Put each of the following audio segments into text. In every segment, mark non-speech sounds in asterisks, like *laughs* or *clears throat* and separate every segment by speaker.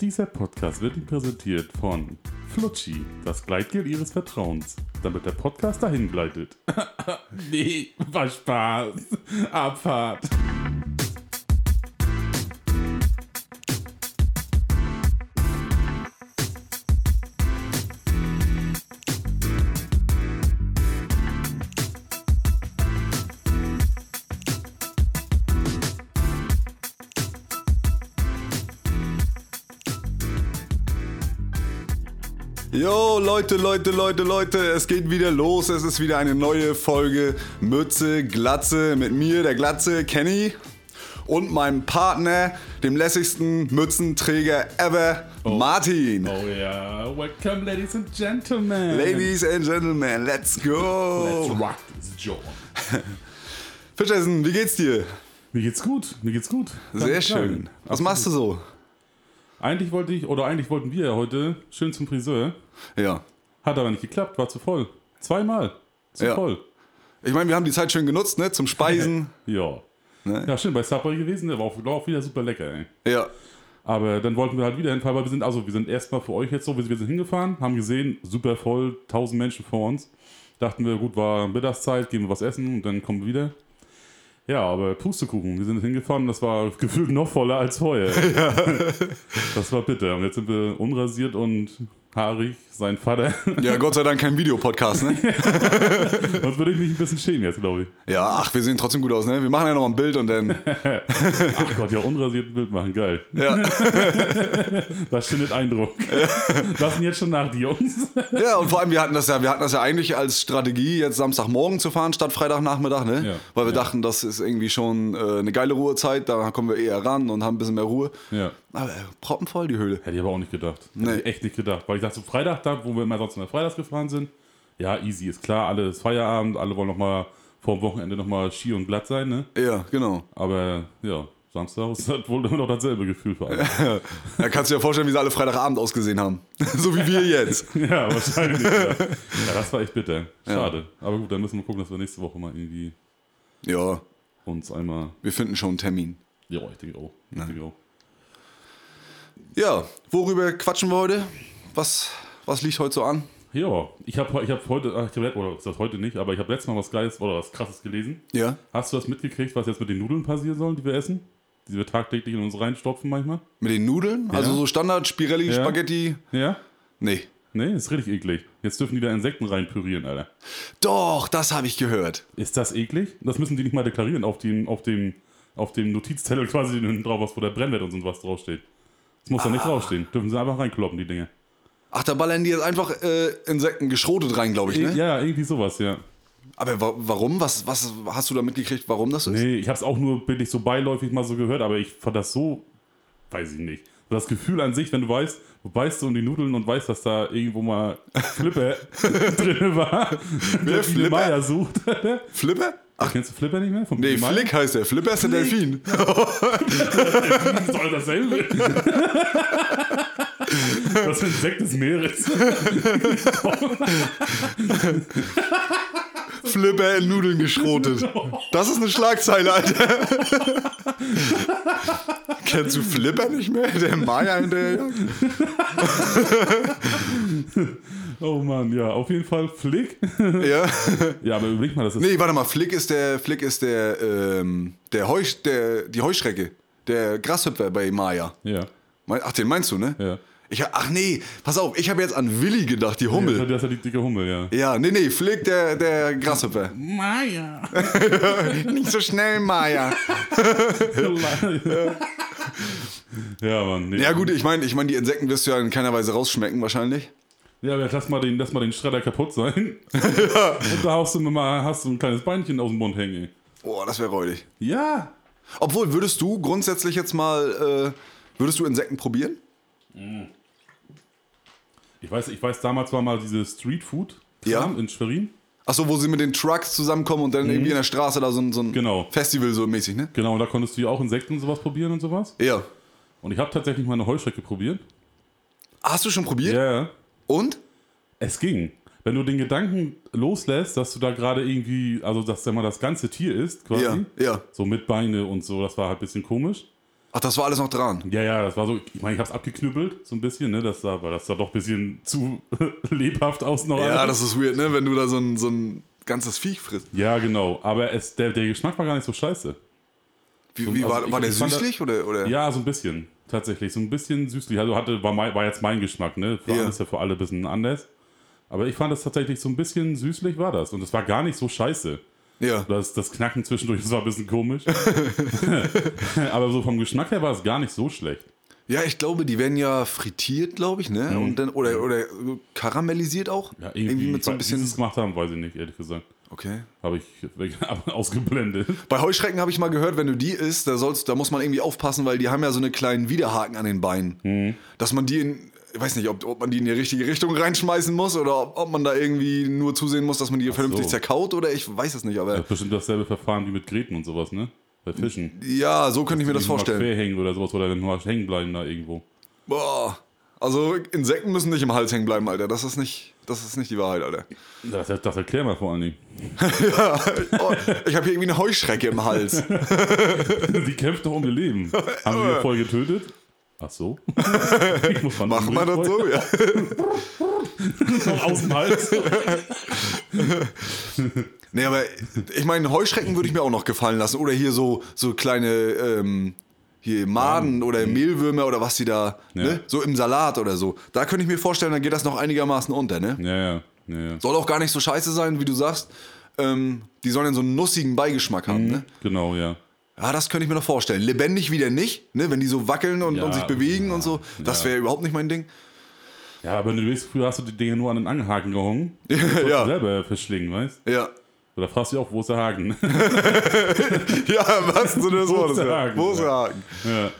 Speaker 1: Dieser Podcast wird Ihnen präsentiert von Flutschi, das Gleitgel Ihres Vertrauens, damit der Podcast dahin
Speaker 2: *laughs*
Speaker 1: gleitet. nee, war Spaß. Abfahrt.
Speaker 2: Jo, Leute, Leute, Leute, Leute, es geht wieder los. Es ist wieder eine neue Folge Mütze, Glatze mit mir, der Glatze, Kenny und meinem Partner, dem lässigsten Mützenträger ever, Martin.
Speaker 1: Oh ja, welcome ladies and gentlemen.
Speaker 2: Ladies and Gentlemen, let's
Speaker 1: Let's
Speaker 2: go.
Speaker 1: rock this joint.
Speaker 2: Fischessen, wie geht's dir?
Speaker 1: Mir geht's gut, mir geht's gut. Kann
Speaker 2: Sehr
Speaker 1: ich sagen.
Speaker 2: schön. Was machst du so?
Speaker 1: Eigentlich wollte ich, oder eigentlich wollten wir ja heute schön zum Friseur.
Speaker 2: Ja.
Speaker 1: Hat aber nicht geklappt, war zu voll. Zweimal. Zu
Speaker 2: Ja.
Speaker 1: voll.
Speaker 2: Ich meine, wir haben die Zeit schön genutzt, ne?
Speaker 1: *laughs*
Speaker 2: Zum Speisen.
Speaker 1: Ja.
Speaker 2: Ne?
Speaker 1: Ja, schön, bei Subway gewesen, der war auch, war auch wieder super lecker, ey.
Speaker 2: Ja.
Speaker 1: Aber dann wollten wir halt wieder hinfahren, weil wir sind, also wir sind erstmal für euch jetzt so, wir wir sind hingefahren, haben gesehen, super voll, tausend Menschen vor uns. Dachten wir, gut, war Mittagszeit, gehen wir was essen und dann kommen wir wieder. Ja, aber Pustekuchen, wir sind hingefahren, das war *laughs* gefühlt noch voller als vorher. *laughs* das war bitter. Und jetzt sind wir unrasiert und haarig, sein Vater. *laughs*
Speaker 2: Ja, Gott sei Dank kein Videopodcast, ne?
Speaker 1: Sonst würde ich mich ein bisschen schämen jetzt, glaube ich.
Speaker 2: Ja, ach, wir sehen trotzdem gut aus, ne? Wir machen ja noch mal ein Bild und dann.
Speaker 1: Ach Gott, ja, unrasiert ein Bild machen, geil.
Speaker 2: Ja.
Speaker 1: *laughs* Das findet Eindruck. Lassen jetzt schon nach, die Jungs.
Speaker 2: Ja, und vor allem, wir hatten das ja, wir hatten das ja eigentlich als Strategie, jetzt Samstagmorgen zu fahren statt Freitagnachmittag, ne?
Speaker 1: Ja.
Speaker 2: Weil wir
Speaker 1: Ja.
Speaker 2: dachten, das ist irgendwie schon äh, eine geile Ruhezeit, da kommen wir eher ran und haben ein bisschen mehr Ruhe.
Speaker 1: Ja.
Speaker 2: Aber äh, proppenvoll die Höhle.
Speaker 1: Hätte ich aber auch nicht gedacht. Hätte
Speaker 2: Nee.
Speaker 1: ich echt nicht gedacht. Weil ich dachte, so Freitag, da, wo wir immer sonst in der Freitags gefahren sind, ja, easy, ist klar, alle ist Feierabend, alle wollen nochmal vor dem Wochenende nochmal Ski und glatt sein, ne?
Speaker 2: Ja, genau. *laughs*
Speaker 1: Aber ja, Samstag ist halt wohl immer noch dasselbe Gefühl für alle. *laughs*
Speaker 2: Da kannst du dir vorstellen, wie sie alle Freitagabend ausgesehen haben. *laughs* so wie wir jetzt.
Speaker 1: ja, wahrscheinlich. ja. ja, das war echt bitter. Schade. Aber gut, dann müssen wir gucken, dass wir nächste Woche mal irgendwie
Speaker 2: Ja,
Speaker 1: uns einmal.
Speaker 2: wir finden schon einen Termin.
Speaker 1: Ja, ich denke auch. Ich denke auch.
Speaker 2: Ja, worüber quatschen wir heute? Was, was liegt heute so an?
Speaker 1: Ja, ich habe ich hab heute, ach, ich hab, oder ist das heute nicht, aber ich habe letztes Mal was Geiles oder was Krasses gelesen.
Speaker 2: Ja.
Speaker 1: Hast du das mitgekriegt, was jetzt mit den Nudeln passieren soll, die wir essen? Die wir tagtäglich in uns reinstopfen manchmal?
Speaker 2: Mit den Nudeln? Also so Standard, Spirelli,
Speaker 1: Ja.
Speaker 2: Spaghetti.
Speaker 1: Ja?
Speaker 2: Nee.
Speaker 1: Nee, ist richtig eklig. Jetzt dürfen die da Insekten reinpürieren, Alter.
Speaker 2: Doch, das habe ich gehört.
Speaker 1: Ist das eklig? Das müssen die nicht mal deklarieren auf dem, auf dem, auf dem Notizzettel *laughs* quasi den drauf, was vor der Brennwert und so was draufsteht. Das muss da nicht draufstehen. Dürfen sie einfach reinkloppen, die Dinge.
Speaker 2: Ach, da ballern die jetzt einfach äh, Insekten geschrotet rein, glaube ich, ne?
Speaker 1: Ja, irgendwie sowas, ja.
Speaker 2: Aber wa warum? Was, was hast du da mitgekriegt, warum das ist?
Speaker 1: Nee, ich hab's auch nur bildlich so beiläufig mal so gehört, aber ich fand das so, weiß ich nicht. Das Gefühl an sich, wenn du weißt, du beißt so in die Nudeln und weißt, dass da irgendwo mal Flipper drin war, der Biene
Speaker 2: Flipper?
Speaker 1: Meier sucht.
Speaker 2: Flipper? Ach,
Speaker 1: Kennst du Flipper nicht mehr? Von
Speaker 2: nee,
Speaker 1: Biene Meier?
Speaker 2: Flick heißt der. Flipper ist der Delfin.
Speaker 1: Das ist doch dasselbe. *laughs* Das Insekt des Meeres.
Speaker 2: Flipper in
Speaker 1: *laughs*
Speaker 2: Nudeln geschrotet. Das ist eine Schlagzeile, Alter. *laughs* Kennst du Flipper nicht mehr? Der Maya hinterher.
Speaker 1: Oh Mann, ja, auf jeden Fall Flick.
Speaker 2: Ja.
Speaker 1: Ja, aber überleg mal, das ist.
Speaker 2: Nee, warte mal. Flick ist der, Flick ist der, ähm, der Heusch, der, die Heuschrecke. Der Grashüpfer bei Maya.
Speaker 1: Ja.
Speaker 2: Mein- Ach, den meinst du, ne?
Speaker 1: Ja.
Speaker 2: Ich, hab- ach nee, pass auf, ich habe jetzt an Willi gedacht, die
Speaker 1: Das
Speaker 2: Hummel.
Speaker 1: ist ja die dicke Hummel, ja.
Speaker 2: Ja, nee, nee, Flick, der, der Grashüpfer.
Speaker 1: Maya.
Speaker 2: Nicht so schnell, Maya.
Speaker 1: *laughs* ja, Mann. Nee.
Speaker 2: Ja gut, ich meine, ich meine, die Insekten wirst du ja in keiner Weise rausschmecken wahrscheinlich.
Speaker 1: Ja, aber jetzt lass mal den, lass mal den Schredder kaputt sein. Und da hast du mir mal hast du ein kleines Beinchen aus dem Mund hängen. ey.
Speaker 2: Boah, das wäre räudig.
Speaker 1: Ja.
Speaker 2: Obwohl, würdest du grundsätzlich jetzt mal, äh, würdest du Insekten probieren?
Speaker 1: Ich weiß, ich weiß, damals war mal diese Streetfood
Speaker 2: Ja.
Speaker 1: in Schwerin.
Speaker 2: Achso, wo sie mit den Trucks zusammenkommen und dann irgendwie in der Straße da so, ein- so ein
Speaker 1: Genau.
Speaker 2: Festival so mäßig, ne?
Speaker 1: Genau, und da konntest du ja auch Insekten und sowas probieren und sowas.
Speaker 2: Ja.
Speaker 1: Und ich habe tatsächlich mal eine Heuschrecke probiert.
Speaker 2: Hast du schon probiert?
Speaker 1: Ja.
Speaker 2: Und?
Speaker 1: Es ging. Wenn du den Gedanken loslässt, dass du da gerade irgendwie, also dass da mal das ganze Tier ist, quasi.
Speaker 2: Ja, ja.
Speaker 1: So mit Beine und so, das war halt ein bisschen komisch.
Speaker 2: Ach, das war alles noch dran.
Speaker 1: Ja, ja, das war so, ich meine, ich hab's abgeknüppelt, so ein bisschen, ne? Das sah, weil das sah doch ein bisschen *laughs* zu lebhaft aus noch.
Speaker 2: Ja,
Speaker 1: alles.
Speaker 2: das ist weird, ne? Wenn du da so ein, so ein ganzes Viech frisst.
Speaker 1: ja genau. Aber es, der, der Geschmack war gar nicht so scheiße.
Speaker 2: Wie, wie
Speaker 1: Also
Speaker 2: war,
Speaker 1: ich-
Speaker 2: war der
Speaker 1: ich fand
Speaker 2: süßlich oder? oder?
Speaker 1: Ja, so ein bisschen, tatsächlich. So ein bisschen süßlich. Also hatte, war, mein, war jetzt mein Geschmack, ne? Für
Speaker 2: Ja.
Speaker 1: alle ist ja für alle ein bisschen anders. Aber ich fand das tatsächlich so ein bisschen süßlich war das. Und es war gar nicht so scheiße.
Speaker 2: Ja.
Speaker 1: Das, das Knacken zwischendurch, das war ein bisschen
Speaker 2: *laughs*
Speaker 1: komisch. Aber so vom Geschmack her war es gar nicht so schlecht.
Speaker 2: ja, ich glaube, die werden ja frittiert, glaube ich, ne? Und dann, oder, oder karamellisiert auch?
Speaker 1: Ja, irgendwie,
Speaker 2: irgendwie, mit so ein
Speaker 1: ich weiß- Wie sie es
Speaker 2: bisschen.
Speaker 1: gemacht haben, weiß ich nicht, ehrlich gesagt.
Speaker 2: Okay.
Speaker 1: Habe ich *laughs* ausgeblendet.
Speaker 2: Bei Heuschrecken habe ich mal gehört, wenn du die isst, da, sollst, da muss man irgendwie aufpassen, weil die haben ja so eine kleinen Widerhaken an den Beinen. Dass man die in, ich weiß nicht, ob, ob man die in die richtige Richtung reinschmeißen muss oder ob, ob man da irgendwie nur zusehen muss, dass man die vernünftig
Speaker 1: so.
Speaker 2: zerkaut oder ich weiß es nicht,
Speaker 1: Das
Speaker 2: aber
Speaker 1: ist bestimmt dasselbe Verfahren wie mit Gräten und sowas, ne? Bei Fischen.
Speaker 2: ja, so könnte ich mir das
Speaker 1: Die mal
Speaker 2: vorstellen.
Speaker 1: Quer hängen oder sowas oder wenn mal hängen bleiben da irgendwo.
Speaker 2: Boah. Also Insekten müssen nicht im Hals hängen bleiben, Alter. Das ist nicht, das ist nicht die Wahrheit, Alter.
Speaker 1: Das, das erklären wir vor allen Dingen. *laughs*
Speaker 2: Oh, ich habe hier irgendwie eine Heuschrecke im Hals.
Speaker 1: Die kämpft doch um ihr Leben. Haben sie
Speaker 2: *laughs*
Speaker 1: die voll getötet? Ach so. Ich muss mal
Speaker 2: Machen wir das so? Ja.
Speaker 1: Noch aus dem Hals.
Speaker 2: Nee, aber ich meine, Heuschrecken würde ich mir auch noch gefallen lassen. Oder hier so, so kleine ähm, hier Maden oder Mehlwürmer oder was die da, ne? so im Salat oder so. Da könnte ich mir vorstellen, dann geht das noch einigermaßen unter. Ne?
Speaker 1: Ja, ja. ja, ja.
Speaker 2: Soll auch gar nicht so scheiße sein, wie du sagst. Ähm, die sollen ja so einen nussigen Beigeschmack haben. Ne?
Speaker 1: Genau, ja.
Speaker 2: Ja, das könnte ich mir noch vorstellen. Lebendig wieder nicht, ne? wenn die so wackeln und,
Speaker 1: Ja,
Speaker 2: und sich bewegen
Speaker 1: ja,
Speaker 2: und so. Das
Speaker 1: ja.
Speaker 2: wäre überhaupt nicht mein Ding.
Speaker 1: Ja, aber du weißt, früher hast du die Dinge nur an den Angelhaken
Speaker 2: *laughs*
Speaker 1: gehangen. Du konntest
Speaker 2: Ja.
Speaker 1: sie selber verschlingen, weißt
Speaker 2: Ja. *laughs*
Speaker 1: Oder fragst du dich auch, wo ist der Haken?
Speaker 2: Ja, im wahrsten Sinne des
Speaker 1: Wo ist
Speaker 2: Wortes.
Speaker 1: der
Speaker 2: ja.
Speaker 1: Haken?
Speaker 2: Wo ist der Haken?
Speaker 1: ja.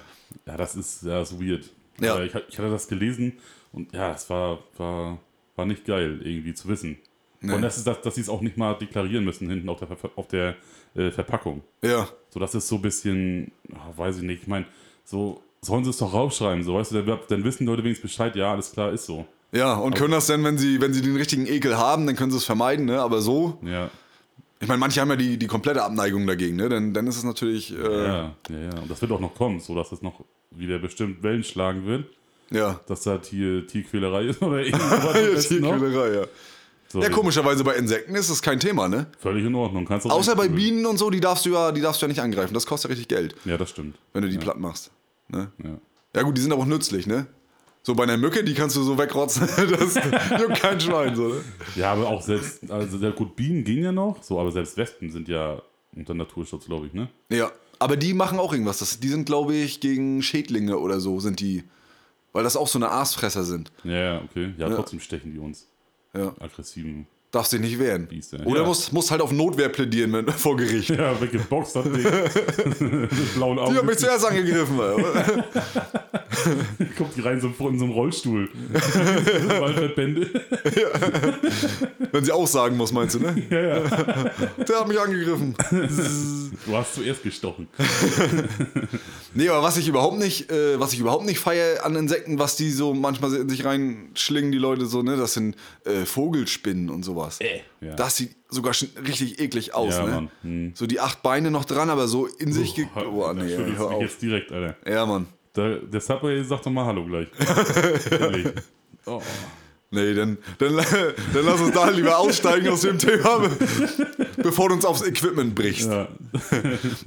Speaker 1: ja, das ist, ja, ist weird.
Speaker 2: Ja.
Speaker 1: Aber Ich, ich hatte das gelesen und ja, es war, war, war nicht geil, irgendwie zu wissen. Und das ist das, dass sie es auch nicht mal deklarieren müssen hinten auf der, Ver- auf der äh, Verpackung.
Speaker 2: Ja.
Speaker 1: So, das ist so ein bisschen, ah, weiß ich nicht, ich meine, so sollen sie es doch raufschreiben, so, weißt du, dann, dann wissen die Leute wenigstens Bescheid, ja, alles klar, ist so.
Speaker 2: Ja, und können das denn, wenn sie, wenn sie den richtigen Ekel haben, dann können sie es vermeiden, ne? Aber so,
Speaker 1: Ja,
Speaker 2: ich meine, manche haben ja die, die komplette Abneigung dagegen, ne? Dann, dann ist es natürlich, äh, ja.
Speaker 1: ja, ja, ja. Und das wird auch noch kommen, so dass es noch wieder bestimmt Wellen schlagen wird, dass da Tier, Tierquälerei *laughs* ist oder
Speaker 2: *laughs*
Speaker 1: irgendwas.
Speaker 2: Tierquälerei, ja.
Speaker 1: so,
Speaker 2: Ja, komischerweise bei Insekten ist das kein Thema, ne?
Speaker 1: Völlig in Ordnung. Kannst du
Speaker 2: Außer bei
Speaker 1: ruhig-
Speaker 2: Bienen und so, die darfst du ja, die darfst du ja nicht angreifen. Das kostet ja richtig Geld,
Speaker 1: Ja, das stimmt.
Speaker 2: wenn du die platt machst. Ne?
Speaker 1: Ja.
Speaker 2: Ja gut, die sind aber auch nützlich, ne? So bei einer Mücke, die kannst du so wegrotzen, *laughs* das juckt kein Schwein, so, ne?
Speaker 1: ja, aber auch selbst, also sehr gut, Bienen gehen ja noch, so, aber selbst Wespen sind ja unter Naturschutz, glaube ich, ne?
Speaker 2: Ja, aber die machen auch irgendwas. Das, die sind, glaube ich, gegen Schädlinge oder so, sind die. Weil das auch so eine Aasfresser sind.
Speaker 1: Ja, ja, okay. Ja, trotzdem stechen die uns.
Speaker 2: Ja.
Speaker 1: Aggressiven.
Speaker 2: Darfst dich nicht wehren.
Speaker 1: Biester,
Speaker 2: Oder
Speaker 1: ja.
Speaker 2: musst, musst halt auf Notwehr plädieren wenn, *laughs* vor Gericht.
Speaker 1: Ja, weggeboxt hat Ding. Mit *laughs* blauen Augen.
Speaker 2: Die haben mich zuerst angegriffen. Alter.
Speaker 1: Kommt die rein so, in so einem Rollstuhl.
Speaker 2: *laughs*
Speaker 1: Waldverbände.
Speaker 2: Wenn sie aussagen muss, meinst du, ne?
Speaker 1: *laughs* ja, ja.
Speaker 2: *laughs* Der hat mich angegriffen.
Speaker 1: Du hast zuerst gestochen.
Speaker 2: Nee, aber was ich überhaupt nicht, äh, was ich überhaupt nicht feiere an Insekten, was die so manchmal in sich reinschlingen, die Leute so, ne? Das sind äh, Vogelspinnen und sowas.
Speaker 1: Ja.
Speaker 2: Das sieht sogar schon richtig eklig aus,
Speaker 1: Ja,
Speaker 2: ne?
Speaker 1: Mann. Hm.
Speaker 2: So die acht Beine noch dran, aber so in sich ge. Oh, nee,
Speaker 1: Entschuldigung,
Speaker 2: hör
Speaker 1: mich
Speaker 2: auf.
Speaker 1: jetzt direkt, Alter.
Speaker 2: Ja, Mann.
Speaker 1: Da, der Subway sagt doch mal Hallo gleich.
Speaker 2: *laughs*
Speaker 1: Ehrlich. oh.
Speaker 2: Nee, dann, dann, *laughs* dann lass uns da lieber aussteigen aus dem Thema, bevor du uns aufs Equipment brichst.
Speaker 1: ja.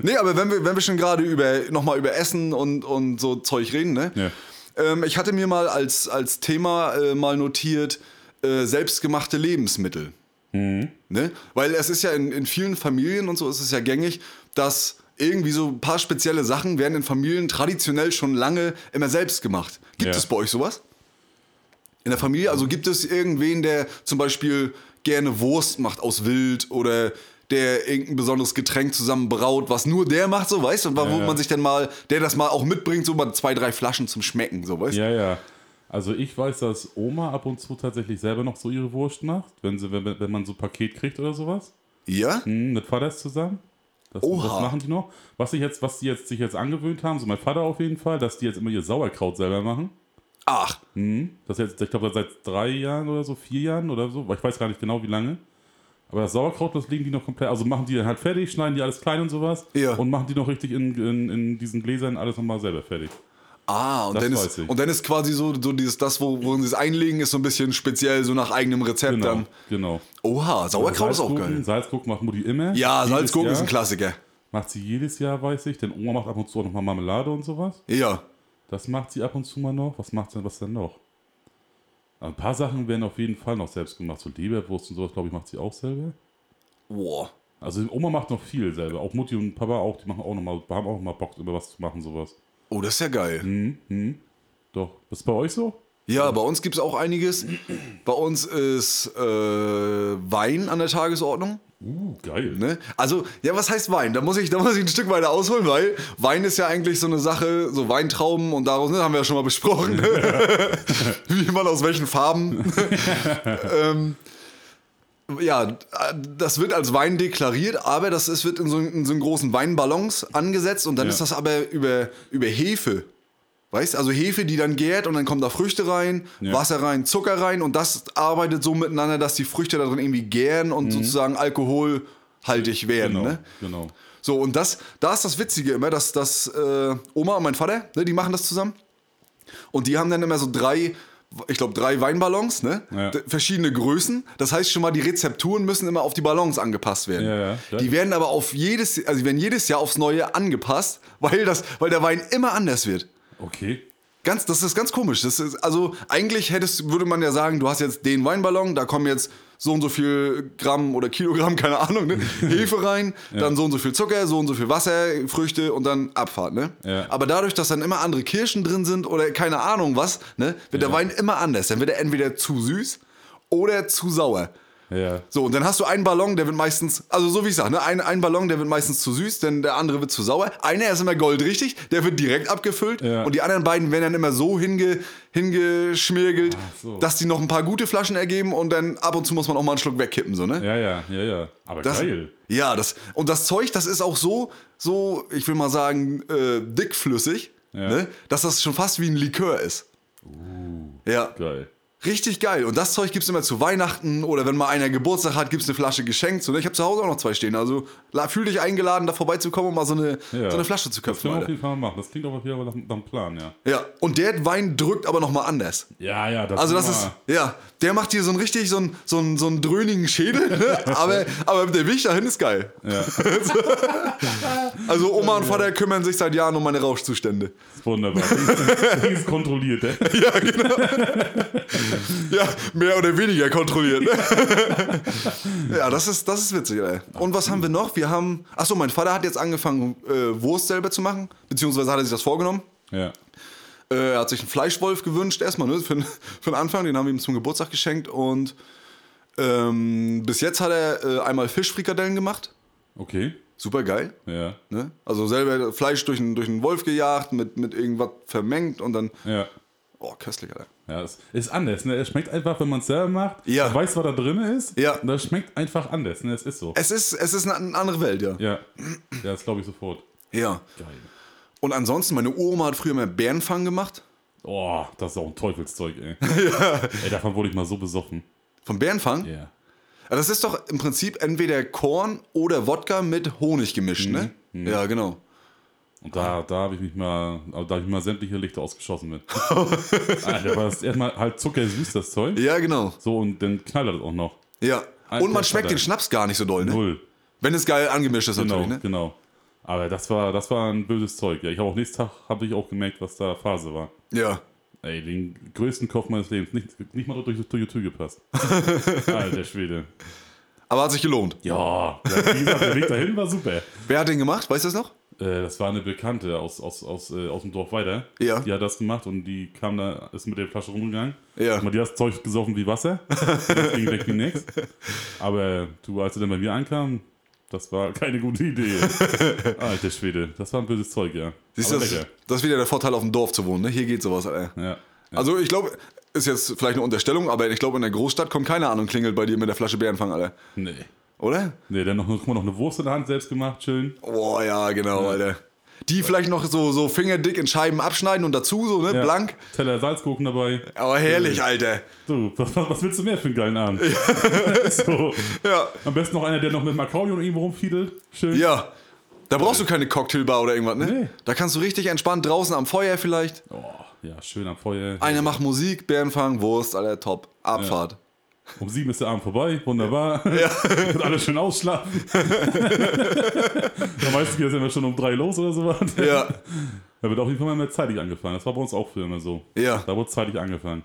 Speaker 2: Nee, aber wenn wir, wenn wir schon gerade über, nochmal über Essen und, und so Zeug reden, ne?
Speaker 1: Ja.
Speaker 2: Ähm, ich hatte mir mal als, als Thema äh, mal notiert, äh, selbstgemachte Lebensmittel.
Speaker 1: Mhm.
Speaker 2: Ne? Weil es ist ja in, in vielen Familien und so ist es ja gängig, dass irgendwie so ein paar spezielle Sachen werden in Familien traditionell schon lange immer selbst gemacht. Gibt
Speaker 1: Ja.
Speaker 2: es bei euch sowas? In der Familie? Also gibt es irgendwen, der zum Beispiel gerne Wurst macht aus Wild oder der irgendein besonderes Getränk zusammenbraut, was nur der macht, so weißt du, und wo
Speaker 1: Ja, ja.
Speaker 2: man sich dann mal, der das mal auch mitbringt, so mal zwei, drei Flaschen zum Schmecken, so weißt du?
Speaker 1: ja, ja. Also ich weiß, dass Oma ab und zu tatsächlich selber noch so ihre Wurst macht, wenn, sie, wenn, wenn man so ein Paket kriegt oder sowas.
Speaker 2: Ja?
Speaker 1: Hm, mit Vaters zusammen. Das,
Speaker 2: Oha.
Speaker 1: das machen die noch. Was, ich jetzt, was die jetzt, sich jetzt angewöhnt haben, so mein Vater auf jeden Fall, dass die jetzt immer ihr Sauerkraut selber machen. Hm.
Speaker 2: Ach,
Speaker 1: Das jetzt, ich glaube, seit drei Jahren oder so, vier Jahren oder so, weil ich weiß gar nicht genau wie lange. Aber das Sauerkraut, das legen die noch komplett, also machen die dann halt fertig, schneiden die alles klein und sowas
Speaker 2: Ja.
Speaker 1: und machen die noch richtig in, in, in diesen Gläsern alles nochmal selber fertig.
Speaker 2: Ah, und
Speaker 1: Das
Speaker 2: dann,
Speaker 1: weiß
Speaker 2: ist,
Speaker 1: ich.
Speaker 2: und dann ist quasi so, so dieses, das, wo, worin sie es einlegen, ist so ein bisschen speziell, so nach eigenem Rezept
Speaker 1: Genau,
Speaker 2: dann.
Speaker 1: genau.
Speaker 2: Oha, Sauerkraut ist auch
Speaker 1: Also Salzgurken-
Speaker 2: geil.
Speaker 1: Salzgurken macht Mutti immer.
Speaker 2: Ja,
Speaker 1: Jedes
Speaker 2: Salzgurken ist
Speaker 1: Jahr.
Speaker 2: ein Klassiker.
Speaker 1: Macht sie jedes Jahr, weiß ich. Denn Oma macht ab und zu auch nochmal Marmelade und sowas.
Speaker 2: Ja.
Speaker 1: Das macht sie ab und zu mal noch. Was macht sie denn, was denn noch? Ein paar Sachen werden auf jeden Fall noch selbst gemacht. So Leberwurst und sowas, glaube ich, macht sie auch selber.
Speaker 2: Boah.
Speaker 1: Also Oma macht noch viel selber. Auch Mutti und Papa auch, die machen auch noch mal, haben auch noch mal Bock, über was zu machen, sowas.
Speaker 2: Oh, das ist ja geil.
Speaker 1: Doch. Ist bei euch so?
Speaker 2: Ja, bei uns gibt es auch einiges. Bei uns ist äh, Wein an der Tagesordnung.
Speaker 1: Uh, geil.
Speaker 2: Ne? Also, ja, was heißt Wein? Da muss, ich, da muss ich ein Stück weiter ausholen, weil Wein ist ja eigentlich so eine Sache, so Weintrauben und daraus, ne, haben wir ja schon mal besprochen, ne? wie man aus welchen Farben. ähm, ja, das wird als Wein deklariert, aber das ist, wird in so, in so einen großen Weinballons angesetzt und dann
Speaker 1: Ja.
Speaker 2: ist das aber über, über Hefe. Weißt also Hefe, die dann gärt und dann kommen da Früchte rein,
Speaker 1: Ja.
Speaker 2: Wasser rein, Zucker rein und das arbeitet so miteinander, dass die Früchte da drin irgendwie gären und sozusagen alkoholhaltig werden.
Speaker 1: Mhm. Genau,
Speaker 2: Ne?
Speaker 1: genau.
Speaker 2: So, und das, da ist das Witzige immer, dass, dass äh, Oma und mein Vater, ne, die machen das zusammen. Und die haben dann immer so drei, ich glaube, drei Weinballons, ne?
Speaker 1: Ja.
Speaker 2: D- Verschiedene Größen. Das heißt schon mal, die Rezepturen müssen immer auf die Ballons angepasst werden.
Speaker 1: Ja, ja, klar.
Speaker 2: die werden aber auf jedes, also die werden jedes Jahr aufs Neue angepasst, weil, das, weil der Wein immer anders wird.
Speaker 1: Okay.
Speaker 2: Ganz, das ist ganz komisch. Das ist, also eigentlich hättest, würde man ja sagen, du hast jetzt den Weinballon, da kommen jetzt so und so viel Gramm oder Kilogramm, *laughs* keine Ahnung, ne? Hefe rein, dann so und so viel Zucker, so und so viel Wasser, Früchte und dann Abfahrt, ne?
Speaker 1: Ja.
Speaker 2: Aber dadurch, dass dann immer andere Kirschen drin sind oder keine Ahnung was, ne, wird der Wein immer anders. Dann wird er entweder zu süß oder zu sauer.
Speaker 1: Ja.
Speaker 2: So, und dann hast du einen Ballon, der wird meistens, also so wie ich sag, ne, ein, ein Ballon, der wird meistens zu süß, denn der andere wird zu sauer. Einer ist immer goldrichtig, der wird direkt abgefüllt
Speaker 1: Ja.
Speaker 2: und die anderen beiden werden dann immer so hinge, hingeschmirgelt,
Speaker 1: so.
Speaker 2: dass die noch ein paar gute Flaschen ergeben und dann ab und zu muss man auch mal einen Schluck wegkippen, so, ne?
Speaker 1: Ja, ja, ja, ja. Aber
Speaker 2: Das,
Speaker 1: geil.
Speaker 2: Ja, das, und das Zeug, das ist auch so, so, ich will mal sagen, äh, dickflüssig,
Speaker 1: Ja. Uh,
Speaker 2: ne, dass das schon fast wie ein Likör ist. ja.
Speaker 1: Geil.
Speaker 2: Richtig geil. Und das Zeug gibt's immer zu Weihnachten oder wenn mal einer Geburtstag hat, gibt's eine Flasche geschenkt. So, ne? Ich habe zu Hause auch noch zwei stehen. Also la- fühl dich eingeladen, da vorbeizukommen und mal so eine,
Speaker 1: Ja.
Speaker 2: so eine Flasche zu
Speaker 1: Das
Speaker 2: köpfen.
Speaker 1: können wir auf
Speaker 2: Alter.
Speaker 1: jeden Fall mal machen. Das klingt aber wieder nach, nach einem Plan, ja.
Speaker 2: Ja. Und der Wein drückt aber nochmal anders.
Speaker 1: Ja, ja, das
Speaker 2: Also das ist, ja, der macht hier so einen richtig, so einen, so einen, so einen dröhnigen Schädel,
Speaker 1: *laughs*
Speaker 2: ne? aber, aber der Weg dahin ist geil. *laughs* also Oma und Vater kümmern sich seit Jahren um meine Rauschzustände.
Speaker 1: ist wunderbar. Das Ding ist kontrolliert, ne? ey.
Speaker 2: *laughs* Ja, mehr oder weniger kontrolliert. ne? *laughs* ja, das ist, das ist witzig, ey. Und was haben wir noch? Wir haben. Achso, mein Vater hat jetzt angefangen, äh, Wurst selber zu machen, beziehungsweise hat er sich das vorgenommen.
Speaker 1: Ja.
Speaker 2: Äh, er hat sich einen Fleischwolf gewünscht, erstmal, ne? Für, den- für den Anfang, den haben wir ihm zum Geburtstag geschenkt. Und ähm, bis jetzt hat er äh, einmal Fischfrikadellen gemacht.
Speaker 1: Okay.
Speaker 2: Super geil.
Speaker 1: Ja.
Speaker 2: Ne? Also selber Fleisch durch einen, durch einen Wolf gejagt, mit, mit irgendwas vermengt und dann.
Speaker 1: Ja.
Speaker 2: Oh, köstlich, Alter.
Speaker 1: Ja, es ist anders, ne? Es schmeckt einfach, wenn man es selber macht.
Speaker 2: Ja.
Speaker 1: Man weiß, was da drin ist.
Speaker 2: Ja.
Speaker 1: Und das schmeckt einfach anders, ne? Es ist so.
Speaker 2: Es ist, es ist eine, eine andere Welt, ja.
Speaker 1: Ja. Ja, das glaube ich sofort.
Speaker 2: Ja.
Speaker 1: Geil.
Speaker 2: Und ansonsten, meine Oma hat früher mal Bärenfang gemacht.
Speaker 1: Oh, das ist auch ein Teufelszeug,
Speaker 2: *laughs*
Speaker 1: ey. Ey, davon wurde ich mal so besoffen.
Speaker 2: Vom Bärenfang?
Speaker 1: Ja.
Speaker 2: Aber Das ist doch im Prinzip entweder Korn oder Wodka mit Honig gemischt, ne?
Speaker 1: Mhm.
Speaker 2: Ja, genau.
Speaker 1: Und da, da habe ich mich mal, aber da habe ich mal sämtliche Lichter ausgeschossen
Speaker 2: *laughs*
Speaker 1: mit. Alter, war das erstmal halt zuckersüß, das Zeug.
Speaker 2: Ja, genau.
Speaker 1: So, und dann knallt das auch noch.
Speaker 2: Ja.
Speaker 1: Alter,
Speaker 2: Und man schmeckt
Speaker 1: Vater.
Speaker 2: den Schnaps gar nicht so doll, ne?
Speaker 1: Null.
Speaker 2: Wenn es geil angemischt ist
Speaker 1: Genau,
Speaker 2: natürlich, ne?
Speaker 1: genau. Aber das war, das war ein böses Zeug. Ja, ich habe auch nächsten Tag habe ich auch gemerkt, was da Phase war.
Speaker 2: ne? Ja.
Speaker 1: Ey, den größten Kopf meines Lebens. Nicht, nicht mal durch, durch die Tür gepasst. Alter Schwede.
Speaker 2: Aber hat sich gelohnt.
Speaker 1: Ja, wie gesagt, der Weg dahin war super. Äh,
Speaker 2: Wer hat den gemacht? Weißt du das noch?
Speaker 1: das war eine Bekannte aus, aus, aus, äh, aus dem Dorf weiter.
Speaker 2: Ja.
Speaker 1: Die hat das gemacht und die kam da, ist mit der Flasche rumgegangen.
Speaker 2: Ja.
Speaker 1: Aber die hat das Zeug gesoffen wie
Speaker 2: *laughs*
Speaker 1: Wasser. Das ging weg wie nix. Aber du, als sie dann bei mir ankam, das war keine gute
Speaker 2: *laughs*
Speaker 1: Idee. Alter Schwede, das war ein böses Zeug, ja.
Speaker 2: Siehst du,
Speaker 1: Aber
Speaker 2: das,
Speaker 1: lecker.
Speaker 2: das ist wieder der Vorteil, auf dem Dorf zu wohnen, ne? Hier geht sowas, Alter.
Speaker 1: Ja.
Speaker 2: Also ich glaube, ist jetzt vielleicht eine Unterstellung, aber ich glaube, in der Großstadt kommt keine Ahnung, klingelt bei dir mit der Flasche Bärenfang, Alter.
Speaker 1: Nee.
Speaker 2: Oder?
Speaker 1: Nee, dann noch, guck mal, noch eine Wurst in der Hand selbst gemacht, schön.
Speaker 2: Boah, ja, genau, Alter. Die vielleicht noch so, so fingerdick in Scheiben abschneiden und dazu so, ne,
Speaker 1: Ja.
Speaker 2: blank.
Speaker 1: Teller Salzgurken dabei.
Speaker 2: Aber herrlich, Alter.
Speaker 1: So, was, was willst du mehr für einen geilen Abend? *laughs* so.
Speaker 2: Ja.
Speaker 1: Am besten noch einer, der noch mit dem Akkordeon irgendwo rumfiedelt. Schön.
Speaker 2: Ja. Da brauchst du keine Cocktailbar oder irgendwas, ne?
Speaker 1: Nee.
Speaker 2: Da kannst du richtig entspannt draußen am Feuer vielleicht.
Speaker 1: Oh, ja, schön am Feuer.
Speaker 2: Einer macht Musik, Bärenfang, Wurst, Alter, top. Abfahrt.
Speaker 1: Um sieben ist der Abend vorbei. Wunderbar. Ja. *laughs* Und alle schön ausschlafen.
Speaker 2: *laughs*
Speaker 1: Am meisten geht es immer schon um drei los oder sowas.
Speaker 2: Ja.
Speaker 1: *laughs* Da wird auf jeden Fall mal mehr zeitig angefangen. Das war bei uns auch früher immer so.
Speaker 2: Ja.
Speaker 1: Da wurde zeitig angefangen.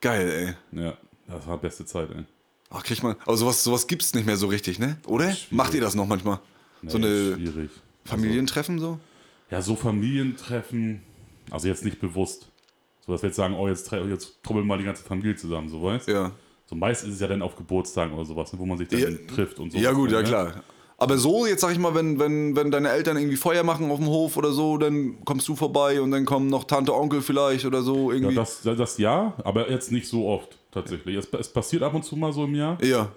Speaker 2: Geil, ey.
Speaker 1: Ja, das war beste Zeit, ey.
Speaker 2: Ach, kriegt man. Aber sowas, sowas gibt's nicht mehr so richtig, ne? Oder?
Speaker 1: Schwierig.
Speaker 2: Macht ihr das noch manchmal? so eine
Speaker 1: Schwierig.
Speaker 2: Familientreffen so?
Speaker 1: Ja, so Familientreffen, also jetzt nicht bewusst. So, dass wir jetzt sagen, oh, jetzt, tre- jetzt trommeln mal die ganze Familie zusammen, so weißt
Speaker 2: Ja.
Speaker 1: So meist ist es ja dann auf Geburtstagen oder sowas, ne, wo man sich dann
Speaker 2: Ja.
Speaker 1: trifft und so.
Speaker 2: Ja, gut, ja
Speaker 1: Ne?
Speaker 2: klar. Aber so, jetzt sag ich mal, wenn, wenn, wenn deine Eltern irgendwie Feuer machen auf dem Hof oder so, dann kommst du vorbei und dann kommen noch Tante, Onkel vielleicht oder so
Speaker 1: Ja,
Speaker 2: irgendwie.
Speaker 1: das, das ja, aber jetzt nicht so oft tatsächlich. Es, es passiert ab und zu mal so im Jahr.
Speaker 2: Ja,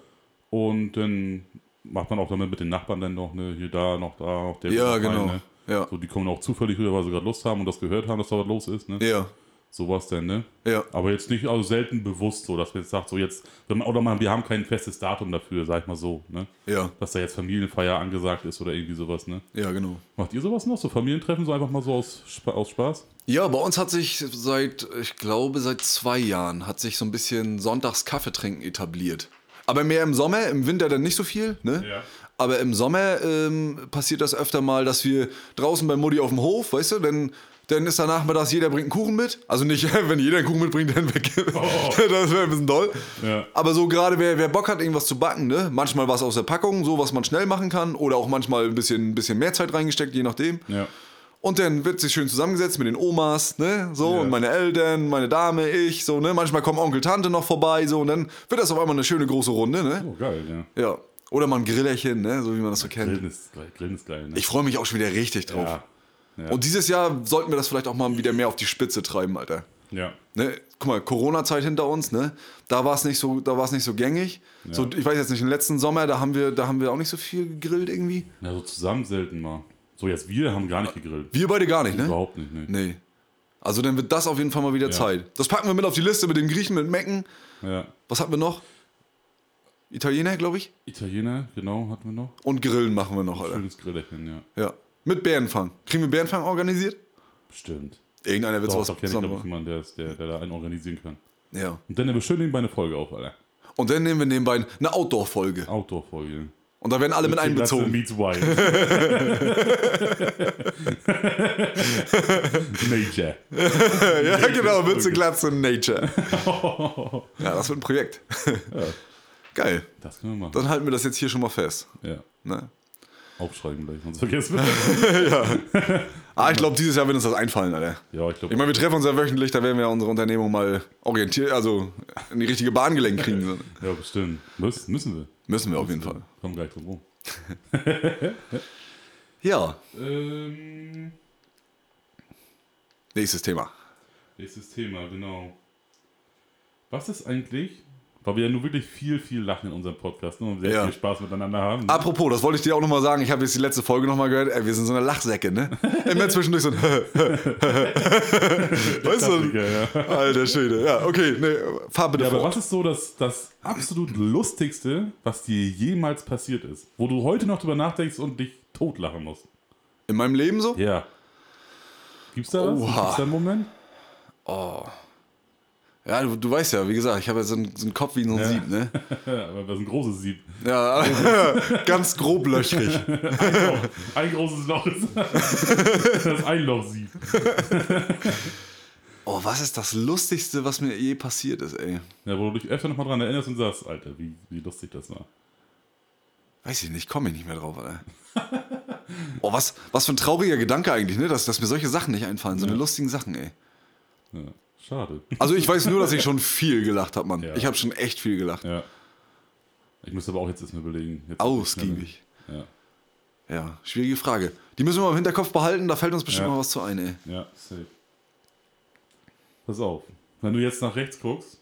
Speaker 1: Und dann macht man auch damit mit den Nachbarn dann noch, ne, hier da, noch da, noch der.
Speaker 2: Ja,
Speaker 1: noch rein,
Speaker 2: genau.
Speaker 1: ne.
Speaker 2: Ja.
Speaker 1: So, die kommen auch zufällig rüber, weil sie gerade Lust haben und das gehört haben, dass da was los ist, ne?
Speaker 2: ja,
Speaker 1: Sowas denn, ne?
Speaker 2: ja.
Speaker 1: Aber jetzt nicht, also selten bewusst so, dass man jetzt sagt, so jetzt, wenn man, oder man, wir haben kein festes Datum dafür, sag ich mal so, ne?
Speaker 2: Ja,
Speaker 1: Dass da jetzt Familienfeier angesagt ist oder irgendwie sowas, ne?
Speaker 2: ja, genau.
Speaker 1: Macht ihr sowas noch? So Familientreffen, so einfach mal so aus, Spa- aus Spaß?
Speaker 2: Ja, bei uns hat sich seit, ich glaube, seit zwei Jahren hat sich so ein bisschen sonntags Kaffee trinken etabliert. Aber mehr im Sommer, im Winter dann nicht so viel, ne?
Speaker 1: Ja.
Speaker 2: Aber im Sommer ähm, passiert das öfter mal, dass wir draußen bei Mutti auf dem Hof, weißt du, dann, dann ist danach mal das, jeder bringt einen Kuchen mit. Also nicht, *laughs* wenn jeder einen Kuchen mitbringt, dann weg. *laughs* das wäre ein bisschen doll.
Speaker 1: Oh, Ja.
Speaker 2: Aber so gerade, wer, wer Bock hat, irgendwas zu backen, ne? Manchmal was aus der Packung, so was man schnell machen kann. Oder auch manchmal ein bisschen, ein bisschen mehr Zeit reingesteckt, je nachdem.
Speaker 1: Ja.
Speaker 2: Und dann wird sich schön zusammengesetzt mit den Omas, ne? So,
Speaker 1: Ja.
Speaker 2: und meine Eltern, meine Dame, ich, so, ne? Manchmal kommen Onkel, Tante noch vorbei, so, und dann wird das auf einmal eine schöne große Runde, ne?
Speaker 1: Oh, geil, ja.
Speaker 2: Ja. Oder mal ein Grillerchen, ne? So wie man das so kennt.
Speaker 1: Grillen ist geil, Grillen ist geil ne?
Speaker 2: Ich freue mich auch schon wieder richtig drauf.
Speaker 1: ja. Ja.
Speaker 2: Und dieses Jahr sollten wir das vielleicht auch mal wieder mehr auf die Spitze treiben, Alter.
Speaker 1: ja.
Speaker 2: Ne? Guck mal, Corona-Zeit hinter uns, ne? Da war es nicht so, da war es nicht so gängig. So, ich weiß jetzt nicht, im letzten Sommer, da haben wir, da haben wir auch nicht so viel gegrillt irgendwie.
Speaker 1: Na, so zusammen selten mal. So, jetzt wir haben gar nicht gegrillt.
Speaker 2: Wir beide gar nicht, ne?
Speaker 1: Überhaupt nicht, ne?
Speaker 2: Nee. Also dann wird das auf jeden Fall mal wieder Zeit. Das packen wir mit auf die Liste mit den Griechen, mit Mecken.
Speaker 1: Ja.
Speaker 2: Was hatten wir noch? Italiener, glaube ich.
Speaker 1: Italiener, genau, hatten wir noch.
Speaker 2: Und Grillen machen wir noch, Alter.
Speaker 1: Schönes Grillerchen, ja.
Speaker 2: Ja. Mit Bärenfang. Kriegen wir Bärenfang organisiert?
Speaker 1: Bestimmt.
Speaker 2: Irgendeiner wird
Speaker 1: Doch,
Speaker 2: sowas
Speaker 1: da kenne ich, glaube ich,
Speaker 2: zusammen.
Speaker 1: jemanden, der, ist- der, der da einen organisieren kann.
Speaker 2: Ja.
Speaker 1: Und dann beschönigen bei eine Folge auf, Alter.
Speaker 2: Und dann nehmen wir nebenbei eine Outdoor-Folge.
Speaker 1: Outdoor-Folge.
Speaker 2: Und da werden alle mit
Speaker 1: Klasse
Speaker 2: einbezogen.
Speaker 1: Meets
Speaker 2: *laughs*
Speaker 1: Wild. Major.
Speaker 2: *laughs* Ja, *laughs* genau. Mütze, Glatze, Nature.
Speaker 1: *laughs*
Speaker 2: ja, das wird ein Projekt. *laughs* Geil.
Speaker 1: Das können wir machen.
Speaker 2: Dann halten wir das jetzt hier schon mal fest.
Speaker 1: ja.
Speaker 2: Ne?
Speaker 1: Aufschreiben gleich, sonst vergessen
Speaker 2: *laughs*
Speaker 1: wir.
Speaker 2: Ah, ich glaube, dieses Jahr wird uns das einfallen, Alter.
Speaker 1: ja, ich glaube.
Speaker 2: Ich meine, wir treffen uns ja wöchentlich, da werden wir ja unsere Unternehmung mal orientiert, also in die richtige Bahn gelenkt kriegen.
Speaker 1: *laughs*
Speaker 2: So.
Speaker 1: ja, bestimmt. Müssen, müssen wir.
Speaker 2: Müssen wir auf jeden Fall.
Speaker 1: Kommen gleich drum rum.
Speaker 2: Ja.
Speaker 1: Ähm,
Speaker 2: Nächstes Thema.
Speaker 1: nächstes Thema, genau. Was ist eigentlich, weil wir ja nur wirklich viel, viel lachen in unserem Podcast ne, und sehr
Speaker 2: Ja.
Speaker 1: viel Spaß miteinander haben. ne?
Speaker 2: Apropos, das wollte ich dir auch nochmal sagen. Ich habe jetzt die letzte Folge nochmal gehört. Ey, wir sind so eine Lachsäcke, ne?
Speaker 1: *laughs*
Speaker 2: Immer zwischendurch so ein. *laughs* weißt du?
Speaker 1: Ja, ja.
Speaker 2: Alter Schwede. Ja, okay. Nee, fahr bitte
Speaker 1: Ja, aber
Speaker 2: fort.
Speaker 1: was ist so das, das absolut Lustigste, was dir jemals passiert ist? Wo du heute noch drüber nachdenkst und dich totlachen musst?
Speaker 2: In meinem Leben so?
Speaker 1: Ja. Gibt's da was?
Speaker 2: Oha.
Speaker 1: Gibt's da einen Moment?
Speaker 2: Ja, du, du weißt ja, wie gesagt, ich habe ja so einen, so einen Kopf wie so ein Sieb,
Speaker 1: *laughs*
Speaker 2: ne?
Speaker 1: Ja, aber das ist ein großes
Speaker 2: *laughs*
Speaker 1: Sieb.
Speaker 2: Ja, ganz groblöchrig.
Speaker 1: *laughs* Ein großes Loch ist *laughs* das Einloch-Sieb.
Speaker 2: Oh, was ist das Lustigste, was mir je passiert ist, ey?
Speaker 1: Ja, wo du dich öfter nochmal dran erinnerst und sagst, Alter, wie, wie lustig das war.
Speaker 2: Weiß ich nicht, komme ich nicht mehr drauf, Alter. Oh, was, was für ein trauriger Gedanke eigentlich, ne? Dass, dass mir solche Sachen nicht einfallen, so eine lustigen Sachen, ey.
Speaker 1: Ja, schade.
Speaker 2: Also ich weiß nur, dass ich schon viel gelacht habe, Mann.
Speaker 1: Ja.
Speaker 2: Ich habe schon echt viel gelacht.
Speaker 1: Ja. Ich müsste aber auch jetzt erstmal überlegen. Jetzt
Speaker 2: Ausgiebig.
Speaker 1: Ja.
Speaker 2: Ja, schwierige Frage. Die müssen wir mal im Hinterkopf behalten, da fällt uns bestimmt
Speaker 1: Ja.
Speaker 2: mal was zu ein, ey.
Speaker 1: Ja, safe. Pass auf. Wenn du jetzt nach rechts guckst,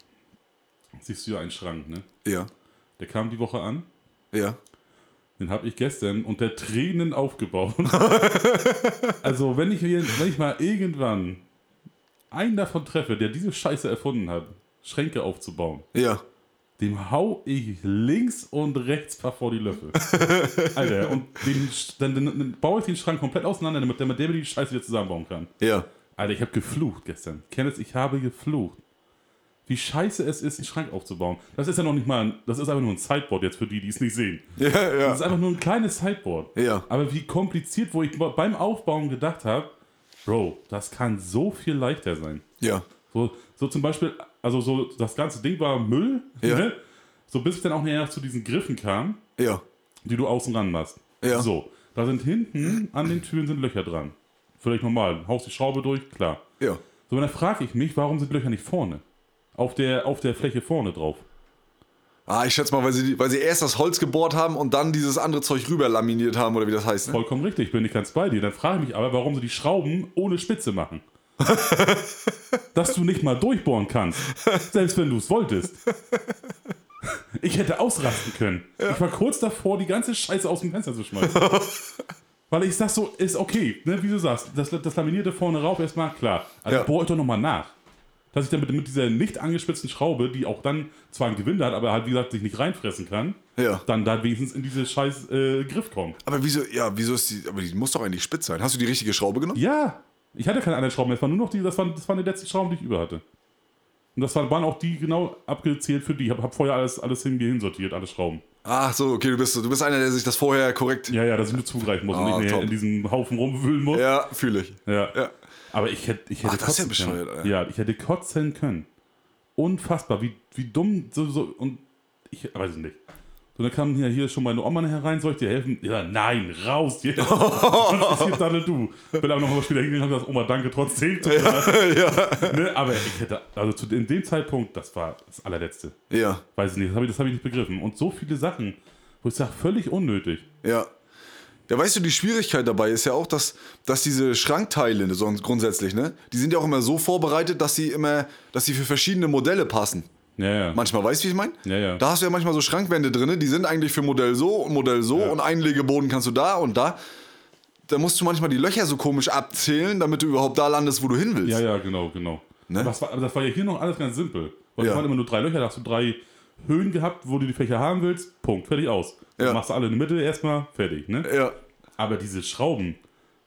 Speaker 1: siehst du ja einen Schrank, ne?
Speaker 2: Ja,
Speaker 1: Der kam die Woche an
Speaker 2: ja,
Speaker 1: Den habe ich gestern unter Tränen aufgebaut. also, wenn ich, hier, wenn ich mal irgendwann einen davon treffe, der diese Scheiße erfunden hat, Schränke aufzubauen,
Speaker 2: Ja.
Speaker 1: dem hau ich links und rechts paar vor die Löffel. Alter, und den, dann, dann, dann baue ich den Schrank komplett auseinander, damit, damit der mir die Scheiße wieder zusammenbauen kann.
Speaker 2: Ja.
Speaker 1: Alter, ich habe geflucht gestern. Kenneth, ich habe geflucht. Wie scheiße es ist, einen Schrank aufzubauen. Das ist ja noch nicht mal, ein, das ist einfach nur ein Sideboard jetzt für die, die es nicht sehen.
Speaker 2: Ja,
Speaker 1: Das
Speaker 2: ja.
Speaker 1: ist einfach nur ein kleines Sideboard.
Speaker 2: Ja.
Speaker 1: Aber wie kompliziert, wo ich beim Aufbauen gedacht habe, Bro, das kann so viel leichter sein.
Speaker 2: Ja.
Speaker 1: So, so zum Beispiel, also so das ganze Ding war Müll,
Speaker 2: Ja.
Speaker 1: ne? so bis ich dann auch näher zu diesen Griffen kam,
Speaker 2: Ja.
Speaker 1: die du außen ran machst.
Speaker 2: Ja.
Speaker 1: So, da sind hinten an den Türen sind Löcher dran. Völlig normal, haust die Schraube durch, klar.
Speaker 2: Ja.
Speaker 1: So, und dann frage ich mich, warum sind Löcher nicht vorne? Auf der, auf der Fläche vorne drauf.
Speaker 2: Ah, ich schätze mal, weil sie, die- weil sie erst das Holz gebohrt haben und dann dieses andere Zeug rüber laminiert haben oder wie das heißt. Ne?
Speaker 1: Vollkommen richtig, bin ich ganz bei dir. Dann frage ich mich aber, warum sie die Schrauben ohne Spitze
Speaker 2: *laughs*
Speaker 1: machen. Dass du nicht mal durchbohren kannst, selbst wenn du es wolltest. Ich hätte ausrasten können. Ich war kurz davor, die ganze Scheiße aus dem Fenster zu
Speaker 2: *laughs*
Speaker 1: schmeißen. Weil ich sag so, ist okay, ne, wie du sagst, das, das Laminierte vorne rauf, erstmal klar. Also
Speaker 2: Ja.
Speaker 1: bohr ich doch nochmal nach. Dass ich damit mit dieser nicht angespitzten Schraube, die auch dann zwar ein Gewinde hat, aber halt, wie gesagt, sich nicht reinfressen kann,
Speaker 2: Ja.
Speaker 1: dann da wenigstens in diese scheiß äh, Griff kommen.
Speaker 2: Aber wieso, ja, wieso ist die, aber die muss doch eigentlich spitz sein. Hast du die richtige Schraube genommen?
Speaker 1: Ja, ich hatte keine anderen Schrauben mehr. Es war nur noch die, das waren, das waren die letzten Schrauben, die ich über hatte. Und das waren, waren auch die genau abgezählt für die. Ich habe hab vorher alles, alles hin, hinsortiert, alle Schrauben.
Speaker 2: Ach so, okay, du bist, du bist einer, der sich das vorher korrekt. Ja,
Speaker 1: Ja, ja, dass ich nur zugreifen muss
Speaker 2: Ah,
Speaker 1: und nicht mehr
Speaker 2: top.
Speaker 1: in diesem Haufen rumwühlen muss. Ja.
Speaker 2: fühle ich. ja.
Speaker 1: Aber ich hätte, ich hätte
Speaker 2: Ach, das ist ja bescheuert,
Speaker 1: können.
Speaker 2: Alter.
Speaker 1: Ja, ich hätte kotzen können. Unfassbar, wie, wie dumm so, so und ich weiß es nicht. So, dann kam hier, hier schon meine Oma herein, soll ich dir helfen? Ja, nein, raus
Speaker 2: *laughs*
Speaker 1: jetzt. Was ist hier dann du? Bin aber noch mal später hingegangen und hab gesagt, Oma, danke
Speaker 2: *laughs*
Speaker 1: trotzdem. Tut mir leid. ne, aber ich hätte, also zu in dem Zeitpunkt, das war das allerletzte.
Speaker 2: Ja,
Speaker 1: Weiß ich nicht, das habe ich, das hab ich nicht begriffen. Und so viele Sachen, wo ich sage, völlig unnötig.
Speaker 2: ja. Ja, weißt du, die Schwierigkeit dabei ist ja auch, dass, dass diese Schrankteile, so grundsätzlich, ne, die sind ja auch immer so vorbereitet, dass sie immer, dass sie für verschiedene Modelle passen.
Speaker 1: Ja, ja.
Speaker 2: Manchmal, weißt du, wie ich meine?
Speaker 1: Ja, ja.
Speaker 2: Da hast du ja manchmal so Schrankwände drin, die sind eigentlich für Modell so und Modell so und Einlegeboden kannst du da und da. Da musst du manchmal die Löcher so komisch abzählen, damit du überhaupt da landest, wo du hin willst.
Speaker 1: Ja, ja, genau, genau.
Speaker 2: Ne?
Speaker 1: Aber, das war, aber das war ja hier noch alles ganz simpel. Weil
Speaker 2: Ja.
Speaker 1: es waren immer nur drei Löcher, da hast du drei Höhen gehabt, wo du die Fächer haben willst, Punkt, fertig aus.
Speaker 2: Ja.
Speaker 1: Dann machst du alle in der Mitte erstmal, fertig. Ne?
Speaker 2: ja.
Speaker 1: Aber diese Schrauben,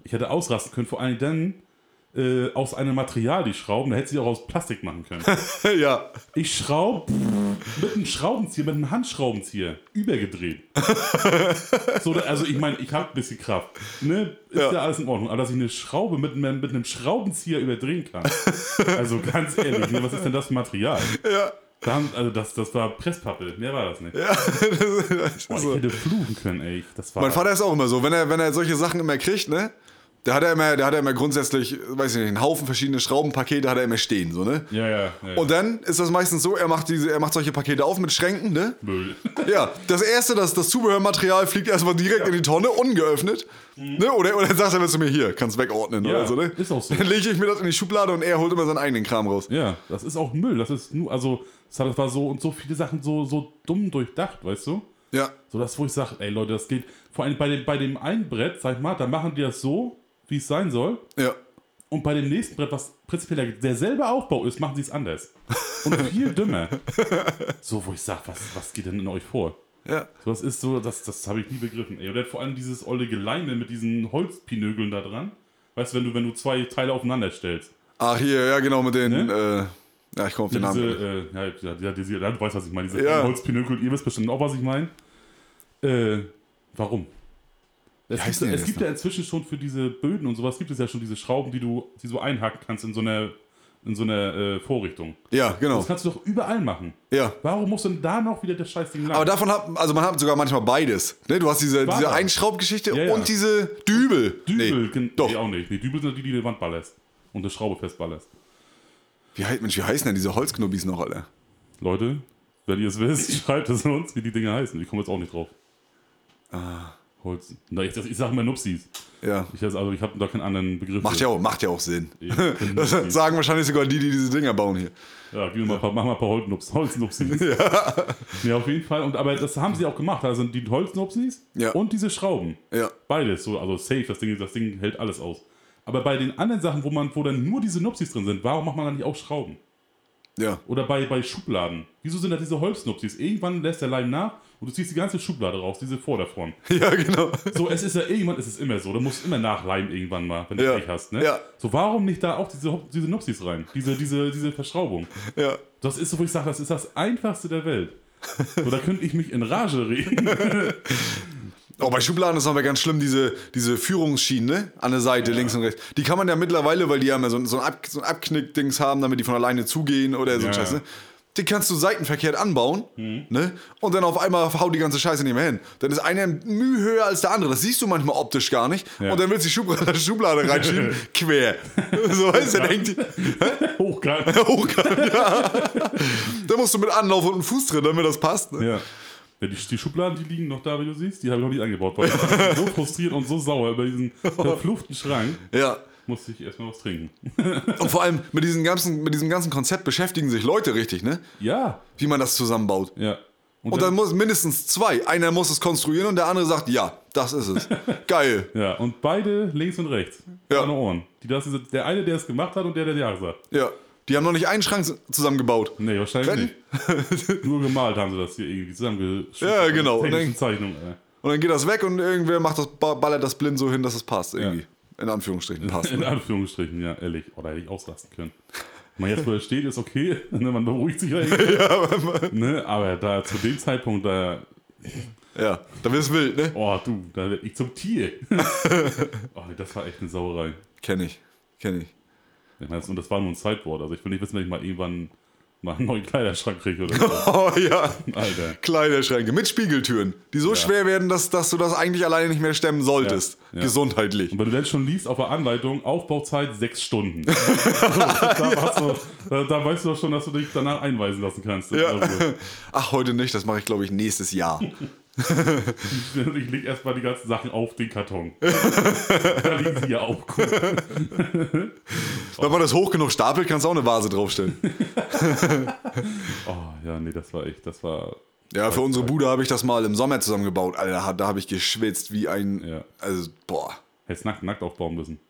Speaker 1: ich hätte ausrasten können, vor allem dann äh, aus einem Material die Schrauben, da hätte sie auch aus Plastik machen können.
Speaker 2: ja. *laughs*
Speaker 1: Ich schraub mit einem Schraubenzieher, mit einem Handschraubenzieher
Speaker 2: *laughs*
Speaker 1: übergedreht. so, da- also ich meine, ich habe ein bisschen Kraft. Ne? Ist
Speaker 2: Ja.
Speaker 1: ja. alles in Ordnung. Aber dass ich eine Schraube mit, einem- mit einem Schraubenzieher überdrehen kann. also ganz ehrlich, ne, was ist denn das für Material?
Speaker 2: Ja.
Speaker 1: Da haben, also das, das war Presspappe, mehr war das nicht.
Speaker 2: Ja, das ist
Speaker 1: Boah,
Speaker 2: *laughs* so.
Speaker 1: ich hätte fluchen können, ey. Das war
Speaker 2: Mein Vater ist auch immer so, wenn er, wenn er solche Sachen immer kriegt, ne? Der hat er immer, der hat er immer grundsätzlich, weiß ich nicht, einen Haufen verschiedene Schraubenpakete hat er immer stehen, so, ne?
Speaker 1: ja, ja, ja.
Speaker 2: Und dann ist das meistens so, er macht diese, er macht solche Pakete auf mit Schränken, ne?
Speaker 1: Müll.
Speaker 2: Ja, das erste, das, das Zubehörmaterial fliegt erstmal direkt in die Tonne, ungeöffnet. Ne? Oder, oder sagt er mir zu mir, hier, kannst wegordnen
Speaker 1: Mhm. Ja,
Speaker 2: oder so, ne?
Speaker 1: ist auch so.
Speaker 2: Dann lege ich mir das in die Schublade und er holt immer seinen eigenen Kram raus.
Speaker 1: Ja, das ist auch Müll. Das ist nur, also, das hat- das war so und so viele Sachen so, so dumm durchdacht, weißt du?
Speaker 2: Ja,
Speaker 1: So das, wo ich sage, ey Leute, das geht. Vor allem bei dem, bei dem einen Brett, sag ich mal, da machen die das so, wie es sein soll.
Speaker 2: ja,
Speaker 1: Und bei dem nächsten Brett, was prinzipiell derselbe Aufbau ist, machen sie es anders. Und viel
Speaker 2: *laughs*
Speaker 1: dümmer. So, wo ich sage, was, was geht denn in euch vor?
Speaker 2: ja.
Speaker 1: So, das ist so, das, das habe ich nie begriffen. Ey. Und dann vor allem dieses olle Geleime mit diesen Holzpinögeln da dran. Weißt du, wenn du, wenn du zwei Teile aufeinander stellst.
Speaker 2: Ach, hier, ja, genau, mit den, äh, ja, ich komme auf den
Speaker 1: Ne? Diese,
Speaker 2: Namen.
Speaker 1: äh, ja, ja, ja, diese, ja, du weißt, was ich meine. Diese
Speaker 2: Ja.
Speaker 1: Holzpinökel, ihr wisst bestimmt auch, was ich meine. Äh, warum? Es,
Speaker 2: heißen
Speaker 1: gibt,
Speaker 2: die
Speaker 1: es
Speaker 2: denn
Speaker 1: gibt
Speaker 2: jetzt
Speaker 1: ja inzwischen schon für diese Böden und sowas, gibt es ja schon diese Schrauben, die du die so einhaken kannst in so einer, in so einer äh, Vorrichtung.
Speaker 2: Ja, genau.
Speaker 1: Das kannst du doch überall machen.
Speaker 2: Ja.
Speaker 1: Warum muss denn da noch wieder der Scheißding lang?
Speaker 2: Aber davon hat, also man hat sogar manchmal beides. Ne? Du hast diese,
Speaker 1: Warte.
Speaker 2: diese Einschraubgeschichte
Speaker 1: Ja, ja.
Speaker 2: und diese Dübel.
Speaker 1: Dübel,
Speaker 2: Nee,
Speaker 1: gen-
Speaker 2: doch.
Speaker 1: Nee, auch nicht. Nee, Dübel sind die, die die Wand ballerst und eine Schraube festballerst.
Speaker 2: Wie, hei- Mensch, wie heißen denn diese Holzknubbis noch, Alter? Ah.
Speaker 1: Leute, wenn ihr es wisst, schreibt es uns, wie die Dinge heißen. Ich komme jetzt auch nicht drauf. Holz. Na, ich, ich sag mal Nupsis.
Speaker 2: Ja.
Speaker 1: Ich, weiß also, ich habe da keinen anderen Begriff.
Speaker 2: Macht ja, auch, macht ja auch Sinn.
Speaker 1: Eben.
Speaker 2: Das *laughs* sagen wahrscheinlich sogar die, die diese Dinger bauen hier.
Speaker 1: Ja, gib mir mal, ein paar- mach mal ein paar Holznupsis. *laughs*
Speaker 2: *laughs*
Speaker 1: Holznupsis. ja. ja, auf jeden Fall. Und, aber das haben sie auch gemacht. Also die Holznupsis
Speaker 2: Ja.
Speaker 1: und diese Schrauben.
Speaker 2: Ja.
Speaker 1: Beides. So, also safe, das Ding, das Ding hält alles aus. Aber bei den anderen Sachen, wo, man, wo dann nur diese Nupsis drin sind, warum macht man dann nicht auch Schrauben?
Speaker 2: Ja. *laughs*
Speaker 1: Oder bei, bei Schubladen. Wieso sind da diese Holznupsis? Irgendwann lässt der Leim nach und du ziehst die ganze Schublade raus, diese vor
Speaker 2: *laughs*
Speaker 1: davon.
Speaker 2: Ja, genau.
Speaker 1: So, es ist ja irgendwann, es ist immer so. Du musst immer nachleimen irgendwann mal, wenn du
Speaker 2: Ja.
Speaker 1: ja. Pech hast. Ne?
Speaker 2: Ja.
Speaker 1: So, warum nicht da auch diese, Hop- diese Nupsis rein? Diese, diese, diese Verschraubung.
Speaker 2: Ja.
Speaker 1: Das ist so, wo ich sage, das ist das Einfachste der Welt. So, da könnte ich mich in Rage reden. *laughs*
Speaker 2: Oh, bei Schubladen ist aber ganz schlimm, diese, diese Führungsschienen, ne? An der Seite, links und rechts. Die kann man ja mittlerweile, weil die ja mehr so, ein- so ein, Ab, so ein Abknick-Dings haben, damit die von alleine zugehen oder so ein
Speaker 1: Ja. Mhm.
Speaker 2: Scheiß, ne? Die kannst du seitenverkehrt anbauen, ne? Und dann auf einmal haut die ganze Scheiße nicht mehr hin. Dann ist einer Mühe höher als der andere. Das siehst du manchmal optisch gar nicht.
Speaker 1: Ja.
Speaker 2: Und dann willst du die Schublade, *laughs*
Speaker 1: *laughs*
Speaker 2: Schublade reinschieben, quer. So weißt du, dann hängt die
Speaker 1: Hochkant.
Speaker 2: hoch. Ja. Da musst du mit Anlauf und einem Fuß drin, damit das passt. Ne?
Speaker 1: Ja. Ja, die, die Schubladen, die liegen noch da, wie du siehst, die habe ich noch nicht eingebaut. Weil ich bin *laughs* so frustriert und so sauer über diesen verfluchten Schrank,
Speaker 2: ja.
Speaker 1: musste ich erstmal was trinken.
Speaker 2: Und vor allem mit diesem, ganzen, mit diesem ganzen Konzept beschäftigen sich Leute richtig, ne?
Speaker 1: Ja.
Speaker 2: Wie man das zusammenbaut.
Speaker 1: Ja.
Speaker 2: Und dann muss mindestens zwei. Einer muss es konstruieren und der andere sagt, ja, das
Speaker 1: *laughs*
Speaker 2: ist es. Geil.
Speaker 1: Ja, und beide links und rechts.
Speaker 2: Ja.
Speaker 1: Meine Ohren. Die, das ist der eine, der es gemacht hat und der, der Ja sagt.
Speaker 2: Ja. Die haben noch nicht einen Schrank zusammengebaut.
Speaker 1: Nee, wahrscheinlich
Speaker 2: Wenn? *laughs*
Speaker 1: nicht. Nur gemalt haben sie das hier irgendwie zusammengeschrieben.
Speaker 2: Ja, genau. Und
Speaker 1: Technischen
Speaker 2: dann-
Speaker 1: Zeichnung, ey.
Speaker 2: Und dann geht das weg und irgendwer macht das, ba- ballert das blind so hin, dass es passt irgendwie. In
Speaker 1: *laughs*
Speaker 2: Anführungsstrichen passt.
Speaker 1: In Anführungsstrichen, ja, ehrlich. Oh, da hätte ich ausrasten können. Man jetzt, wo er steht, ist okay. *laughs* Ne, man beruhigt sich *laughs* ja irgendwie. ne, aber da zu dem Zeitpunkt, da.
Speaker 2: ja. Da wird es wild, ne?
Speaker 1: Oh, du, da werd ich zum *laughs* Tier. oh, nee, das war echt eine Sauerei.
Speaker 2: Kenn ich.
Speaker 1: *laughs*
Speaker 2: Kenn ich.
Speaker 1: Ich meine, Und das war nur ein Sideboard. Also ich will nicht wissen, wenn ich mal irgendwann mal einen neuen Kleiderschrank kriege oder *laughs* so.
Speaker 2: Oh ja.
Speaker 1: Alter.
Speaker 2: Kleiderschränke mit Spiegeltüren, die so schwer werden, dass, dass du das eigentlich alleine nicht mehr stemmen solltest.
Speaker 1: Ja. Ja.
Speaker 2: Gesundheitlich.
Speaker 1: Und wenn du dann schon liest auf der Anleitung, Aufbauzeit sechs *laughs* Stunden. da, hast du, da, da weißt du doch schon, dass du dich danach einweisen lassen kannst. Also,
Speaker 2: Ach, heute nicht, das mache ich glaube ich nächstes Jahr.
Speaker 1: *laughs* ich leg erstmal die ganzen Sachen auf den *laughs* Karton. da liegen sie ja auch gut.
Speaker 2: Wenn man das hoch genug stapelt, kannst du auch eine Vase draufstellen.
Speaker 1: Oh, ja, nee, das war echt, das war.
Speaker 2: *laughs* Ja, für unsere Bude habe ich das mal im Sommer zusammengebaut. Alter, da, da habe ich geschwitzt wie ein.
Speaker 1: Ja.
Speaker 2: Also, boah.
Speaker 1: Hättest nackt, nackt aufbauen müssen.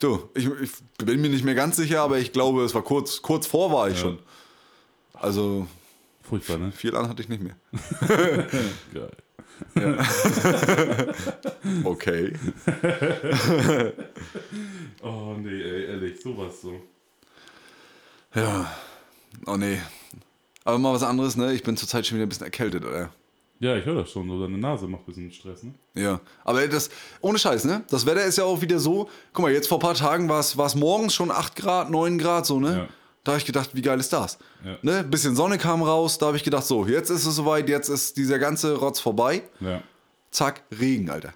Speaker 2: Du, ich, ich bin mir nicht mehr ganz sicher, aber ich glaube, es war kurz, kurz vor war ich schon. Also,
Speaker 1: Furchtbar, ne?
Speaker 2: viel an hatte ich nicht mehr.
Speaker 1: Geil.
Speaker 2: Okay.
Speaker 1: Oh, nee, ey, ehrlich, sowas so.
Speaker 2: Ja. Oh nee. Aber mal was anderes, ne? Ich bin zurzeit schon wieder ein bisschen erkältet, oder?
Speaker 1: Ja, ich höre das schon, so deine Nase macht ein bisschen Stress, ne?
Speaker 2: Ja, aber das, ohne Scheiß, ne? Das Wetter ist ja auch wieder so. Guck mal, jetzt vor ein paar Tagen war es war es morgens schon 8 Grad, 9 Grad, so, ne?
Speaker 1: Ja.
Speaker 2: Da habe ich gedacht, wie geil ist das?
Speaker 1: Ja.
Speaker 2: Ne? Bisschen Sonne kam raus, da habe ich gedacht, so, jetzt ist es soweit, jetzt ist dieser ganze Rotz vorbei.
Speaker 1: Ja.
Speaker 2: Zack, Regen, Alter.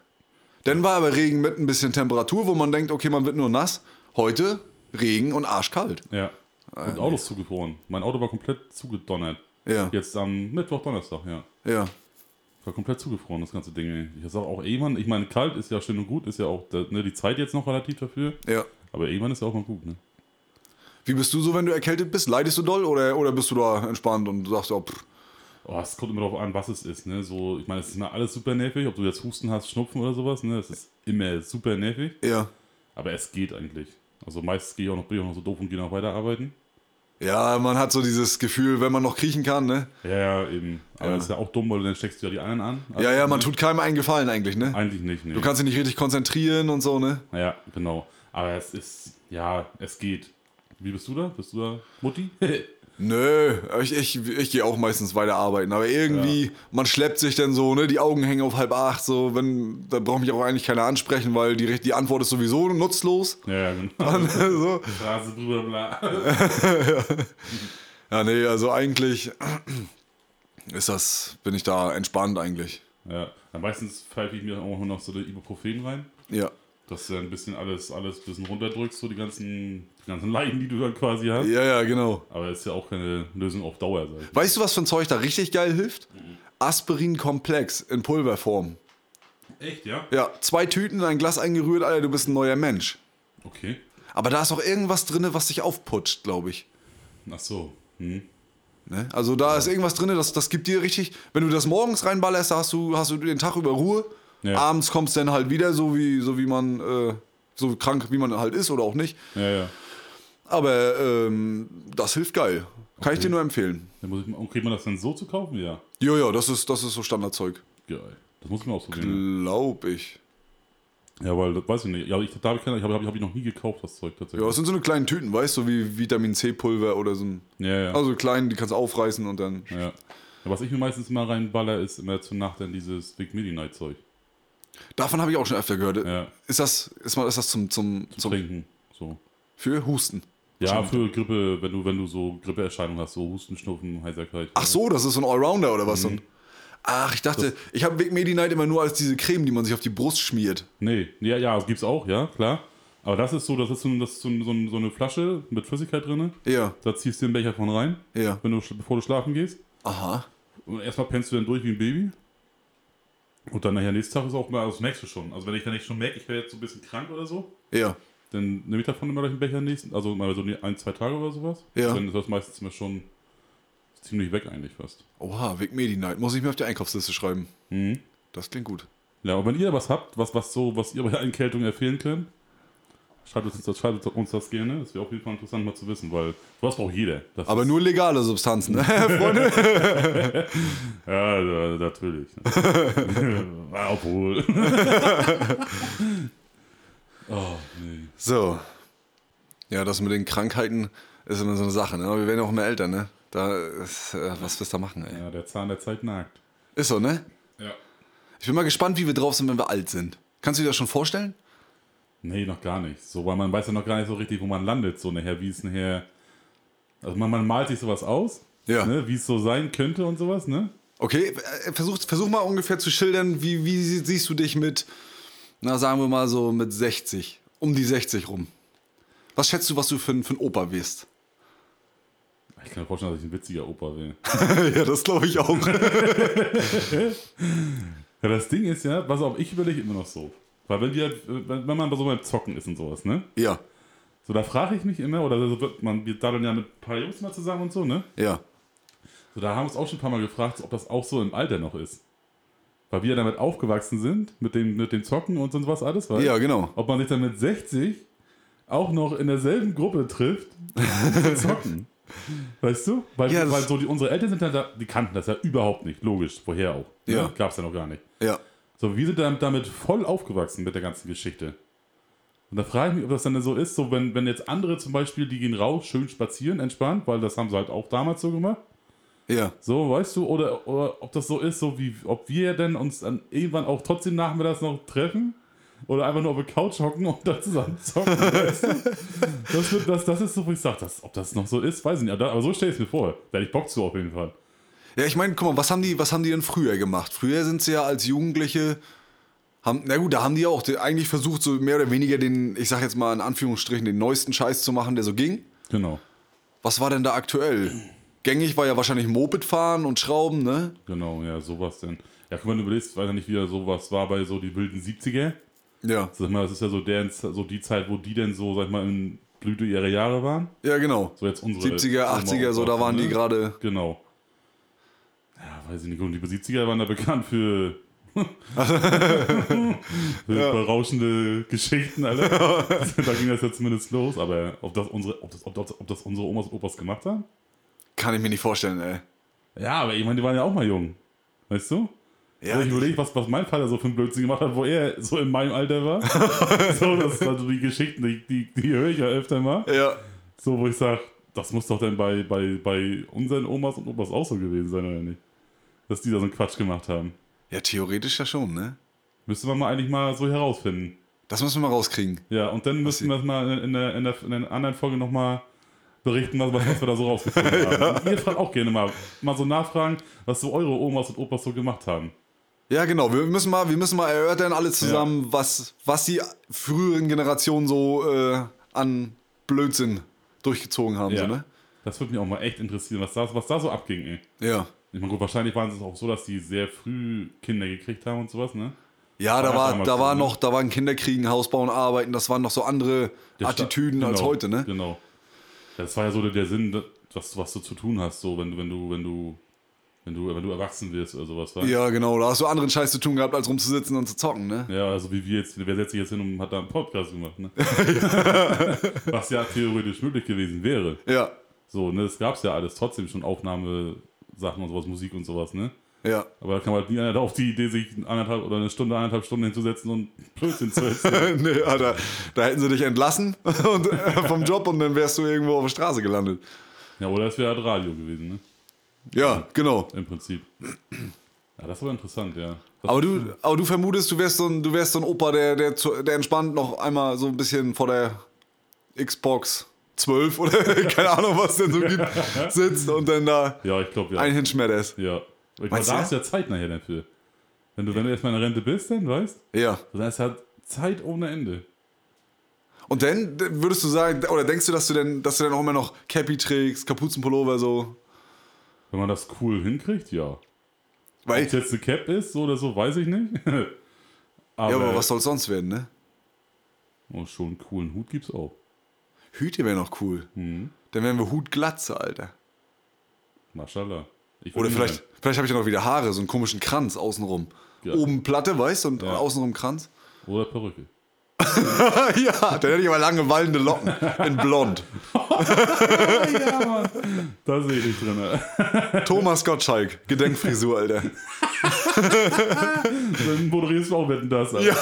Speaker 2: Dann war aber Regen mit ein bisschen Temperatur, wo man denkt, okay, man wird nur nass. Heute Regen und arschkalt.
Speaker 1: Ja. Und Autos zugefroren. Mein Auto war komplett zugedonnert.
Speaker 2: Ja.
Speaker 1: Jetzt am Mittwoch, Donnerstag, ja.
Speaker 2: Ja.
Speaker 1: War komplett zugefroren, das ganze Ding. ey. Ich sag auch irgendwann, ich meine, kalt ist ja schön und gut, ist ja auch da- ne, die Zeit jetzt noch relativ dafür.
Speaker 2: Ja.
Speaker 1: Aber irgendwann ist ja auch mal gut, ne?
Speaker 2: Wie bist du so, wenn du erkältet bist? Leidest du doll oder, oder bist du da entspannt und sagst, oh, pff,
Speaker 1: Oh, es kommt immer darauf an, was es ist, ne? So, ich meine, es ist immer alles super nervig, ob du jetzt Husten hast, Schnupfen oder sowas, ne? Es ist immer super nervig,
Speaker 2: ja.
Speaker 1: aber es geht eigentlich. Also meistens gehe ich auch noch, bin ich auch noch so doof und gehe noch weiterarbeiten.
Speaker 2: Ja, man hat so dieses Gefühl, wenn man noch kriechen kann, ne?
Speaker 1: Ja, ja, eben. Aber
Speaker 2: Ja.
Speaker 1: das ist ja auch dumm, weil dann steckst du ja die anderen an.
Speaker 2: Ja, ja, man
Speaker 1: ne?
Speaker 2: tut keinem einen Gefallen eigentlich, ne?
Speaker 1: Eigentlich nicht, ne?
Speaker 2: Du kannst dich nicht richtig konzentrieren und so, ne?
Speaker 1: Ja, genau. Aber es ist, ja, es geht. Wie bist du da? Bist du da Mutti? *laughs*
Speaker 2: Nö, ich, ich, ich gehe auch meistens weiter arbeiten, aber irgendwie, man schleppt sich dann so, ne? Die Augen hängen auf halb acht, so, wenn, da braucht mich auch eigentlich keiner ansprechen, weil die, richt- die Antwort ist sowieso nutzlos. *laughs* ne?
Speaker 1: ja, ja, genau.
Speaker 2: so.
Speaker 1: Straße drüber, bla.
Speaker 2: Ja, nee, also eigentlich *clears throat* ist das, bin ich da entspannt eigentlich.
Speaker 1: Ja, dann meistens pfeife ich mir auch noch so eine Ibuprofen rein,
Speaker 2: Ja.
Speaker 1: dass du ein bisschen alles, alles ein bisschen runterdrückst, so die ganzen, die ganzen Leiden, die du dann quasi hast.
Speaker 2: Ja, ja, genau.
Speaker 1: Aber ist ja auch keine Lösung auf Dauer, sag ich.
Speaker 2: Weißt du, was für ein Zeug da richtig geil hilft? Aspirin-Komplex in Pulverform.
Speaker 1: Echt, ja?
Speaker 2: Ja, zwei Tüten, ein Glas eingerührt, Alter, du bist ein neuer Mensch.
Speaker 1: Okay.
Speaker 2: Aber da ist auch irgendwas drin, was dich aufputscht, glaube ich.
Speaker 1: Ach so. Hm.
Speaker 2: Ne? Also da ist irgendwas drin, das, das gibt dir richtig, wenn du das morgens reinballerst, da hast du, hast du den Tag über Ruhe.
Speaker 1: Ja.
Speaker 2: Abends kommst du dann halt wieder, so wie, so wie man, äh, so krank wie man halt ist oder auch nicht.
Speaker 1: Ja, ja.
Speaker 2: Aber ähm, das hilft geil. Kann ich dir nur empfehlen.
Speaker 1: Dann muss ich, mal- und kriegt man das dann so zu kaufen? Ja.
Speaker 2: Ja, ja, das ist, das ist so Standardzeug.
Speaker 1: Geil. Das muss ich mal ausprobieren.
Speaker 2: Glaub ich.
Speaker 1: Ja, weil, das weiß ich nicht. Ja, ich, da habe ich, keine- ich, hab, hab, hab ich noch nie gekauft, das Zeug
Speaker 2: Ja,
Speaker 1: tatsächlich.
Speaker 2: das sind so eine kleinen Tüten, weißt du, wie Vitamin C-Pulver oder so ein.
Speaker 1: Ja, ja.
Speaker 2: Also klein, die kannst du aufreißen und dann.
Speaker 1: ja. ja. Was ich mir meistens mal reinballer, ist immer zur Nacht dann dieses Big Midi Night Zeug.
Speaker 2: Davon habe ich auch schon öfter gehört.
Speaker 1: Ja.
Speaker 2: Ist das, ist mal, ist das zum, zum,
Speaker 1: Zum
Speaker 2: zum
Speaker 1: Trinken. So.
Speaker 2: für Husten?
Speaker 1: Ja, für Grippe, wenn du, wenn du so Grippeerscheinungen hast, so Husten, Schnupfen, Heiserkeit.
Speaker 2: Ach so, das ist so ein Allrounder oder was? So ein, ach, ich dachte, ich habe Big Medi Night immer nur als diese Creme, die man sich auf die Brust schmiert.
Speaker 1: Nee, ja, ja, das gibt's auch, ja, klar. Aber das ist so, das ist so, das ist so, so, so eine Flasche mit Flüssigkeit drin.
Speaker 2: Ja,
Speaker 1: Da ziehst du den Becher von rein,
Speaker 2: ja.
Speaker 1: wenn du, sch- bevor du schlafen gehst.
Speaker 2: Aha.
Speaker 1: Und erstmal pennst du dann durch wie ein Baby. Und dann nachher nächsten Tag ist auch mal, also das merkst du schon. Also wenn ich dann nicht schon merke, ich wäre jetzt so ein bisschen krank oder so,
Speaker 2: Ja.
Speaker 1: dann nehme ich davon immer gleich einen Becher nächsten, also mal so ein, zwei Tage oder sowas.
Speaker 2: Ja.
Speaker 1: Dann ist das meistens immer schon ziemlich weg eigentlich fast.
Speaker 2: Oha, Big Medi Night. Muss ich mir auf die Einkaufsliste schreiben. Das klingt gut.
Speaker 1: Ja, und wenn ihr was habt, was, was so, was ihr bei der Erkältung empfehlen könnt, schreibt uns das, schreibt uns das gerne. Das wäre auf jeden Fall interessant mal zu wissen, weil sowas braucht jeder. Das
Speaker 2: Aber nur legale Substanzen, ne? *laughs*
Speaker 1: ist, ja, da-
Speaker 2: *laughs*
Speaker 1: natürlich. Obwohl. oh, nee.
Speaker 2: So. Ja, das mit den Krankheiten ist immer so eine Sache, ne? Aber wir werden auch immer älter, ne? Da ist, äh, was willst du da machen, ey?
Speaker 1: Ja, der Zahn der Zeit nagt.
Speaker 2: Ist so, ne?
Speaker 1: Ja.
Speaker 2: Ich bin mal gespannt, wie wir drauf sind, wenn wir alt sind. Kannst du dir das schon vorstellen?
Speaker 1: Nee, noch gar nicht. So, weil man weiß ja noch gar nicht so richtig, wo man landet, so nachher, wie es nachher. Also man, man malt sich sowas aus,
Speaker 2: Ja.
Speaker 1: ne, wie es so sein könnte und sowas, ne?
Speaker 2: Okay, äh, versuch, versuch mal ungefähr zu schildern, wie, wie sie- siehst du dich mit, na sagen wir mal so, mit 60, um die 60 rum. Was schätzt du, was du für, ein- für ein Opa wirst?
Speaker 1: Ich kann mir vorstellen, dass ich ein witziger Opa wäre.
Speaker 2: *laughs* ja, das glaube ich auch.
Speaker 1: Ja, das Ding ist ja, pass auf, ich überlege immer noch so. Weil wenn wir, wenn wenn man so beim Zocken ist und sowas, ne?
Speaker 2: *laughs* ja,
Speaker 1: So, da frage ich mich immer, oder so wird man, wir daddeln ja mit ein paar Jungs mal zusammen und so, ne?
Speaker 2: ja.
Speaker 1: So, da haben wir uns auch schon ein paar Mal gefragt, ob das auch so im Alter noch ist. Weil wir damit aufgewachsen sind, mit dem, mit dem Zocken und sonst was alles, weil
Speaker 2: Ja, genau.
Speaker 1: ob man sich dann mit 60 auch noch in derselben Gruppe trifft um zu
Speaker 2: *laughs*
Speaker 1: zocken. Weißt du? Weil,
Speaker 2: Ja, das-
Speaker 1: weil so die, unsere Eltern sind dann da, die kannten das ja überhaupt nicht, logisch, woher auch.
Speaker 2: Ja.
Speaker 1: Ne? Gab's ja noch gar nicht.
Speaker 2: Ja.
Speaker 1: So, wir sind dann damit voll aufgewachsen mit der ganzen Geschichte. Und da frage ich mich, ob das dann so ist, so wenn, wenn jetzt andere zum Beispiel, die gehen raus, schön spazieren, entspannt, weil das haben sie halt auch damals so gemacht.
Speaker 2: Ja.
Speaker 1: So, weißt du, oder, oder ob das so ist, so wie, ob wir denn uns dann irgendwann auch trotzdem nachmittags noch treffen oder einfach nur auf der Couch hocken und da zusammen zocken, *laughs* weißt du? Das, wird, das, das ist so, wo ich sage, das, ob das noch so ist, weiß ich nicht, aber, da- aber so stell ich es mir vor. Da hätte ich Bock zu auf jeden Fall.
Speaker 2: Ja, ich meine, guck mal, was haben, die, was haben die denn früher gemacht? Früher sind sie ja als Jugendliche, haben, na gut, da haben die ja auch die, eigentlich versucht, so mehr oder weniger den, ich sag jetzt mal in Anführungsstrichen, den neuesten Scheiß zu machen, der so ging.
Speaker 1: Genau,
Speaker 2: Was war denn da aktuell? Gängig war ja wahrscheinlich Moped fahren und Schrauben, ne?
Speaker 1: genau, ja, sowas denn. Ja, guck mal, du überlegst, weiß ja nicht, wie da sowas war bei so die wilden 70er.
Speaker 2: Ja.
Speaker 1: Sag mal, das ist ja so, deren, so die Zeit, wo die denn so, sag ich mal, in Blüte ihrer Jahre waren.
Speaker 2: Ja, genau.
Speaker 1: So jetzt unsere
Speaker 2: 70er, 80er, so da waren die
Speaker 1: Ne?
Speaker 2: gerade.
Speaker 1: Genau. Ja, weiß ich nicht. Und die 70er waren da bekannt
Speaker 2: *laughs*
Speaker 1: für, für berauschende Geschichten,
Speaker 2: *laughs*
Speaker 1: Alter. da ging das ja zumindest los. Aber ob das unsere, ob das, ob das, ob das unsere Omas und Opas gemacht haben?
Speaker 2: Kann ich mir nicht vorstellen, ey.
Speaker 1: Ja, aber ich meine, die waren ja auch mal jung. Weißt du?
Speaker 2: Ja,
Speaker 1: Wenn ich überlege, was, was mein Vater so für einen Blödsinn gemacht hat, wo er so in meinem Alter war. so, das also die Geschichten, die, die, die höre ich ja öfter mal.
Speaker 2: ja.
Speaker 1: So, wo ich sage, das muss doch dann bei, bei, bei unseren Omas und Opas auch so gewesen sein, oder nicht? Dass die da so einen Quatsch gemacht haben.
Speaker 2: ja, theoretisch ja schon, ne?
Speaker 1: Müsste man mal eigentlich mal so herausfinden.
Speaker 2: Das müssen wir mal rauskriegen.
Speaker 1: Ja, und dann müssten wir das mal in der, in der, in der anderen Folge nochmal berichten, was, was wir da so rausgefunden haben. Und Ihr fragt auch gerne mal, mal so nachfragen, was so eure Omas und Opas so gemacht haben.
Speaker 2: Ja, genau. Wir müssen mal, wir müssen mal erörtern alle zusammen, was, was die früheren Generationen so äh, an Blödsinn durchgezogen haben,
Speaker 1: Ja.
Speaker 2: so, ne?
Speaker 1: Das würde mich auch mal echt interessieren, was da, was da so abging, ey.
Speaker 2: Ja.
Speaker 1: Ich meine, gut, wahrscheinlich waren es auch so, dass die sehr früh Kinder gekriegt haben und sowas, ne?
Speaker 2: Ja, da
Speaker 1: War
Speaker 2: war,
Speaker 1: damals
Speaker 2: da
Speaker 1: so,
Speaker 2: war
Speaker 1: ne?
Speaker 2: noch, da waren Kinderkriegen, Haus bauen, arbeiten, das waren noch so andere
Speaker 1: Der Sta-
Speaker 2: Attitüden als
Speaker 1: genau,
Speaker 2: heute, ne?
Speaker 1: Genau. Das war ja so der, der Sinn, was, was du zu tun hast, so wenn du, wenn du, wenn du, wenn du, wenn du erwachsen wirst oder sowas. wa?
Speaker 2: Ja, genau, da hast du anderen Scheiß zu tun gehabt, als rumzusitzen und zu zocken, ne?
Speaker 1: Ja, also wie wir jetzt, wer setzt sich jetzt hin und hat da einen Podcast gemacht,
Speaker 2: *laughs*
Speaker 1: ne? *laughs* Was ja theoretisch möglich gewesen wäre.
Speaker 2: Ja,
Speaker 1: So, ne, das gab's ja alles trotzdem schon Aufnahmesachen und sowas, Musik und sowas, ne?
Speaker 2: ja.
Speaker 1: Aber da kam halt nie einer auf die Idee, sich anderthalb oder eine Stunde, anderthalb Stunden hinzusetzen und Blödsinn zu
Speaker 2: *laughs*
Speaker 1: erzählen.
Speaker 2: nee, Alter, da hätten sie dich entlassen *laughs* und, äh, vom Job und dann wärst du irgendwo auf der Straße gelandet.
Speaker 1: Ja, oder es wäre halt Radio gewesen, ne?
Speaker 2: Ja, genau.
Speaker 1: Im Prinzip. Ja, das war interessant, ja. Das
Speaker 2: Aber du, aber du vermutest, du wärst so ein, du wärst so ein Opa, der, der, zu- der entspannt noch einmal so ein bisschen vor der Xbox 12 oder *laughs* keine Ahnung, was denn so gibt, sitzt und dann da
Speaker 1: ja, ich glaube, ja.
Speaker 2: ein Hinschmerz.
Speaker 1: Ja. Ich meine,
Speaker 2: Meinst du?
Speaker 1: da hast du ja Zeit nachher dafür. Wenn du, wenn du erstmal in der Rente bist, dann weißt
Speaker 2: Ja.
Speaker 1: du, dann ist halt Zeit ohne Ende.
Speaker 2: Und dann d- würdest du sagen, oder denkst du, dass du denn, dass du dann auch immer noch Cappy trägst, Kapuzenpullover so?
Speaker 1: Wenn man das cool hinkriegt, ja. Ob
Speaker 2: Weil,
Speaker 1: es jetzt eine Cap ist, so oder so, weiß ich nicht. *laughs* aber,
Speaker 2: ja, aber was soll's sonst werden, ne?
Speaker 1: Oh, schon einen coolen Hut gibt's auch.
Speaker 2: Hüte wäre noch cool. Dann wären wir Hutglatze, Alter.
Speaker 1: Maschallah. Ich würd
Speaker 2: Oder
Speaker 1: ihn
Speaker 2: vielleicht,
Speaker 1: nehmen.
Speaker 2: vielleicht habe ich ja noch wieder Haare, so einen komischen Kranz außenrum.
Speaker 1: Ja.
Speaker 2: Oben Platte, weißt du, und
Speaker 1: Ja.
Speaker 2: außenrum Kranz. *laughs*
Speaker 1: Oder Perücke. *laughs*
Speaker 2: ja, dann hätte ich aber lange wallende Locken in blond.
Speaker 1: ja, Mann. Da sehe ich dich drin.
Speaker 2: Thomas Gottschalk, Gedenkfrisur, Alter. *laughs*
Speaker 1: Dann moderierst du auch Wetten, das. Alter.
Speaker 2: Ja.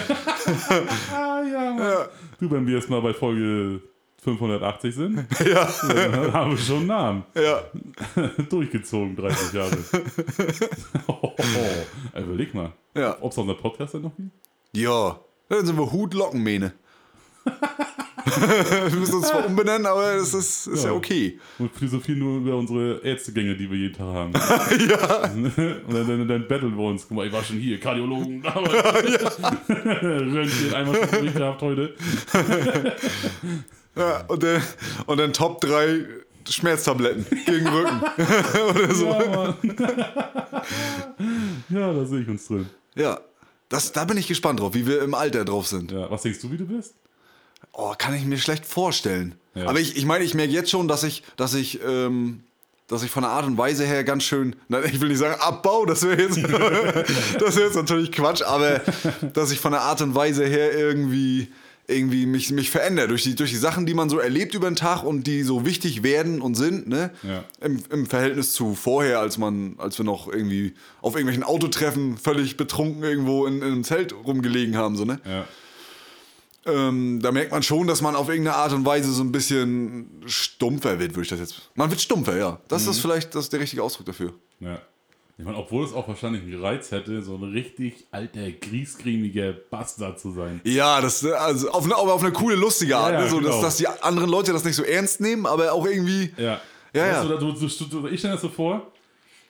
Speaker 1: *laughs* ah, ja, Mann.
Speaker 2: Ja.
Speaker 1: Du, wenn wir jetzt mal bei Folge 580
Speaker 2: *laughs*
Speaker 1: sind, dann haben wir schon einen Namen.
Speaker 2: Ja,
Speaker 1: Durchgezogen, 30 Jahre. *laughs* oh, Ey, Überleg mal,
Speaker 2: ja.
Speaker 1: ob es noch einen Podcast dann noch gibt?
Speaker 2: Ja, dann sind wir Hutlockenmähne. *laughs* wir müssen uns zwar umbenennen, aber das ist, ist ja.
Speaker 1: Ja.
Speaker 2: okay.
Speaker 1: Und philosophieren nur über unsere Ärztegänge, die wir jeden Tag
Speaker 2: *laughs*
Speaker 1: haben. ja. Und dann, dann, dann battlen wir uns. Guck mal, ich war schon hier,
Speaker 2: *laughs*
Speaker 1: Kardiologen. *laughs* Röntgen, einmal schon durch gehabt heute.
Speaker 2: Ja, und, dann, und dann Top 3 Schmerztabletten gegen
Speaker 1: *laughs*
Speaker 2: Rücken.
Speaker 1: Ja, Mann. *laughs* ja, da sehe ich uns drin.
Speaker 2: ja, das, da bin ich gespannt drauf, wie wir im Alter drauf sind.
Speaker 1: Ja, was denkst du, wie du bist?
Speaker 2: Oh, kann ich mir schlecht vorstellen.
Speaker 1: Ja.
Speaker 2: Aber ich, ich meine, ich merke jetzt schon, dass ich, dass ich, ähm, dass ich von der Art und Weise her ganz schön, na, ich will nicht sagen Abbau, das wäre
Speaker 1: *laughs*
Speaker 2: jetzt, das wäre jetzt natürlich Quatsch, aber dass ich von der Art und Weise her irgendwie, irgendwie mich, mich verändere durch die, durch die Sachen, die man so erlebt über den Tag und die so wichtig werden und sind, ne?
Speaker 1: Ja.
Speaker 2: Im, Im Verhältnis zu vorher, als man, als wir noch irgendwie auf irgendwelchen Autotreffen völlig betrunken irgendwo in, in einem Zelt rumgelegen haben, so, ne?
Speaker 1: Ja.
Speaker 2: ähm, da merkt man schon, dass man auf irgendeine Art und Weise so ein bisschen stumpfer wird, würde ich das jetzt. Man wird stumpfer, ja. Das ist vielleicht das ist der richtige Ausdruck dafür.
Speaker 1: Ja. Ich meine, obwohl es auch wahrscheinlich einen Reiz hätte, so ein richtig alter, griesgrämiger Bastard zu sein.
Speaker 2: Ja, das also auf eine, aber auf eine coole, lustige Art,
Speaker 1: Ja,
Speaker 2: ne? so,
Speaker 1: genau.
Speaker 2: dass, dass die anderen Leute das nicht so ernst nehmen, aber auch irgendwie.
Speaker 1: Ja.
Speaker 2: Ja,
Speaker 1: Weißt
Speaker 2: ja.
Speaker 1: Du, da- du, du, du, ich stelle das so vor,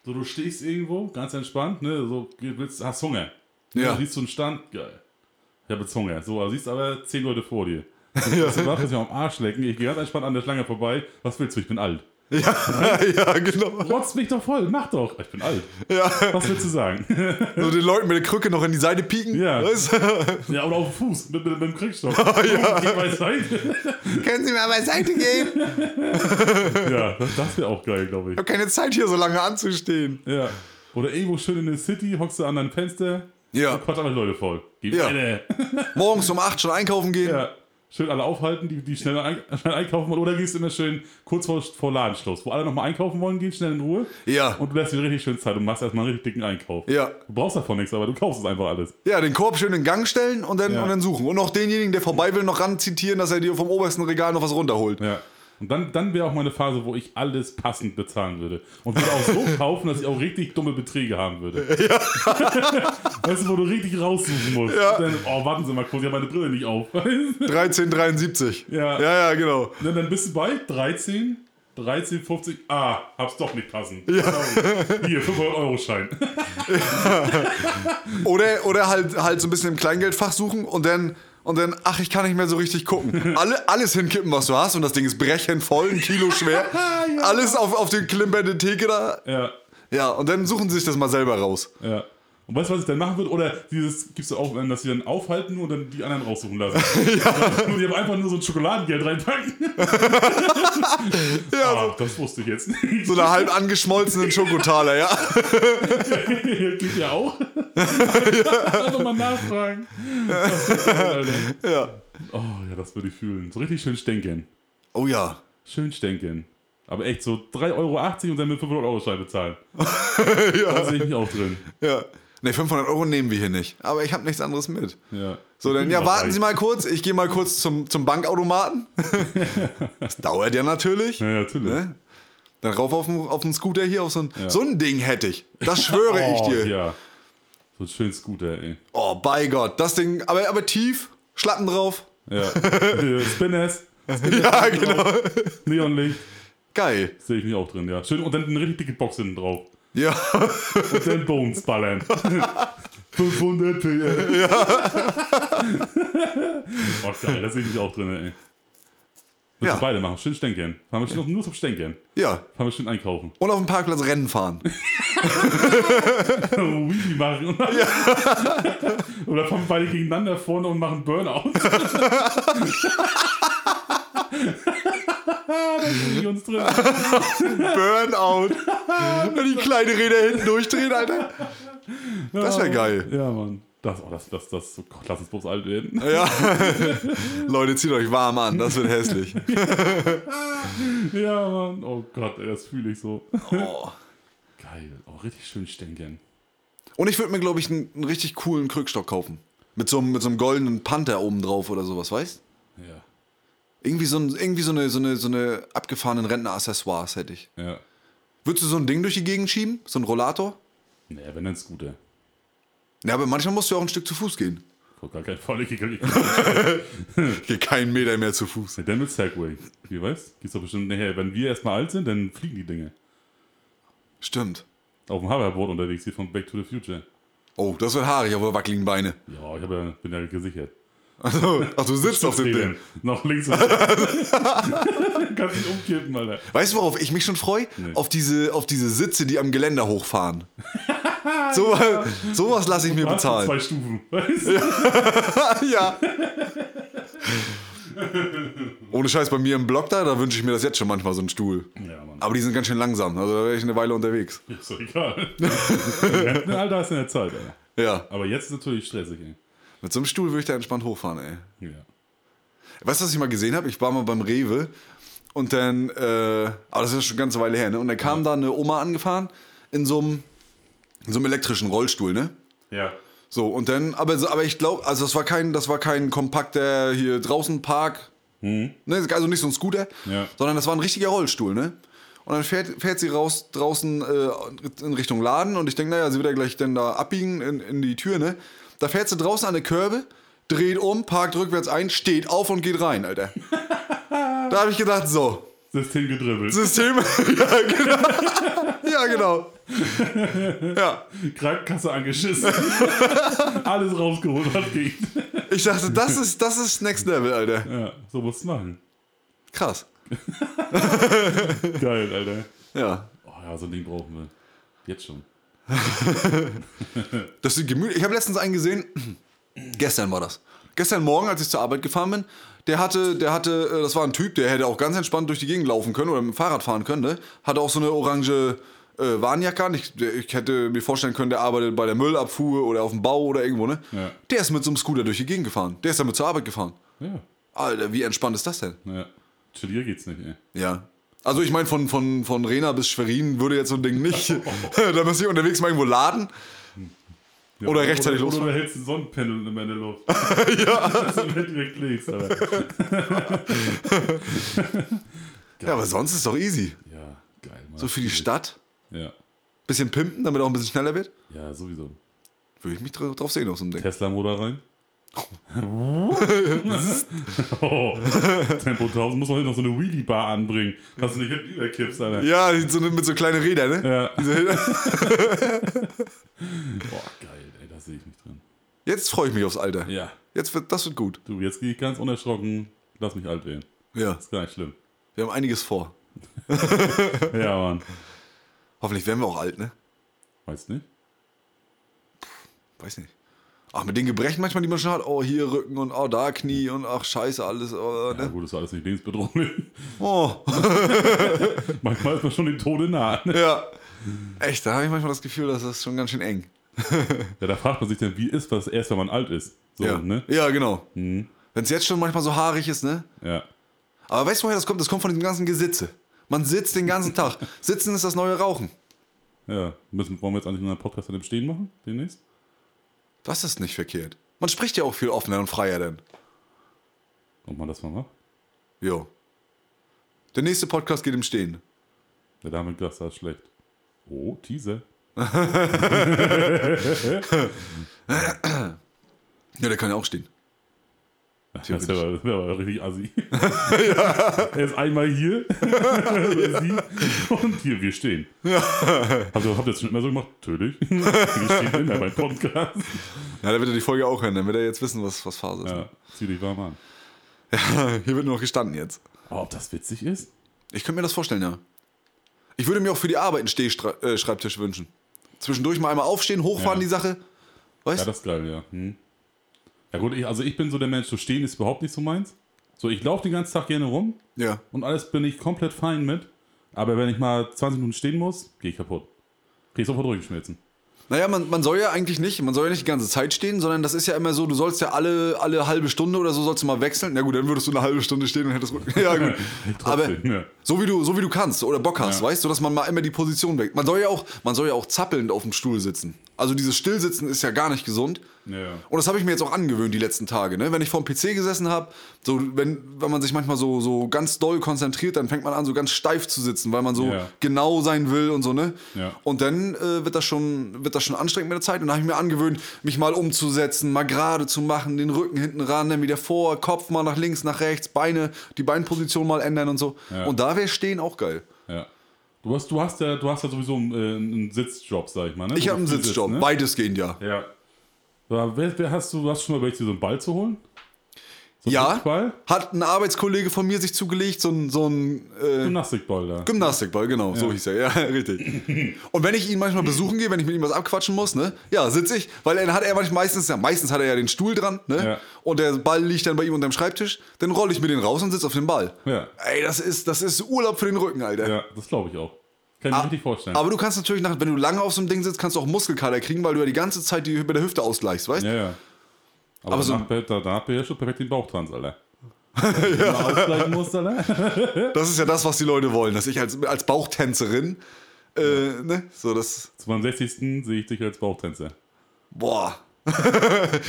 Speaker 1: so du stehst irgendwo, ganz entspannt, ne, so willst, hast Hunger. Ne,
Speaker 2: Ja.
Speaker 1: Du siehst so einen Stand, geil. Ich habe jetzt Hunger. So, also siehst aber zehn Leute vor
Speaker 2: *laughs*
Speaker 1: dir. Du bist wach, willst mich am Arsch lecken. Ich gehe ganz entspannt an der Schlange vorbei. Was willst du? Ich bin alt.
Speaker 2: Ja, *laughs* ja genau.
Speaker 1: Rotz mich doch voll, mach doch. Ich bin alt.
Speaker 2: Ja,
Speaker 1: Was willst du sagen?
Speaker 2: so den Leuten mit der Krücke noch in die Seite pieken.
Speaker 1: Ja.
Speaker 2: Weißt?
Speaker 1: *laughs*
Speaker 2: du? *laughs*
Speaker 1: ja, oder auf dem Fuß, mit, mit, mit dem Kriegsstock. ja. Geh beiseite.
Speaker 2: Können Sie mal beiseite gehen? Ich
Speaker 1: Ja, das, *laughs* das wäre auch geil, glaube ich.
Speaker 2: habe keine Zeit hier so lange anzustehen.
Speaker 1: Ja. Oder irgendwo schön in der City, hockst du an deinem Fenster.
Speaker 2: Ja.
Speaker 1: Und quatsch alle Leute voll. Gib
Speaker 2: Ja.
Speaker 1: eine.
Speaker 2: Morgens um 8 schon einkaufen gehen.
Speaker 1: Ja. Schön alle aufhalten, die, die schnell, ein, schnell einkaufen wollen. Oder gehst immer schön kurz vor, vor Ladenschluss, wo alle nochmal einkaufen wollen, gehen schnell in Ruhe.
Speaker 2: Ja.
Speaker 1: Und du lässt dir richtig schön Zeit und machst erstmal einen richtig dicken Einkauf.
Speaker 2: Ja.
Speaker 1: Du brauchst davon nichts, aber du kaufst es einfach alles.
Speaker 2: Ja, den Korb schön in Gang stellen und dann,
Speaker 1: Ja.
Speaker 2: und dann suchen. Und noch denjenigen, der vorbei will, noch ranzitieren, dass er dir vom obersten Regal noch was runterholt.
Speaker 1: Ja. Und dann, dann wäre auch meine Phase, wo ich alles passend bezahlen würde. Und würde auch so kaufen, dass ich auch richtig dumme Beträge haben würde. *laughs* weißt du, wo du richtig raussuchen musst.
Speaker 2: Ja.
Speaker 1: Und Dann, oh, warten Sie mal kurz, ich habe meine Brille nicht auf. *laughs*
Speaker 2: 1373.
Speaker 1: Ja.
Speaker 2: ja, ja, genau.
Speaker 1: Na, dann bist du bei 13, 13, 50. Ah, hab's doch nicht passend. Sorry. Hier, 5-Euro-Schein.
Speaker 2: Oder, oder halt, halt so ein bisschen im Kleingeldfach suchen und dann, und dann, ach, ich kann nicht mehr so richtig
Speaker 1: *laughs*
Speaker 2: gucken. Alle, alles hinkippen, was du hast und das Ding ist brechend voll, ein Kilo
Speaker 1: *laughs*
Speaker 2: schwer. Alles auf, auf den Klimpern der Theke da.
Speaker 1: *laughs* Ja,
Speaker 2: Ja, und dann suchen sie sich das mal selber raus.
Speaker 1: ja. Und weißt du, was ich dann machen würde? Oder dieses gibst du auch, wenn, dass sie dann aufhalten und dann die anderen raussuchen
Speaker 2: *laughs*
Speaker 1: lassen. Und die haben einfach nur so ein Schokoladengeld reinpacken.
Speaker 2: Ja,
Speaker 1: Ah, das wusste ich jetzt nicht. *laughs*
Speaker 2: so, so eine halb angeschmolzenen Schokotaler, ja.
Speaker 1: Geht ja auch.
Speaker 2: *laughs*
Speaker 1: Einfach mal nachfragen. Das ist geil, Alter.
Speaker 2: ja.
Speaker 1: Oh ja, das würde ich fühlen. So richtig schön stenken.
Speaker 2: Oh ja.
Speaker 1: Schön stenken. Aber echt so 3,80 Euro und dann mit 500 Euro Schein bezahlen. Da
Speaker 2: *laughs* ja.
Speaker 1: sehe ich mich auch drin.
Speaker 2: ja. Ne, 500 Euro nehmen wir hier nicht. Aber ich habe nichts anderes mit.
Speaker 1: Ja.
Speaker 2: So, dann, ja, warten Sie mal kurz. Ich gehe mal kurz zum,
Speaker 1: *laughs*
Speaker 2: zum Bankautomaten. das dauert ja natürlich.
Speaker 1: Ja, ja, natürlich.
Speaker 2: Ne? Dann rauf auf den, auf den Scooter hier, auf so ein,
Speaker 1: Ja.
Speaker 2: so ein Ding hätte ich. Das schwöre
Speaker 1: *laughs*
Speaker 2: ich dir.
Speaker 1: Oh, Ja. So ein schönes Scooter, ey.
Speaker 2: Oh, bei Gott, das Ding, aber, aber tief, Schlappen drauf.
Speaker 1: Ja.
Speaker 2: *laughs*
Speaker 1: Äh, Spinners,
Speaker 2: Ja, genau.
Speaker 1: Neonlicht,
Speaker 2: Geil.
Speaker 1: sehe ich mich auch drin, ja. Schön und dann eine richtig dicke Box hinten drauf.
Speaker 2: Ja,
Speaker 1: Und dann Bones
Speaker 2: *laughs*
Speaker 1: ballern. 500 PS. *laughs* oh, geil, das sehe ich mich auch drin, ey. Müssen
Speaker 2: Ja.
Speaker 1: wir beide machen, schön stänkern. Fahren wir schön noch nur zum Stänkern.
Speaker 2: ja.
Speaker 1: Fahren wir schön einkaufen.
Speaker 2: Und auf dem Parkplatz
Speaker 1: *laughs*
Speaker 2: Rennen fahren.
Speaker 1: Wheelie machen. Und dann *laughs* Oder fahren wir beide gegeneinander vorne und machen Burnout. *laughs* da sind wir uns drin.
Speaker 2: Burnout. Wenn die kleinen Räder hinten durchdrehen, Alter. Das wär geil.
Speaker 1: Ja, Mann. Das, oh, das, das, das, oh Gott, lass uns bloß alt
Speaker 2: *laughs*
Speaker 1: werden.
Speaker 2: Ja. Leute, zieht euch warm an, das
Speaker 1: *laughs*
Speaker 2: wird hässlich.
Speaker 1: Ja, Mann. Oh Gott, ey, das fühle ich so.
Speaker 2: Oh.
Speaker 1: Geil. Oh, richtig schön stänkern.
Speaker 2: Und ich würde mir, glaube ich, einen, einen richtig coolen Krückstock kaufen. Mit so, einem- mit so einem goldenen Panther oben drauf oder sowas, weißt
Speaker 1: Ja.
Speaker 2: Irgendwie so, ein, irgendwie so eine, so eine, so eine abgefahrenen Rentner-Accessoires hätte ich.
Speaker 1: Ja.
Speaker 2: Würdest du so ein Ding durch die Gegend schieben? So ein Rollator?
Speaker 1: Naja, wenn dann Scooter.
Speaker 2: Ja, aber manchmal musst du ja auch ein Stück zu Fuß gehen.
Speaker 1: Guck, gar kein Fall. Ich, ich,
Speaker 2: *laughs*
Speaker 1: ich,
Speaker 2: Ich gehe keinen Meter mehr zu Fuß.
Speaker 1: dann mit Segway. Wie weißt? Gehst doch bestimmt nachher. Wenn wir erstmal alt sind, dann fliegen die Dinge.
Speaker 2: Stimmt.
Speaker 1: Auf dem Hoverboard unterwegs, hier von Back to the Future.
Speaker 2: Oh, das wird haarig auf der wackeligen Beine. *laughs*
Speaker 1: Ja, ich hab ja, bin ja gesichert.
Speaker 2: Also, ach, du sitzt auf dem Ding.
Speaker 1: Stehen. Noch links und rechts. *laughs* Kannst dich umkippen, Alter.
Speaker 2: Weißt du, worauf ich mich schon freue?
Speaker 1: Nee.
Speaker 2: Auf, diese, auf diese Sitze, die am Geländer *laughs* hochfahren. so, Sowas lasse ich mir
Speaker 1: Hast du
Speaker 2: bezahlen.
Speaker 1: Zwei Stufen. *laughs* Weißt du? Ja.
Speaker 2: ja. *laughs* Ohne Scheiß, bei mir im Blog da, da wünsche ich mir das jetzt schon manchmal, so einen Stuhl.
Speaker 1: Mann.
Speaker 2: Aber die sind ganz schön langsam, also da wäre ich eine Weile unterwegs.
Speaker 1: Ist doch egal. Rentneralter ist in der Zeit, Alter.
Speaker 2: Ja,
Speaker 1: Aber jetzt ist natürlich stressig, ey.
Speaker 2: mit so einem Stuhl würde ich da entspannt hochfahren, ey.
Speaker 1: Ja.
Speaker 2: Weißt du, was ich mal gesehen habe? Ich war mal beim Rewe und dann, äh, aber das ist schon eine ganze Weile her, ne? Und dann kam da eine Oma angefahren in so einem, in so einem elektrischen Rollstuhl, ne?
Speaker 1: Ja.
Speaker 2: So, und dann, aber, so- aber ich glaube, also das war kein, das war kein kompakter hier draußen Park, ne, also nicht so ein Scooter,
Speaker 1: Ja.
Speaker 2: sondern das war ein richtiger Rollstuhl, ne? Und dann fährt, fährt sie raus draußen äh, in Richtung Laden und ich denke, naja, sie wird ja gleich dann da abbiegen in, in die Tür, ne? Da fährt sie draußen an eine Körbe, dreht um, parkt rückwärts ein, steht auf und geht rein, Alter. da habe ich gedacht, so,
Speaker 1: System gedribbelt.
Speaker 2: System, *laughs* ja, genau. ja, genau. Ja.
Speaker 1: Krankenkasse *laughs* angeschissen. Alles rausgeholt, was geht.
Speaker 2: Ich dachte, das ist, das ist Next Level, Alter.
Speaker 1: Ja, so musst du machen.
Speaker 2: Krass.
Speaker 1: Geil, Alter.
Speaker 2: Ja.
Speaker 1: Oh ja, so ein Ding brauchen wir. Jetzt schon.
Speaker 2: Das sind gemütlich. Ich habe letztens einen gesehen. *clears throat* Gestern war das. Gestern Morgen, als ich zur Arbeit gefahren bin, der hatte, der hatte, äh, das war ein Typ, der hätte auch ganz entspannt durch die Gegend laufen können oder mit dem Fahrrad fahren können, ne? Hatte auch so eine orange äh, Warnjacke an. Ich, der- ich hätte mir vorstellen können, der arbeitet bei der Müllabfuhr oder auf dem Bau oder irgendwo, ne?
Speaker 1: Ja.
Speaker 2: Der ist mit so einem Scooter durch die Gegend gefahren. Der ist damit zur Arbeit gefahren.
Speaker 1: Ja.
Speaker 2: Alter, wie entspannt ist das denn?
Speaker 1: Ja. Chillier geht's nicht, ey.
Speaker 2: Ja. Also ich meine, von, von, von Rena bis Schwerin würde jetzt so ein Ding nicht. *laughs* da müsste ich unterwegs mal irgendwo laden.
Speaker 1: Ja,
Speaker 2: Oder rechtzeitig
Speaker 1: oder,
Speaker 2: losfahren.
Speaker 1: oder hältst ein Sonnenpanel in meine
Speaker 2: *laughs*
Speaker 1: Luft. ja. *laughs* Dass du mit mir klickst, Alter.
Speaker 2: Ja, aber sonst ist doch easy.
Speaker 1: Ja, geil, Mann.
Speaker 2: So für die Stadt.
Speaker 1: Ja.
Speaker 2: Bisschen pimpen, damit auch ein bisschen schneller wird.
Speaker 1: Ja, sowieso.
Speaker 2: Würde ich mich dra- drauf sehen auf so einem Ding.
Speaker 1: Tesla-Motor
Speaker 2: *laughs*
Speaker 1: rein. oh, Tempo 1000 muss man hier noch so eine Wheelie-Bar anbringen, dass du nicht hinten überkippst, Alter.
Speaker 2: Ja, so eine, mit so kleinen Rädern, ne?
Speaker 1: Ja.
Speaker 2: Diese-
Speaker 1: Boah, geil, ey, da sehe ich mich drin.
Speaker 2: Jetzt freue ich mich aufs Alter.
Speaker 1: Ja.
Speaker 2: Jetzt wird, das wird gut.
Speaker 1: Du, jetzt gehe ich ganz unerschrocken, lass mich alt werden.
Speaker 2: Ja.
Speaker 1: Ist gar nicht schlimm.
Speaker 2: Wir haben einiges vor.
Speaker 1: Ja, Mann.
Speaker 2: Hoffentlich werden wir auch alt, ne?
Speaker 1: Weiß nicht.
Speaker 2: Weiß nicht. Ach, mit den Gebrechen manchmal, die man schon hat. Oh, hier Rücken und oh, da Knie und ach, scheiße, alles. Oh,
Speaker 1: Ja,
Speaker 2: ne?
Speaker 1: gut, das ist alles nicht lebensbedrohlich. *laughs*
Speaker 2: oh.
Speaker 1: Manchmal ist man schon dem Tode nahe. Ne?
Speaker 2: *laughs* ja. Echt, da habe ich manchmal das Gefühl, dass das ist schon ganz schön eng.
Speaker 1: Ja, da fragt man sich dann, wie ist das erst, wenn man alt ist? So,
Speaker 2: ja.
Speaker 1: ne?
Speaker 2: ja, genau. Wenn es jetzt schon manchmal so haarig ist, ne?
Speaker 1: Ja.
Speaker 2: Aber weißt du, woher das kommt? Das kommt von diesem ganzen Gesitze. Man sitzt den
Speaker 1: *laughs*
Speaker 2: ganzen Tag. Sitzen ist das neue Rauchen.
Speaker 1: Ja. Müssen, wollen wir jetzt eigentlich einen Podcast an dem Stehen machen? Demnächst?
Speaker 2: Das ist nicht verkehrt. Man spricht ja auch viel offener und freier denn.
Speaker 1: Ob man das mal macht?
Speaker 2: Jo. Der nächste Podcast geht im Stehen.
Speaker 1: Ja, damit das ist schlecht. Oh, Teaser.
Speaker 2: Ja, der kann ja auch stehen.
Speaker 1: *laughs* Das wäre aber, das wär aber richtig assi. Er ist einmal hier, *laughs* sie, und hier, wir stehen. Also habt ihr das schon immer so gemacht? Natürlich. *laughs* Wir stehen immer beim Podcast.
Speaker 2: Ja, der wird ja die Folge auch hören, dann wird er jetzt wissen, was, was Phase ist.
Speaker 1: Ja, zieh dich warm an.
Speaker 2: Hier wird nur noch gestanden jetzt.
Speaker 1: Aber ob das witzig ist?
Speaker 2: Ich könnte mir das vorstellen, ja. Ich würde mir auch für die Arbeit einen Stehschreibtisch äh, Schreibtisch wünschen. Zwischendurch mal einmal aufstehen, hochfahren,
Speaker 1: Ja.
Speaker 2: die Sache. Weißt
Speaker 1: Ja,
Speaker 2: du?
Speaker 1: das ist geil, ja. Hm. Ja gut, ich, also ich bin so der Mensch, so stehen ist überhaupt nicht so meins. So, ich laufe den ganzen Tag gerne rum
Speaker 2: Ja.
Speaker 1: und alles bin ich komplett fein mit. Aber wenn ich mal 20 Minuten stehen muss, gehe ich kaputt. Krieg ich sofort Rückenschmerzen.
Speaker 2: Naja, man, man soll ja eigentlich nicht, man soll ja nicht die ganze Zeit stehen, sondern das ist ja immer so, du sollst ja alle, alle halbe Stunde oder so sollst du mal wechseln. Na gut, dann würdest du eine halbe Stunde stehen und hättest Rücken. *laughs* Ja, gut.
Speaker 1: *laughs*
Speaker 2: Aber
Speaker 1: Trotzdem, ja.
Speaker 2: so wie du, so wie du kannst oder Bock hast,
Speaker 1: Ja.
Speaker 2: weißt du, dass man mal immer die Position wechselt. Man soll ja auch, man soll ja auch zappelnd auf dem Stuhl sitzen. Also dieses Stillsitzen ist ja gar nicht gesund.
Speaker 1: Ja.
Speaker 2: Und das habe ich mir jetzt auch angewöhnt die letzten Tage, ne? Wenn ich vorm PC gesessen habe, so wenn, wenn man sich manchmal so, so ganz doll konzentriert, dann fängt man an, so ganz steif zu sitzen, weil man so
Speaker 1: Ja.
Speaker 2: genau sein will und so, ne?
Speaker 1: Ja.
Speaker 2: Und dann äh, wird, das schon, wird das schon anstrengend mit der Zeit. Und da habe ich mir angewöhnt, mich mal umzusetzen, mal gerade zu machen, den Rücken hinten ran, dann wieder vor, Kopf mal nach links, nach rechts, Beine, die Beinposition mal ändern und so.
Speaker 1: Ja.
Speaker 2: Und da wäre Stehen auch geil.
Speaker 1: Ja. Du hast, du hast ja, du hast ja sowieso äh, einen Sitzjob, sag ich mal. Ne?
Speaker 2: Ich
Speaker 1: Wo
Speaker 2: habe
Speaker 1: du
Speaker 2: einen
Speaker 1: viel
Speaker 2: Sitzjob,
Speaker 1: sitzt,
Speaker 2: beides gehen ja.
Speaker 1: Ne? Ja. Aber wer, wer hast du, hast du schon mal überlegt, dir so einen Ball zu holen? So einen
Speaker 2: Ja,
Speaker 1: Kickball?
Speaker 2: hat ein Arbeitskollege von mir sich zugelegt, so ein, so ein äh,
Speaker 1: Gymnastikball da.
Speaker 2: Gymnastikball, genau, so hieß er, ja, *laughs* richtig. Und wenn ich ihn manchmal besuchen gehe, wenn ich mit ihm was abquatschen muss, ne, ja, sitze ich, weil er hat er manchmal meistens, ja, meistens hat er ja den Stuhl dran, ne,
Speaker 1: Ja.
Speaker 2: und der Ball liegt dann bei ihm unterm Schreibtisch, dann rolle ich mir den raus und sitze auf den Ball.
Speaker 1: Ja.
Speaker 2: Ey, das ist, das ist Urlaub für den Rücken, Alter.
Speaker 1: ja, das glaube ich auch. Kann ich mir richtig vorstellen.
Speaker 2: Ah, Aber du kannst natürlich, nach, wenn du lange auf so einem Ding sitzt, kannst du auch Muskelkater kriegen, weil du ja die ganze Zeit die bei der Hüfte ausgleichst, weißt
Speaker 1: ja, ja. Aber,
Speaker 2: Aber so-
Speaker 1: danach, da, da habt ihr ja schon perfekt den Bauchtanz,
Speaker 2: *laughs*
Speaker 1: Alter. Wenn du mal ausgleichen musst, Alter.
Speaker 2: Das ist ja das, was die Leute wollen, dass ich als, als Bauchtänzerin, äh, ne, so das,
Speaker 1: Zu meinem 60. sehe ich dich als Bauchtänzer.
Speaker 2: boah,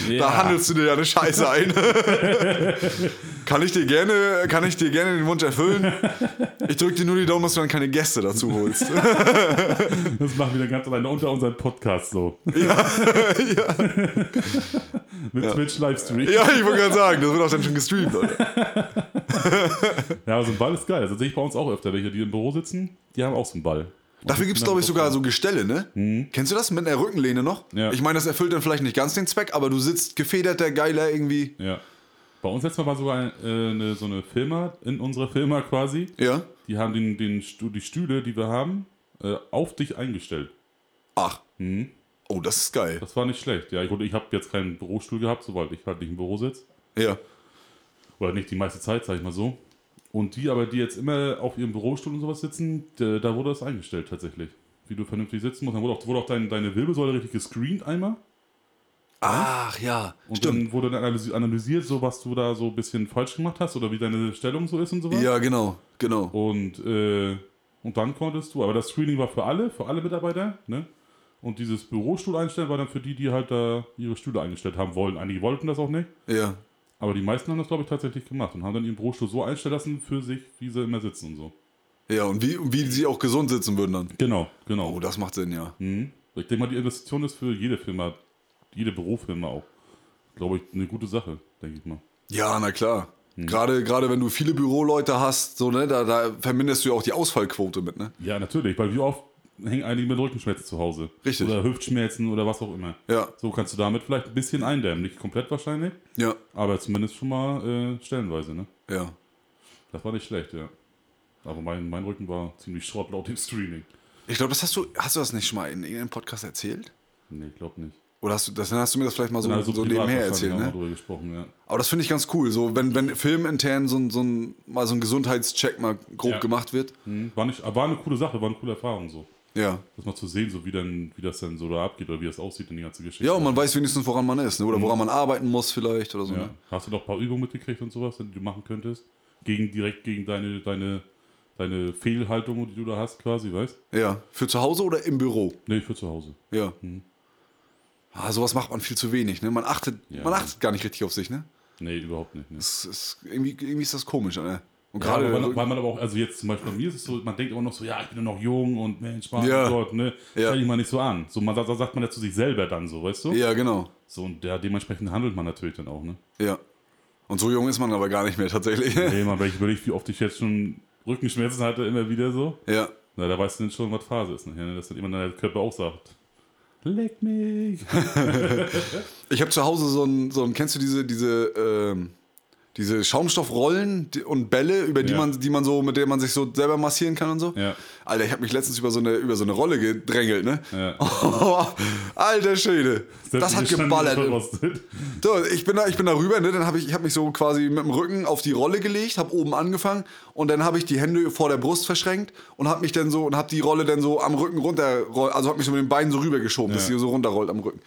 Speaker 1: Ja.
Speaker 2: Da handelst du dir ja eine
Speaker 1: *laughs*
Speaker 2: Scheiße ein. kann ich dir gerne, kann ich dir gerne den Wunsch erfüllen? Ich drück dir nur die Daumen, dass du dann keine Gäste dazu
Speaker 1: *laughs*
Speaker 2: holst.
Speaker 1: Das machen wir dann ganz alleine unter unserem Podcast so.
Speaker 2: *laughs*
Speaker 1: *laughs* Mit Twitch Livestream.
Speaker 2: ja, ich wollte gerade sagen, das wird auch dann schon gestreamt, Leute.
Speaker 1: Ja, aber so ein Ball ist geil. Das sehe ich bei uns auch öfter. Welche, die im Büro sitzen, die haben auch so einen Ball.
Speaker 2: Dafür gibt es, glaube ich, sogar so Gestelle, ne? Kennst du das mit einer Rückenlehne noch?
Speaker 1: Mhm. Ja.
Speaker 2: Ich meine, das erfüllt dann vielleicht nicht ganz den Zweck, aber du sitzt gefederter, geiler irgendwie.
Speaker 1: Ja. Bei uns letztes Mal war sogar äh, eine, so eine Firma, in unserer Firma quasi.
Speaker 2: Ja?
Speaker 1: Die haben den, den Stu- die Stühle, die wir haben, äh, auf dich eingestellt.
Speaker 2: Ach.
Speaker 1: Mhm.
Speaker 2: Oh, das ist geil.
Speaker 1: Das war nicht schlecht. Ja, ich, ich habe jetzt keinen Bürostuhl gehabt, sobald ich halt nicht im Büro sitze.
Speaker 2: Ja.
Speaker 1: Oder nicht die meiste Zeit, sag ich mal so. Und die aber, die jetzt immer auf ihrem Bürostuhl und sowas sitzen, da, da wurde das eingestellt tatsächlich. Wie du vernünftig sitzen musst. Dann wurde auch, wurde auch dein, deine Wirbelsäule richtig gescreent einmal.
Speaker 2: Ach ja.
Speaker 1: Und
Speaker 2: Ah. Stimmt.
Speaker 1: dann wurde dann analysi- analysiert, so was du da so ein bisschen falsch gemacht hast oder wie deine Stellung so ist und sowas.
Speaker 2: Ja, genau. Genau.
Speaker 1: Und, äh, und dann konntest du, aber das Screening war für alle, für alle Mitarbeiter, ne? Und dieses Bürostuhl einstellen war dann für die, die halt da ihre Stühle eingestellt haben wollen. Einige wollten das auch nicht,
Speaker 2: Ja.
Speaker 1: aber die meisten haben das, glaube ich, tatsächlich gemacht und haben dann ihren Bürostuhl so einstellen lassen für sich, wie sie immer sitzen und so.
Speaker 2: Ja, und wie, und wie sie auch gesund sitzen würden dann.
Speaker 1: Genau, genau.
Speaker 2: Oh, das macht Sinn, ja.
Speaker 1: Mhm. Ich denke mal, die Investition ist für jede Firma, jede Bürofirma auch, glaube ich, eine gute Sache, denke ich mal.
Speaker 2: Ja, na klar. Gerade, gerade wenn du viele Büroleute hast, so, ne, da, da verminderst du ja auch die Ausfallquote mit, ne?
Speaker 1: Ja, natürlich, weil wie oft hängen einige mit Rückenschmerzen zu Hause.
Speaker 2: Richtig.
Speaker 1: Oder Hüftschmerzen oder was auch immer.
Speaker 2: Ja.
Speaker 1: So kannst du damit vielleicht ein bisschen eindämmen. Nicht komplett wahrscheinlich,
Speaker 2: Ja,
Speaker 1: aber zumindest schon mal äh, stellenweise, ne?
Speaker 2: ja.
Speaker 1: Das war nicht schlecht, ja. Aber mein, mein Rücken war ziemlich Schrott laut dem Streaming.
Speaker 2: Ich glaube, das hast du, hast du das nicht schon mal in irgendeinem Podcast erzählt?
Speaker 1: Nee, ich glaub nicht.
Speaker 2: Oder hast du, das, dann hast du mir das vielleicht mal so,
Speaker 1: Also
Speaker 2: so
Speaker 1: privat
Speaker 2: nebenher
Speaker 1: wahrscheinlich
Speaker 2: erzählt,
Speaker 1: auch mal
Speaker 2: ne?
Speaker 1: drüber gesprochen, ja.
Speaker 2: Aber das finde ich ganz cool, so wenn, wenn filmintern so ein, so ein, mal so ein Gesundheitscheck mal grob
Speaker 1: Ja.
Speaker 2: gemacht wird.
Speaker 1: Mhm. War, nicht, aber war eine coole Sache, war eine coole Erfahrung so.
Speaker 2: Ja.
Speaker 1: Das mal zu sehen, so wie, dann, wie das dann so da abgeht oder wie das aussieht in die ganze Geschichte.
Speaker 2: Ja, und man weiß wenigstens, woran man ist, ne? Oder woran man arbeiten muss vielleicht oder so.
Speaker 1: Mhm. Ja.
Speaker 2: Ne?
Speaker 1: Hast du noch ein paar Übungen mitgekriegt und sowas, die du machen könntest? Gegen, direkt gegen deine, deine, deine Fehlhaltung, die du da hast quasi, weißt?
Speaker 2: Ja. Für zu Hause oder im Büro?
Speaker 1: Nee, für zu Hause.
Speaker 2: Ja.
Speaker 1: Mhm.
Speaker 2: Ah, sowas macht man viel zu wenig, ne? Man achtet,
Speaker 1: Ja.
Speaker 2: man achtet gar nicht richtig auf sich, ne?
Speaker 1: Nee, überhaupt nicht. Nee.
Speaker 2: Es ist, irgendwie, irgendwie ist das komisch, ne? Und
Speaker 1: Ja,
Speaker 2: gerade.
Speaker 1: aber weil, weil man aber auch, also jetzt zum Beispiel bei mir ist es so, man denkt immer noch so, ja, ich bin doch noch jung und Mensch, mein
Speaker 2: Ja.
Speaker 1: Gott, ne?
Speaker 2: Ja.
Speaker 1: Stell dich mal nicht so an. So, man, da da sagt man ja zu sich selber dann so, weißt du?
Speaker 2: ja, genau.
Speaker 1: So, und ja, dementsprechend handelt man natürlich dann auch, ne?
Speaker 2: Ja. Und so jung ist man aber gar nicht mehr tatsächlich.
Speaker 1: Ey, man, wenn ich überlege, wie oft ich jetzt schon Rückenschmerzen hatte, immer wieder so.
Speaker 2: *laughs* ja.
Speaker 1: Na, da weißt du dann schon, was Phase ist, ne? Dass dann immer der Körper auch sagt, leck mich.
Speaker 2: Ich habe zu Hause so ein, so ein, kennst du diese, diese, ähm, diese Schaumstoffrollen die- und Bälle, über die
Speaker 1: Ja.
Speaker 2: man, die man so, mit der man sich so selber massieren kann und so?
Speaker 1: Ja.
Speaker 2: Alter, ich habe mich letztens über so eine, über so eine Rolle gedrängelt, ne?
Speaker 1: Ja.
Speaker 2: *laughs* Alter Schwede, *laughs* das hat
Speaker 1: Selbst wenn die
Speaker 2: geballert.
Speaker 1: Standen verrostet.
Speaker 2: So, ich bin da, ich bin da rüber, ne? Dann habe ich, ich habe mich so quasi mit dem Rücken auf die Rolle gelegt, habe oben angefangen und dann habe ich die Hände vor der Brust verschränkt und habe mich dann so und habe die Rolle dann so am Rücken runterrollt, also habe mich so mit den Beinen so rübergeschoben, bis
Speaker 1: Ja.
Speaker 2: sie so runterrollt am Rücken.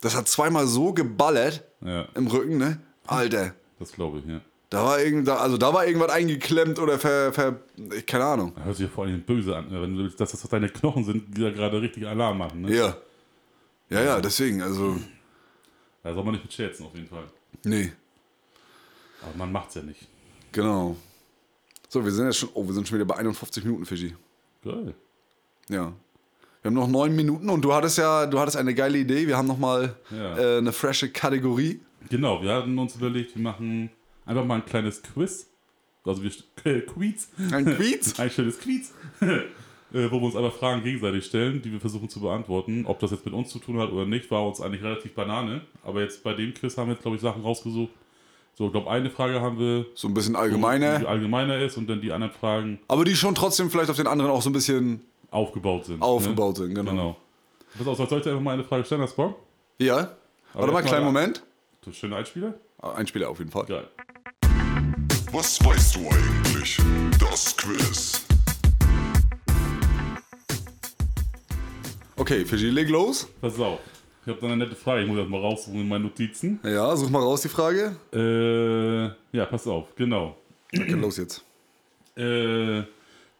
Speaker 2: Das hat zweimal so geballert
Speaker 1: Ja.
Speaker 2: im Rücken, ne? Alter,
Speaker 1: Das glaube ich, ja.
Speaker 2: da war irgend, da- also da war irgendwas eingeklemmt oder ver, ver ich, keine Ahnung.
Speaker 1: Hört sich ja vor allem böse an, ne? wenn du willst, dass das deine Knochen sind, die da gerade richtig Alarm machen, ne?
Speaker 2: Ja. Ja, ja, deswegen, also
Speaker 1: Da soll man nicht mit scherzen, auf jeden Fall.
Speaker 2: nee,
Speaker 1: Aber man macht's ja nicht.
Speaker 2: genau. So, wir sind jetzt schon, oh, wir sind schon wieder bei 51 Minuten, Fischi.
Speaker 1: Geil.
Speaker 2: Ja. Wir haben noch neun Minuten und du hattest ja, du hattest eine geile Idee. Wir haben nochmal
Speaker 1: Ja.
Speaker 2: äh, eine frische Kategorie.
Speaker 1: Genau, wir hatten uns überlegt, wir machen einfach mal ein kleines Quiz. Also wir st- *laughs* äh, Quiz.
Speaker 2: Ein Quiz?
Speaker 1: ein schönes Quiz. *laughs* äh, wo wir uns einfach Fragen gegenseitig stellen, die wir versuchen zu beantworten. Ob das jetzt mit uns zu tun hat oder nicht, war uns eigentlich relativ Banane. Aber jetzt bei dem Quiz haben wir jetzt, glaube ich, Sachen rausgesucht. So, ich glaube, eine Frage haben wir,
Speaker 2: So ein bisschen
Speaker 1: die
Speaker 2: allgemeiner.
Speaker 1: allgemeiner ist und dann die anderen Fragen
Speaker 2: Aber die schon trotzdem vielleicht auf den anderen auch so ein bisschen
Speaker 1: aufgebaut sind.
Speaker 2: aufgebaut
Speaker 1: ne?
Speaker 2: sind, genau.
Speaker 1: Genau. Pass auf, soll ich dir einfach mal eine Frage stellen, hast du Bock?
Speaker 2: Ja.
Speaker 1: Aber
Speaker 2: Warte mal,
Speaker 1: erst mal-
Speaker 2: kleinen Moment. Ah,
Speaker 1: Du schöner Einspieler?
Speaker 2: Ein Spieler auf jeden Fall.
Speaker 1: Geil.
Speaker 3: Was weißt du eigentlich? Das Quiz.
Speaker 2: Okay, Fiji, leg los.
Speaker 1: Pass auf. Ich habe da eine nette Frage, ich muss das mal raussuchen in meinen Notizen.
Speaker 2: Ja, such mal raus die Frage.
Speaker 1: Äh, ja, pass auf, genau.
Speaker 2: Okay, los jetzt.
Speaker 1: Äh,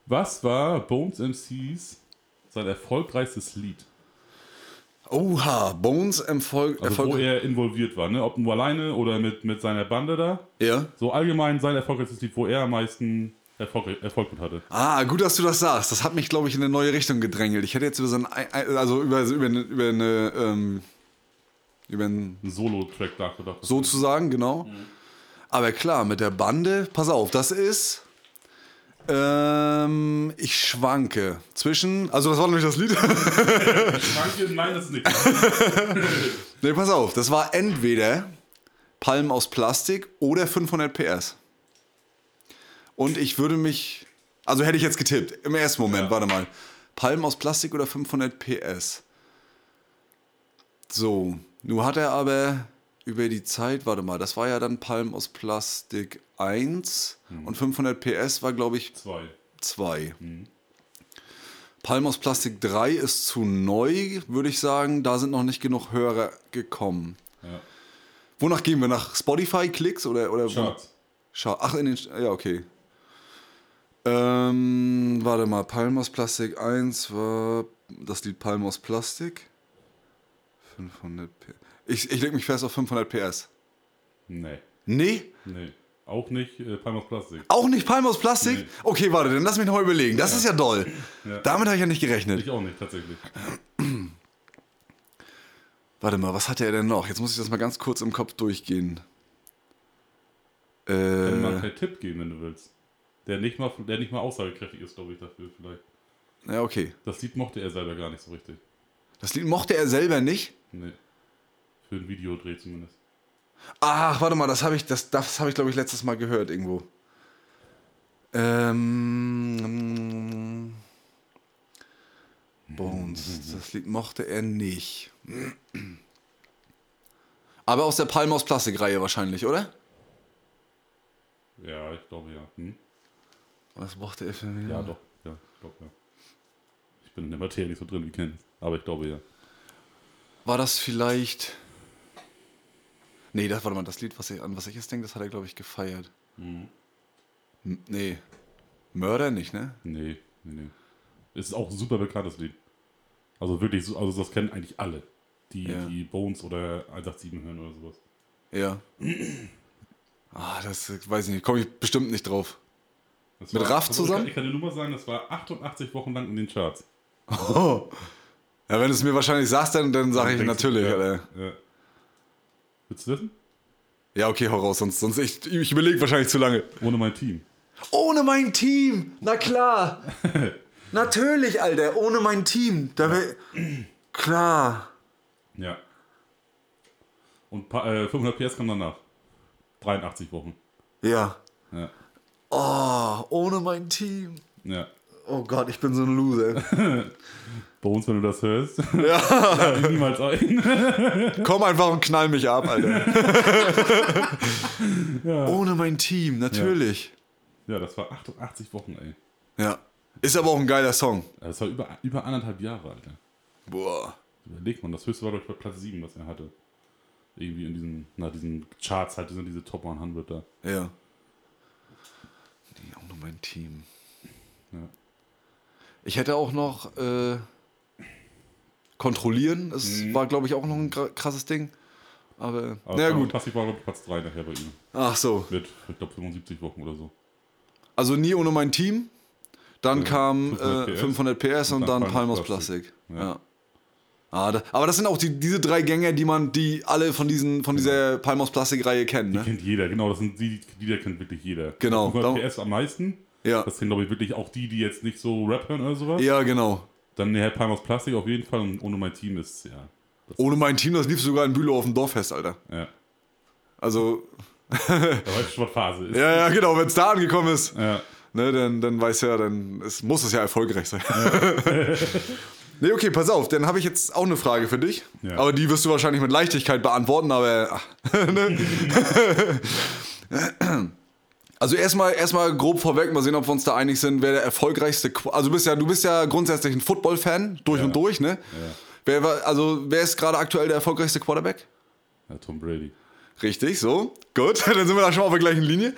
Speaker 1: was war Bones MCs sein erfolgreichstes Lied?
Speaker 2: Oha, Bones Erfolg.
Speaker 1: Also wo
Speaker 2: Erfolg
Speaker 1: er involviert war, ne? Ob nur alleine oder mit, mit seiner Bande da.
Speaker 2: ja.
Speaker 1: So allgemein sein erfolgreichstes Lied, wo er am meisten Erfolg, Erfolg mit hatte.
Speaker 2: Ah, gut, dass du das sagst. Das hat mich, glaube ich, in eine neue Richtung gedrängelt. Ich hätte jetzt über so ein, Ei- Ei- also über, über eine, über eine, ähm, über ein
Speaker 1: Ein Solo-Track nachgedacht.
Speaker 2: sozusagen, genau. Aber klar, mit der Bande, pass auf, das ist. Ähm, ich schwanke zwischen. Also, das war nämlich das Lied.
Speaker 1: Danke, nein, das ist nicht.
Speaker 2: nee, pass auf, das war entweder Palmen aus Plastik oder 500 PS. Und ich würde mich. Also, hätte ich jetzt getippt. Im ersten Moment, warte mal. Palmen aus Plastik oder 500 PS. So, nun hat er aber über die Zeit, warte mal, das war ja dann Palm aus Plastik 1 und 500 PS war, glaube ich,
Speaker 1: Zwei.
Speaker 2: 2.
Speaker 1: Mhm.
Speaker 2: Palm aus Plastik 3 ist zu neu, würde ich sagen. Da sind noch nicht genug Hörer gekommen.
Speaker 1: Ja.
Speaker 2: Wonach gehen wir? Nach Spotify-Klicks oder, oder wo-
Speaker 1: Charts.
Speaker 2: Schau, ach, in den. Sch- Ja, okay. Ähm, warte mal. Palm aus Plastik 1 war das Lied Palm aus Plastik. 500 PS. Ich, ich leg mich fest auf 500 PS.
Speaker 1: Nee,
Speaker 2: Nee,
Speaker 1: nee. Auch nicht äh, Palm aus Plastik.
Speaker 2: auch nicht Palm aus Plastik?
Speaker 1: Nee.
Speaker 2: Okay, warte, dann lass mich nochmal überlegen. Das ist ja doll.
Speaker 1: Ja.
Speaker 2: Damit habe ich ja nicht gerechnet.
Speaker 1: Ich auch nicht, tatsächlich.
Speaker 2: Warte mal, was hatte er denn noch? Jetzt muss ich das mal ganz kurz im Kopf durchgehen.
Speaker 1: Kann
Speaker 2: Äh,
Speaker 1: dir mal keinen Tipp geben, wenn du willst. Der nicht mal, der nicht mal aussagekräftig ist, glaube ich, dafür vielleicht.
Speaker 2: ja, okay.
Speaker 1: Das Lied mochte er selber gar nicht so richtig.
Speaker 2: Das Lied mochte er selber nicht.
Speaker 1: Nee. Für ein Videodreh zumindest.
Speaker 2: Ach, warte mal, das habe ich, das, das habe ich, glaube ich, letztes Mal gehört irgendwo. Ähm, Bones, das Lied mochte er nicht. Aber aus der Palme aus Plastikreihe wahrscheinlich, oder?
Speaker 1: Ja, ich glaube ja. Hm?
Speaker 2: Was braucht der für
Speaker 1: Ja, doch. Ja, ich glaube ja. Ich bin in der Materie nicht so drin wie Ken. Aber ich glaube ja.
Speaker 2: War das vielleicht. Nee, das, warte mal, das Lied, was ich, an was ich jetzt denke, das hat er, glaube ich, gefeiert.
Speaker 1: Mhm.
Speaker 2: M- Nee. Mörder nicht, ne?
Speaker 1: Nee, nee, nee. Es ist auch ein super bekanntes Lied. Also wirklich, so- also das kennen eigentlich alle, die,
Speaker 2: Ja.
Speaker 1: die Bones oder 187 hören oder sowas.
Speaker 2: Ja. Ah, das äh, weiß ich nicht, komme ich bestimmt nicht drauf. *laughs*
Speaker 1: Das
Speaker 2: Mit
Speaker 1: war-
Speaker 2: Raff
Speaker 1: also ich
Speaker 2: zusammen?
Speaker 1: kann- Ich kann dir nur mal sagen, das war 88 Wochen lang in den Charts.
Speaker 2: Oh. Ja, wenn du es mir wahrscheinlich sagst, dann, dann sage ich
Speaker 1: Denkst du,
Speaker 2: natürlich.
Speaker 1: ja,
Speaker 2: Alter.
Speaker 1: Ja. Willst du wissen?
Speaker 2: Ja, okay, hau raus, sonst, sonst ich, ich überlege wahrscheinlich zu lange.
Speaker 1: Ohne mein Team.
Speaker 2: Ohne mein Team!
Speaker 1: *laughs*
Speaker 2: Na klar! Natürlich, Alter, ohne mein Team. Da wär, klar.
Speaker 1: Ja. Und pa äh, 500 PS kam danach. 83 Wochen.
Speaker 2: Ja.
Speaker 1: Ja.
Speaker 2: Oh, ohne mein Team.
Speaker 1: ja.
Speaker 2: Oh Gott, ich bin so ein Loser.
Speaker 1: Bones, wenn du das hörst. *laughs* Ja. niemals ein.
Speaker 2: Komm einfach und knall mich ab, Alter. Ohne mein Team, natürlich.
Speaker 1: Ja, das war 88 Wochen, ey. Also
Speaker 2: Ja. Ist aber auch ein geiler Song.
Speaker 1: Das war über, über anderthalb Jahre, Alter.
Speaker 2: Boah.
Speaker 1: Überlegt man, das höchste war, glaube ich, bei Platz 7, was er hatte. Irgendwie in diesen, na, diesen Charts halt, diese, diese Top 100 da.
Speaker 2: Ja. Nee, auch nur mein Team.
Speaker 1: Ja.
Speaker 2: Ich hätte auch noch äh, kontrollieren. Das war, glaube ich, auch noch ein gra- krasses Ding. Aber,
Speaker 1: Aber
Speaker 2: na ja,
Speaker 1: Final
Speaker 2: gut.
Speaker 1: Fantasy war, glaube ich, Platz 3 nachher bei ihm.
Speaker 2: Ach so.
Speaker 1: Mit, ich glaube, 75 Wochen oder so.
Speaker 2: Also nie ohne mein Team. Dann kam
Speaker 1: 500
Speaker 2: äh,
Speaker 1: PS.
Speaker 2: 500 PS und, dann, Palm aus Plastik. Ja. Ah, da, aber das sind auch die, diese drei Gänge, die man, die alle von diesen, von dieser Palm aus Plastik-Reihe kennt, ne?
Speaker 1: Kennt jeder, genau, das sind die, die der kennt wirklich jeder.
Speaker 2: Genau.
Speaker 1: 500 PS am meisten.
Speaker 2: Ja.
Speaker 1: Das sind, glaube ich, wirklich auch die, die jetzt nicht so Rap hören oder sowas.
Speaker 2: Ja, genau.
Speaker 1: Dann der Herr Palm aus Plastik auf jeden Fall und ohne mein Team ist, ja.
Speaker 2: Ohne mein Team, das lief sogar in Bülow auf dem Dorffest, Alter.
Speaker 1: ja.
Speaker 2: Also,
Speaker 1: Da weißt du schon, was Phase ist.
Speaker 2: ja, ja, genau, wenn es da angekommen ist,
Speaker 1: Ja.
Speaker 2: ne, dann, dann weiß ja, dann es, muss es ja erfolgreich sein. *laughs* nee, okay, pass auf, dann habe ich jetzt auch eine Frage für dich.
Speaker 1: Ja.
Speaker 2: Aber die wirst du wahrscheinlich mit Leichtigkeit beantworten, aber. ach, *laughs* ne? Also erstmal erstmal grob vorweg, mal sehen, ob wir uns da einig sind, wer der erfolgreichste Qu also du bist ja du bist ja grundsätzlich ein Football Fan durch und durch, ne? Wer war also wer ist gerade aktuell der erfolgreichste Quarterback?
Speaker 1: ja, Tom Brady.
Speaker 2: Richtig, so. Gut, *laughs* dann sind wir da schon auf der gleichen Linie.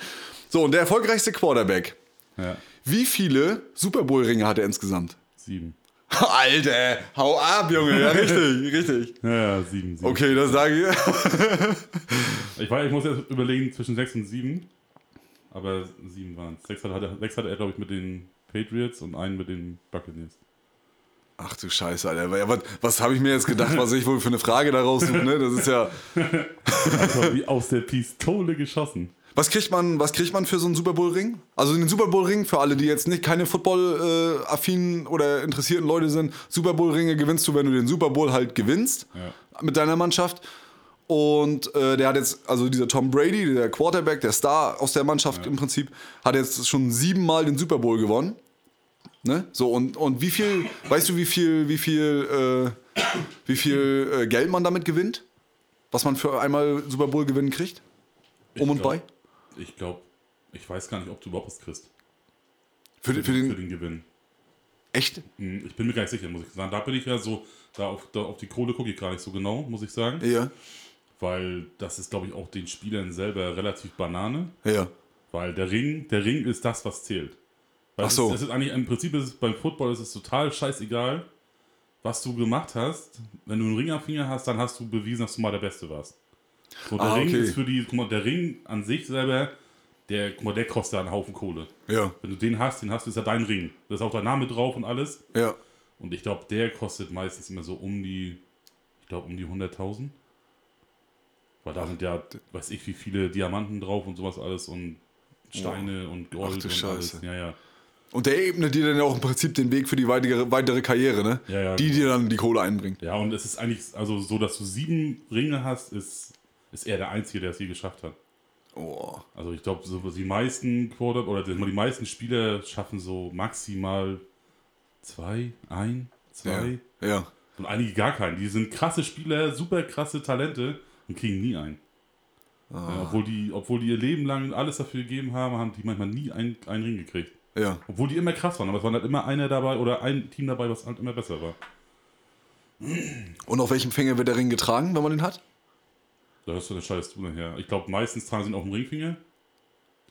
Speaker 2: So, und der erfolgreichste Quarterback.
Speaker 1: Ja.
Speaker 2: Wie viele Super Bowl-Ringe hat er insgesamt? *laughs*
Speaker 1: Sieben.
Speaker 2: Alter, hau ab, Junge. Ja, richtig, richtig.
Speaker 1: Ja, sieben, sieben.
Speaker 2: Okay, das sage ich. *laughs*
Speaker 1: Ich, weiß, ich muss erst überlegen zwischen 6 und 7. Aber 7 waren es. 6 hatte, sechs hatte er, glaube ich, mit den Patriots und einen mit den Buccaneers.
Speaker 2: Ach du Scheiße, Alter. Ja, Was, was habe ich mir jetzt gedacht, was ich wohl für eine Frage daraus suche, ne? Das ist ja.
Speaker 1: Also wie aus der Pistole geschossen.
Speaker 2: Was kriegt man, was kriegt man für so einen Super Bowl-Ring? Also den Super Bowl-Ring, für alle, die jetzt nicht keine Football-affinen oder interessierten Leute sind, Super Bowl-Ringe gewinnst du, wenn du den Super Bowl halt gewinnst
Speaker 1: Ja.
Speaker 2: mit deiner Mannschaft. Und äh, der hat jetzt, also dieser Tom Brady, der Quarterback, der Star aus der Mannschaft im Prinzip, hat jetzt schon siebenmal den Super Bowl gewonnen. Ne? So, und, und wie viel, weißt du, wie viel, wie viel, äh, wie viel äh, Geld man damit gewinnt? Was man für einmal Super Bowl gewinnen kriegt? Um und
Speaker 1: glaub-
Speaker 2: bei?
Speaker 1: Ich glaube, ich weiß gar nicht, ob du überhaupt was kriegst.
Speaker 2: Für, den- für den,
Speaker 1: Für den Gewinn.
Speaker 2: Echt?
Speaker 1: Hm, Ich bin mir gar nicht sicher, muss ich sagen. Da bin ich ja so, da auf, da auf die Kohle gucke ich gar nicht so genau, muss ich sagen.
Speaker 2: Ja.
Speaker 1: Weil das ist, glaube ich, auch den Spielern selber relativ Banane.
Speaker 2: Ja.
Speaker 1: Weil der Ring, der Ring ist das, was zählt. Weil
Speaker 2: Ach
Speaker 1: es
Speaker 2: so.
Speaker 1: Ist, es ist eigentlich, Im Prinzip ist es beim Football ist es total scheißegal, was du gemacht hast. Wenn du einen Ring am Finger hast, dann hast du bewiesen, dass du mal der Beste warst. So, der
Speaker 2: Ah,
Speaker 1: Ring
Speaker 2: okay.
Speaker 1: ist für die, guck mal, der Ring an sich selber, der, guck mal, der kostet ja einen Haufen Kohle.
Speaker 2: Ja.
Speaker 1: Wenn du den hast, den hast du, ist ja dein Ring. Da ist auch dein Name drauf und alles.
Speaker 2: Ja.
Speaker 1: Und ich glaube, der kostet meistens immer so um die, ich glaube, um die 100.000. Weil da sind ja, weiß ich, wie viele Diamanten drauf und sowas alles und Steine und Gold
Speaker 2: Ach du
Speaker 1: und alles.
Speaker 2: Scheiße.
Speaker 1: Ja, ja.
Speaker 2: Und der ebnet dir dann ja auch im Prinzip den Weg für die weitere, weitere Karriere, ne?
Speaker 1: Ja, ja,
Speaker 2: die
Speaker 1: genau.
Speaker 2: dir dann die Kohle einbringt.
Speaker 1: Ja, und es ist eigentlich, also so, dass du sieben Ringe hast, ist, ist er der Einzige, der es je geschafft hat.
Speaker 2: Oh.
Speaker 1: Also ich glaube, so die meisten Quarter oder die die meisten Spieler schaffen so maximal zwei, ein, zwei.
Speaker 2: Ja. ja.
Speaker 1: Und einige gar keinen. Die sind krasse Spieler, super krasse Talente. und kriegen nie einen.
Speaker 2: Ah.
Speaker 1: Ja, obwohl, die, obwohl die ihr Leben lang alles dafür gegeben haben, haben die manchmal nie einen, einen Ring gekriegt.
Speaker 2: Ja.
Speaker 1: Obwohl die immer krass waren, aber es waren halt immer einer dabei oder ein Team dabei, was halt immer besser war.
Speaker 2: Und auf welchem Finger wird der Ring getragen, wenn man den hat?
Speaker 1: Das entscheidest du nachher. Ich glaube, meistens tragen sie ihn auf dem Ringfinger,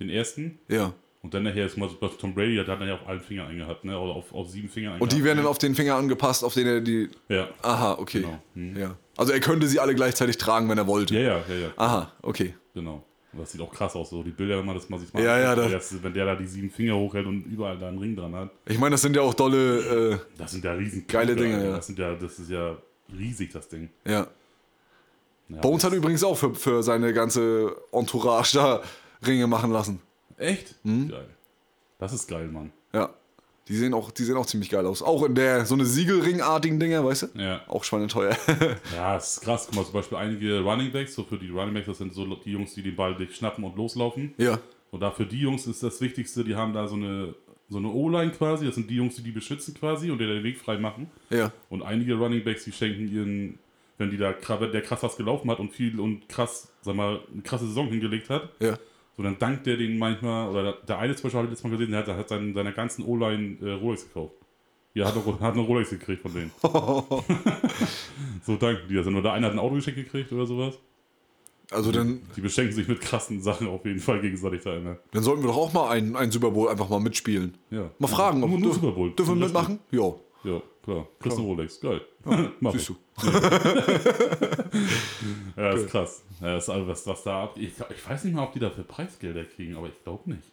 Speaker 1: den ersten,
Speaker 2: Ja.
Speaker 1: und dann nachher ist mal so, was Tom Brady hat, der hat nachher auf allen Fingern eingehabt, ne? oder auf, auf sieben Fingern
Speaker 2: Und die
Speaker 1: eingehabt.
Speaker 2: werden dann auf den Finger angepasst, auf den er die.
Speaker 1: Ja.
Speaker 2: Aha, okay.
Speaker 1: Genau. Hm.
Speaker 2: Ja. Also er könnte sie alle gleichzeitig tragen, wenn er wollte.
Speaker 1: Ja, ja, ja, ja.
Speaker 2: Aha, okay.
Speaker 1: Genau. Und das sieht auch krass aus, so die Bilder, wenn man das mal sich mal
Speaker 2: Ja, ja,
Speaker 1: anguckt,
Speaker 2: das-
Speaker 1: das, wenn der da die sieben Finger hochhält und überall da einen Ring dran hat.
Speaker 2: Ich meine, das sind ja auch dolle.
Speaker 1: Das sind ja riesen
Speaker 2: Geile
Speaker 1: Knüppel,
Speaker 2: Dinge,
Speaker 1: Alter.
Speaker 2: ja.
Speaker 1: Das, sind ja, das ist ja riesig, das Ding.
Speaker 2: Äh, ja.
Speaker 1: Ja,
Speaker 2: Bones
Speaker 1: das-
Speaker 2: hat übrigens auch für, für seine ganze Entourage da Ringe machen lassen.
Speaker 1: Echt? Geil. Mhm. Das ist geil, Mann.
Speaker 2: Ja. Die sehen auch, die sehen auch ziemlich geil aus. Auch in der so eine Siegelringartigen Dinger, weißt du?
Speaker 1: Ja.
Speaker 2: Auch schweineteuer. *laughs*
Speaker 1: Ja, es ist krass. Guck mal, zum Beispiel einige Running Backs, so für die Running Backs, das sind so die Jungs, die den Ball dich schnappen und loslaufen.
Speaker 2: ja.
Speaker 1: Und da für die Jungs ist das Wichtigste, die haben da so eine, so eine O-Line quasi, das sind die Jungs, die die beschützen quasi und die den Weg frei machen.
Speaker 2: Ja.
Speaker 1: Und einige Running Backs, die schenken ihren, wenn die da, kra- wenn der krass was gelaufen hat und viel und krass, sag mal, eine krasse Saison hingelegt hat,
Speaker 2: Ja.
Speaker 1: so dann dankt der denen manchmal, oder der eine zum Beispiel habe ich letztes Mal gesehen, der hat, der hat seinen, seiner ganzen O-Line äh, Rolex gekauft. Ja, hat eine, hat eine Rolex gekriegt von
Speaker 2: *laughs*
Speaker 1: denen. so danken die also das. dann. Oder einer hat ein Auto geschenkt gekriegt oder sowas.
Speaker 2: Also dann,
Speaker 1: Die beschenken sich mit krassen Sachen auf jeden Fall gegenseitig da immer.
Speaker 2: dann sollten wir doch auch mal einen, einen Super Bowl einfach mal mitspielen.
Speaker 1: Ja.
Speaker 2: Mal fragen,
Speaker 1: Nur,
Speaker 2: ob
Speaker 1: nur
Speaker 2: dür-
Speaker 1: Super Bowl.
Speaker 2: dürfen wir
Speaker 1: Zum Beispiel.
Speaker 2: mitmachen? Ja.
Speaker 1: Ja, klar. Kriegst eine Rolex. Geil. *laughs* Mach ich.
Speaker 2: Siehst du.
Speaker 1: Ja, ist krass. Ja, ist alles, was, was da ab. Ich, glaub- ich weiß nicht mal, ob die dafür Preisgelder kriegen, aber ich glaube nicht.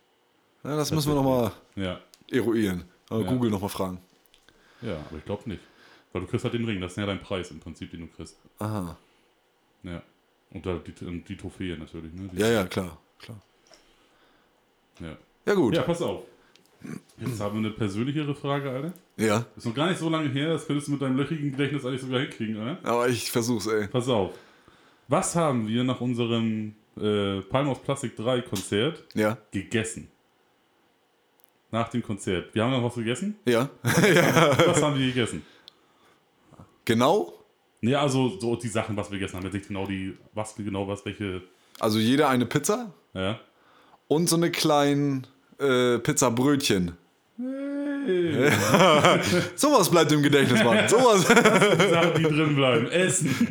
Speaker 2: Ja, das müssen wir nochmal
Speaker 1: Ja,
Speaker 2: eruieren. Äh,
Speaker 1: Ja.
Speaker 2: Google nochmal fragen.
Speaker 1: ja, aber ich glaube nicht. Weil du kriegst halt den Ring, das ist ja dein Preis im Prinzip, den du kriegst.
Speaker 2: Aha.
Speaker 1: Ja. Und da die, und die Trophäe natürlich, ne? Die,
Speaker 2: Ja, ja, klar. klar.
Speaker 1: ja.
Speaker 2: Ja, gut.
Speaker 1: Ja,
Speaker 2: Ja.
Speaker 1: pass auf. Jetzt haben wir eine persönlichere Frage, Alter. Ist noch gar nicht so lange her, das könntest du mit deinem löchigen Gedächtnis eigentlich sogar hinkriegen, Alter.
Speaker 2: Aber ich versuch's, ey.
Speaker 1: Pass auf. Was haben wir nach unserem äh, Palm aus Plastik 3 Konzert
Speaker 2: Ja.
Speaker 1: gegessen? Nach dem Konzert. Wir haben noch was gegessen?
Speaker 2: Ja. *laughs*
Speaker 1: Was haben wir gegessen?
Speaker 2: genau.
Speaker 1: Ja, also so die Sachen, was wir gegessen haben. Jetzt nicht genau die, was genau was, welche.
Speaker 2: Also jeder eine Pizza
Speaker 1: Ja.
Speaker 2: und so eine kleinen äh, Pizzabrötchen.
Speaker 1: Hey,
Speaker 2: Sowas bleibt im
Speaker 1: *laughs*
Speaker 2: Gedächtnis, Mann. Sowas. *laughs*
Speaker 1: Sachen, die drin bleiben. Essen.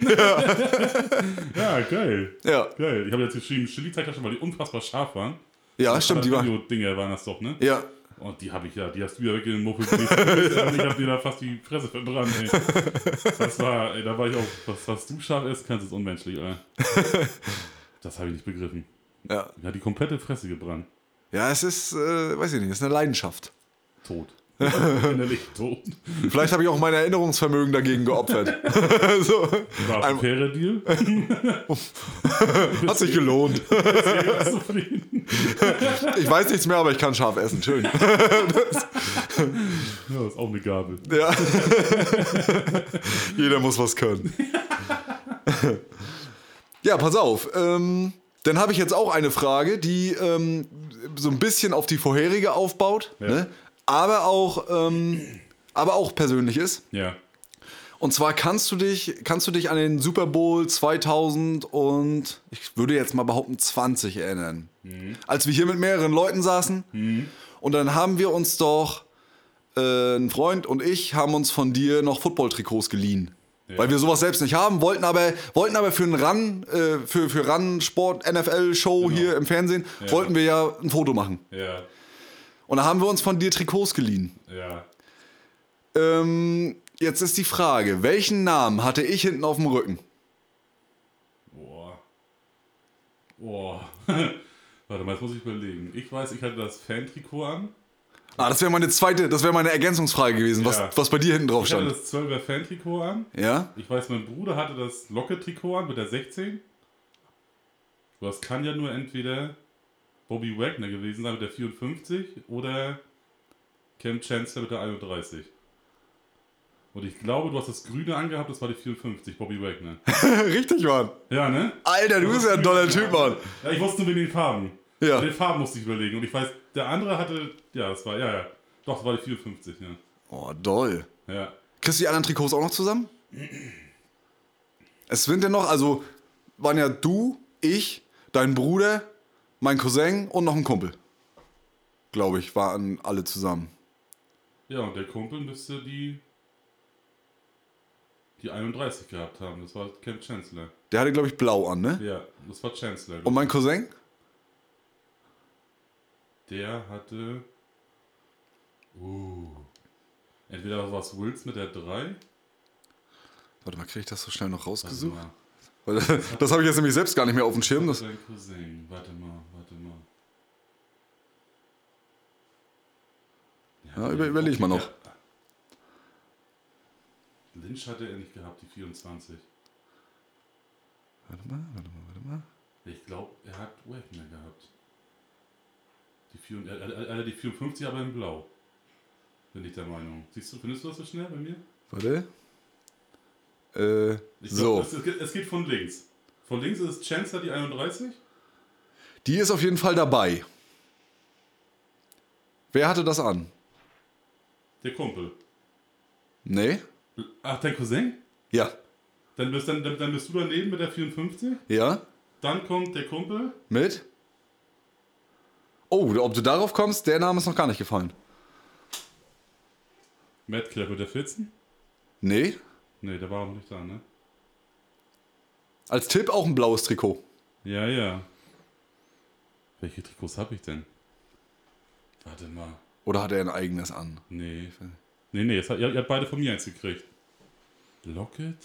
Speaker 1: Ja, geil.
Speaker 2: ja.
Speaker 1: Geil. Ich habe jetzt geschrieben, Chili-Teigtaschen, weil die unfassbar scharf waren.
Speaker 2: Ja, stimmt, die war.
Speaker 1: Dinger waren das doch, ne?
Speaker 2: Ja.
Speaker 1: Und die habe ich ja, die hast du ja weggemuffelt. Die- ich habe dir da fast die Fresse verbrannt, ey. Das war, ey, da war ich auch, was, was du scharf essen kannst, ist unmenschlich, Alter. Das habe ich nicht begriffen.
Speaker 2: Ja.
Speaker 1: Ja, die komplette Fresse gebrannt.
Speaker 2: Ja, es ist, äh, weiß ich nicht, es ist eine Leidenschaft. *laughs*
Speaker 1: Tot. Innerlich tot.
Speaker 2: Vielleicht habe ich auch mein Erinnerungsvermögen dagegen geopfert. so.
Speaker 1: War es ein fairer Deal?
Speaker 2: Hat sich gelohnt.
Speaker 1: Sehr zufrieden.
Speaker 2: Ich weiß nichts mehr, aber ich kann scharf essen. Schön.
Speaker 1: Ja, ist auch eine Gabel.
Speaker 2: Ja. Jeder muss was können. ja, pass auf. Ähm, dann habe ich jetzt auch eine Frage, die ähm, so ein bisschen auf die vorherige aufbaut, ne? aber, auch, ähm, aber auch persönlich ist.
Speaker 1: Ja.
Speaker 2: Und zwar kannst du dich, kannst du dich an den Super Bowl 2000 und ich würde jetzt mal behaupten 20 erinnern. Als wir hier mit mehreren Leuten saßen und dann haben wir uns doch, äh, ein Freund und ich haben uns von dir noch Football-Trikots geliehen. Weil wir sowas selbst nicht haben, wollten aber, wollten aber für einen Run, äh, für, für Run Sport NFL Show hier im Fernsehen, wollten wir ja ein Foto machen.
Speaker 1: Ja.
Speaker 2: Und da haben wir uns von dir Trikots geliehen.
Speaker 1: Ja.
Speaker 2: Ähm, jetzt ist die Frage, welchen Namen hatte ich hinten auf dem Rücken?
Speaker 1: Boah. Boah. *laughs* Warte mal, jetzt muss ich überlegen. Ich weiß, ich hatte das Fan-Trikot an.
Speaker 2: Ah, das wäre meine zweite, das wäre meine Ergänzungsfrage gewesen,
Speaker 1: Ja.
Speaker 2: was, was bei dir hinten drauf
Speaker 1: Ich hatte
Speaker 2: stand.
Speaker 1: das 12er Fan-Trikot an.
Speaker 2: Ja?
Speaker 1: Ich weiß, mein Bruder hatte das Locke-Trikot an mit der 16. Aber es kann ja nur entweder Bobby Wagner gewesen sein mit der 54 oder Cam Chancellor mit der 31. Und ich glaube, du hast das Grüne angehabt, das war die 54, Bobby Wagner.
Speaker 2: *laughs* Richtig, Mann.
Speaker 1: Ja, ne?
Speaker 2: Alter, du *laughs* bist ja ein doller Typ, Mann.
Speaker 1: Ja, ich wusste nur wegen den Farben.
Speaker 2: Ja.
Speaker 1: Bei den Farben musste ich überlegen. Und ich weiß, der andere hatte, ja, das war, ja, ja. Doch, das war die 54, ja.
Speaker 2: Oh, doll.
Speaker 1: Ja.
Speaker 2: Kriegst du die anderen Trikots auch noch zusammen? Es sind ja noch, also waren ja du, ich, dein Bruder, mein Cousin und noch ein Kumpel. Glaube ich, waren alle zusammen.
Speaker 1: Ja, und der Kumpel müsste die, die 31 gehabt haben. Das war Camp Chancellor.
Speaker 2: Der hatte, glaube ich, blau an, ne?
Speaker 1: Ja, das war Chancellor.
Speaker 2: Und mein Cousin?
Speaker 1: Der hatte. Uh. Entweder war es Wills mit der 3.
Speaker 2: Warte mal, kriege ich das so schnell noch
Speaker 1: Warte
Speaker 2: rausgesucht?
Speaker 1: mal.
Speaker 2: Weil *laughs* Das, das habe ich jetzt nämlich selbst gar nicht mehr auf dem Schirm. Das,
Speaker 1: Sein Cousin. Warte mal, warte mal.
Speaker 2: ja, über, überleg mal noch.
Speaker 1: Ja. Lynch hatte er nicht gehabt, die 24.
Speaker 2: Warte mal, warte mal, warte mal.
Speaker 1: Ich glaube, er hat Wagner gehabt. Die 4, er, er, er, hat die 54 aber in Blau. Bin ich der Meinung. Siehst du, findest du das so schnell bei mir?
Speaker 2: Warte. Äh,
Speaker 1: Ich
Speaker 2: so.
Speaker 1: glaub, Es, es, geht- es geht von links. Von links ist Chancellor die 31.
Speaker 2: Die ist auf jeden Fall dabei. Wer hatte das an?
Speaker 1: Der Kumpel.
Speaker 2: Nee?
Speaker 1: Ach, dein Cousin?
Speaker 2: Ja.
Speaker 1: Dann bist, dann, dann dann bist du daneben mit der 54.
Speaker 2: Ja?
Speaker 1: Dann kommt der Kumpel.
Speaker 2: Mit? Oh, ob du darauf kommst, der Name ist noch gar nicht gefallen.
Speaker 1: Matt Clapp mit der 14.
Speaker 2: Nee?
Speaker 1: Nee, der war auch nicht da, ne?
Speaker 2: Als Tipp auch ein blaues Trikot.
Speaker 1: Ja, ja. Welche Trikots habe ich denn? Warte mal.
Speaker 2: Oder hat er ein eigenes an?
Speaker 1: Nee. Nee, nee, jetzt hat, ihr, ihr habt beide von mir eins gekriegt. Locket?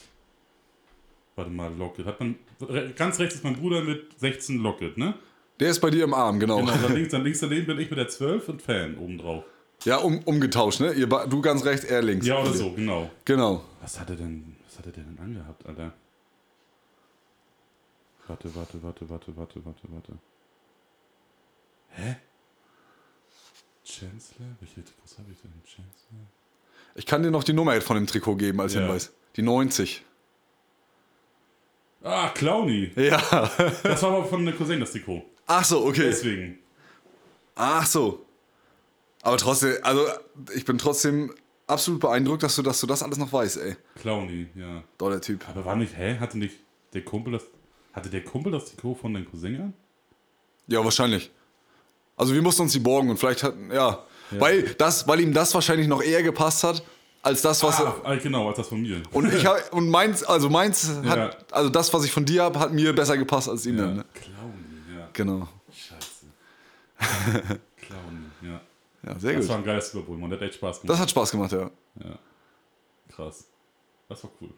Speaker 1: Warte mal, Locket. Hat man, re- ganz rechts ist mein Bruder mit 16 Locket, ne?
Speaker 2: Der ist bei dir im Arm, genau.
Speaker 1: Genau, dann links, dann links daneben bin ich mit der 12 und Fan obendrauf.
Speaker 2: *laughs* Ja, um, umgetauscht, ne? Ihr, ba- du ganz rechts, er links.
Speaker 1: Ja, oder so, genau.
Speaker 2: Genau.
Speaker 1: Was hat er denn, was hat er denn angehabt, Alter? Warte, warte, warte, warte, warte, warte, warte. Hä? Chancellor? Welche Trikots habe ich denn? Chancellor?
Speaker 2: Ich kann dir noch die Nummer von dem Trikot geben als
Speaker 1: Ja.
Speaker 2: Hinweis. Die 90.
Speaker 1: Ah, Clowny!
Speaker 2: Ja.
Speaker 1: Das war aber von der Cousin, das Trikot.
Speaker 2: Ach so, okay.
Speaker 1: Deswegen.
Speaker 2: Ach so. Aber trotzdem, also ich bin trotzdem absolut beeindruckt, dass du, dass du das alles noch weißt, ey.
Speaker 1: Clowny, ja.
Speaker 2: Doch, der Typ.
Speaker 1: Aber war nicht, hä? Hatte nicht der Kumpel das. Hatte der Kumpel das Trikot von deinem Cousin an?
Speaker 2: Ja, wahrscheinlich. Also wir mussten uns die borgen und vielleicht hatten, ja. Weil, das, weil ihm das wahrscheinlich noch eher gepasst hat, als das, was er.
Speaker 1: ah, genau, als das von mir. *laughs*
Speaker 2: Und ich hab, und meins, also meins hat, also das, was ich von dir habe, hat mir besser gepasst als ihm dann,
Speaker 1: ja.
Speaker 2: ne?
Speaker 1: Clowny, ja.
Speaker 2: Genau. *laughs*
Speaker 1: Scheiße. Clowny, ja.
Speaker 2: Ja, sehr
Speaker 1: Das war
Speaker 2: gut.
Speaker 1: ein geiles Super Bowl, man. Das hat echt Spaß
Speaker 2: Das
Speaker 1: gemacht.
Speaker 2: hat Spaß gemacht, ja.
Speaker 1: ja. Krass. Das war cool.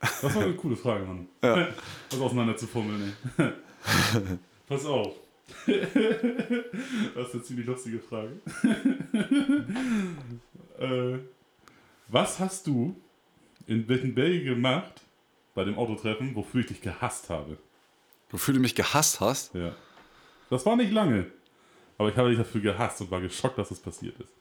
Speaker 1: Das war eine coole Frage, Mann. *laughs* Das auseinander zu fummeln, ey. Pass auf. Das ist eine ziemlich lustige Frage. Äh, Was hast du in Wittenberg gemacht bei dem Autotreffen, wofür ich dich gehasst habe?
Speaker 2: Wofür du mich gehasst hast.
Speaker 1: Ja. Das war nicht lange. Aber ich habe dich dafür gehasst und war geschockt, dass das passiert ist.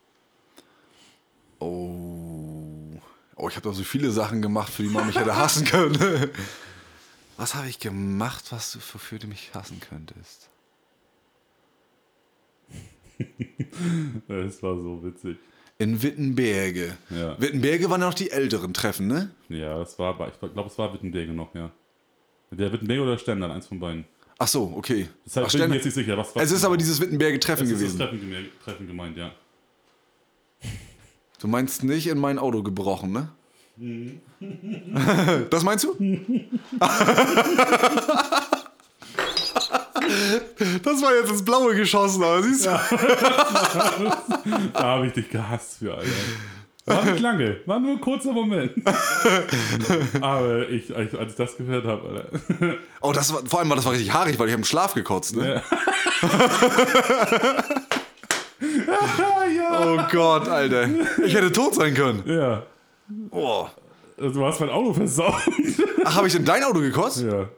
Speaker 2: Oh. Oh, ich habe doch so viele Sachen gemacht, für die man mich hätte hassen können. *laughs* Was habe ich gemacht, was du, wofür du mich hassen könntest?
Speaker 1: Das war so witzig.
Speaker 2: In Wittenberge.
Speaker 1: Ja.
Speaker 2: Wittenberge waren ja noch die älteren Treffen, ne?
Speaker 1: Ja, das war, aber ich glaube, es war Wittenberge noch, ja. Der Wittenberge oder Stendal, eins von beiden.
Speaker 2: Ach so, okay.
Speaker 1: Das heißt, ich bin
Speaker 2: Ach, Stern-
Speaker 1: mir jetzt nicht sicher, was, was
Speaker 2: es ist aber dieses Wittenberge-Treffen
Speaker 1: es ist das
Speaker 2: gewesen.
Speaker 1: Treffen, geme- Treffen gemeint, ja.
Speaker 2: Du meinst nicht in mein Auto gebrochen, ne?
Speaker 1: Mhm.
Speaker 2: *laughs* das meinst du?
Speaker 1: *laughs*
Speaker 2: *laughs* das war jetzt ins Blaue geschossen, aber siehst du?
Speaker 1: Da habe ich dich gehasst für, Alter. War nicht lange, war nur ein kurzer
Speaker 2: *laughs*
Speaker 1: Moment. aber ich, als als ich das gehört habe, Alter.
Speaker 2: Oh, das war, vor allem war das war richtig haarig, weil ich habe im Schlaf gekotzt, ne? *laughs* Oh Gott, Alter. Ich hätte tot sein können.
Speaker 1: Ja,
Speaker 2: Oh.
Speaker 1: also du hast mein Auto versaut.
Speaker 2: Ach, habe ich in dein Auto gekotzt?
Speaker 1: ja.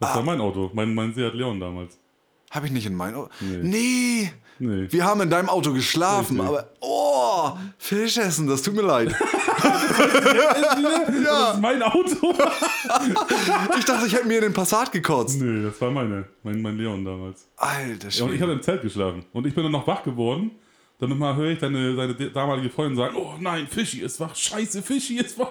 Speaker 1: Das
Speaker 2: Ah.
Speaker 1: war mein Auto, mein, mein Seat Leon damals.
Speaker 2: Habe ich nicht in mein Auto? Nee.
Speaker 1: Nee.
Speaker 2: Wir haben in deinem Auto geschlafen,
Speaker 1: Richtig.
Speaker 2: aber. Oh, Fisch essen, das tut mir leid.
Speaker 1: *laughs* Das ist mein
Speaker 2: *laughs*
Speaker 1: Auto.
Speaker 2: Ich dachte, ich hätte mir in den Passat gekotzt.
Speaker 1: nee, das war meine, mein, mein Leon damals.
Speaker 2: Alter
Speaker 1: Ja, und ich
Speaker 2: Schwede.
Speaker 1: habe im Zelt geschlafen. Und ich bin dann noch wach geworden Damit mal höre ich deine, deine damalige Freundin sagen, oh nein, Fischi ist wach, scheiße, Fischi ist wach.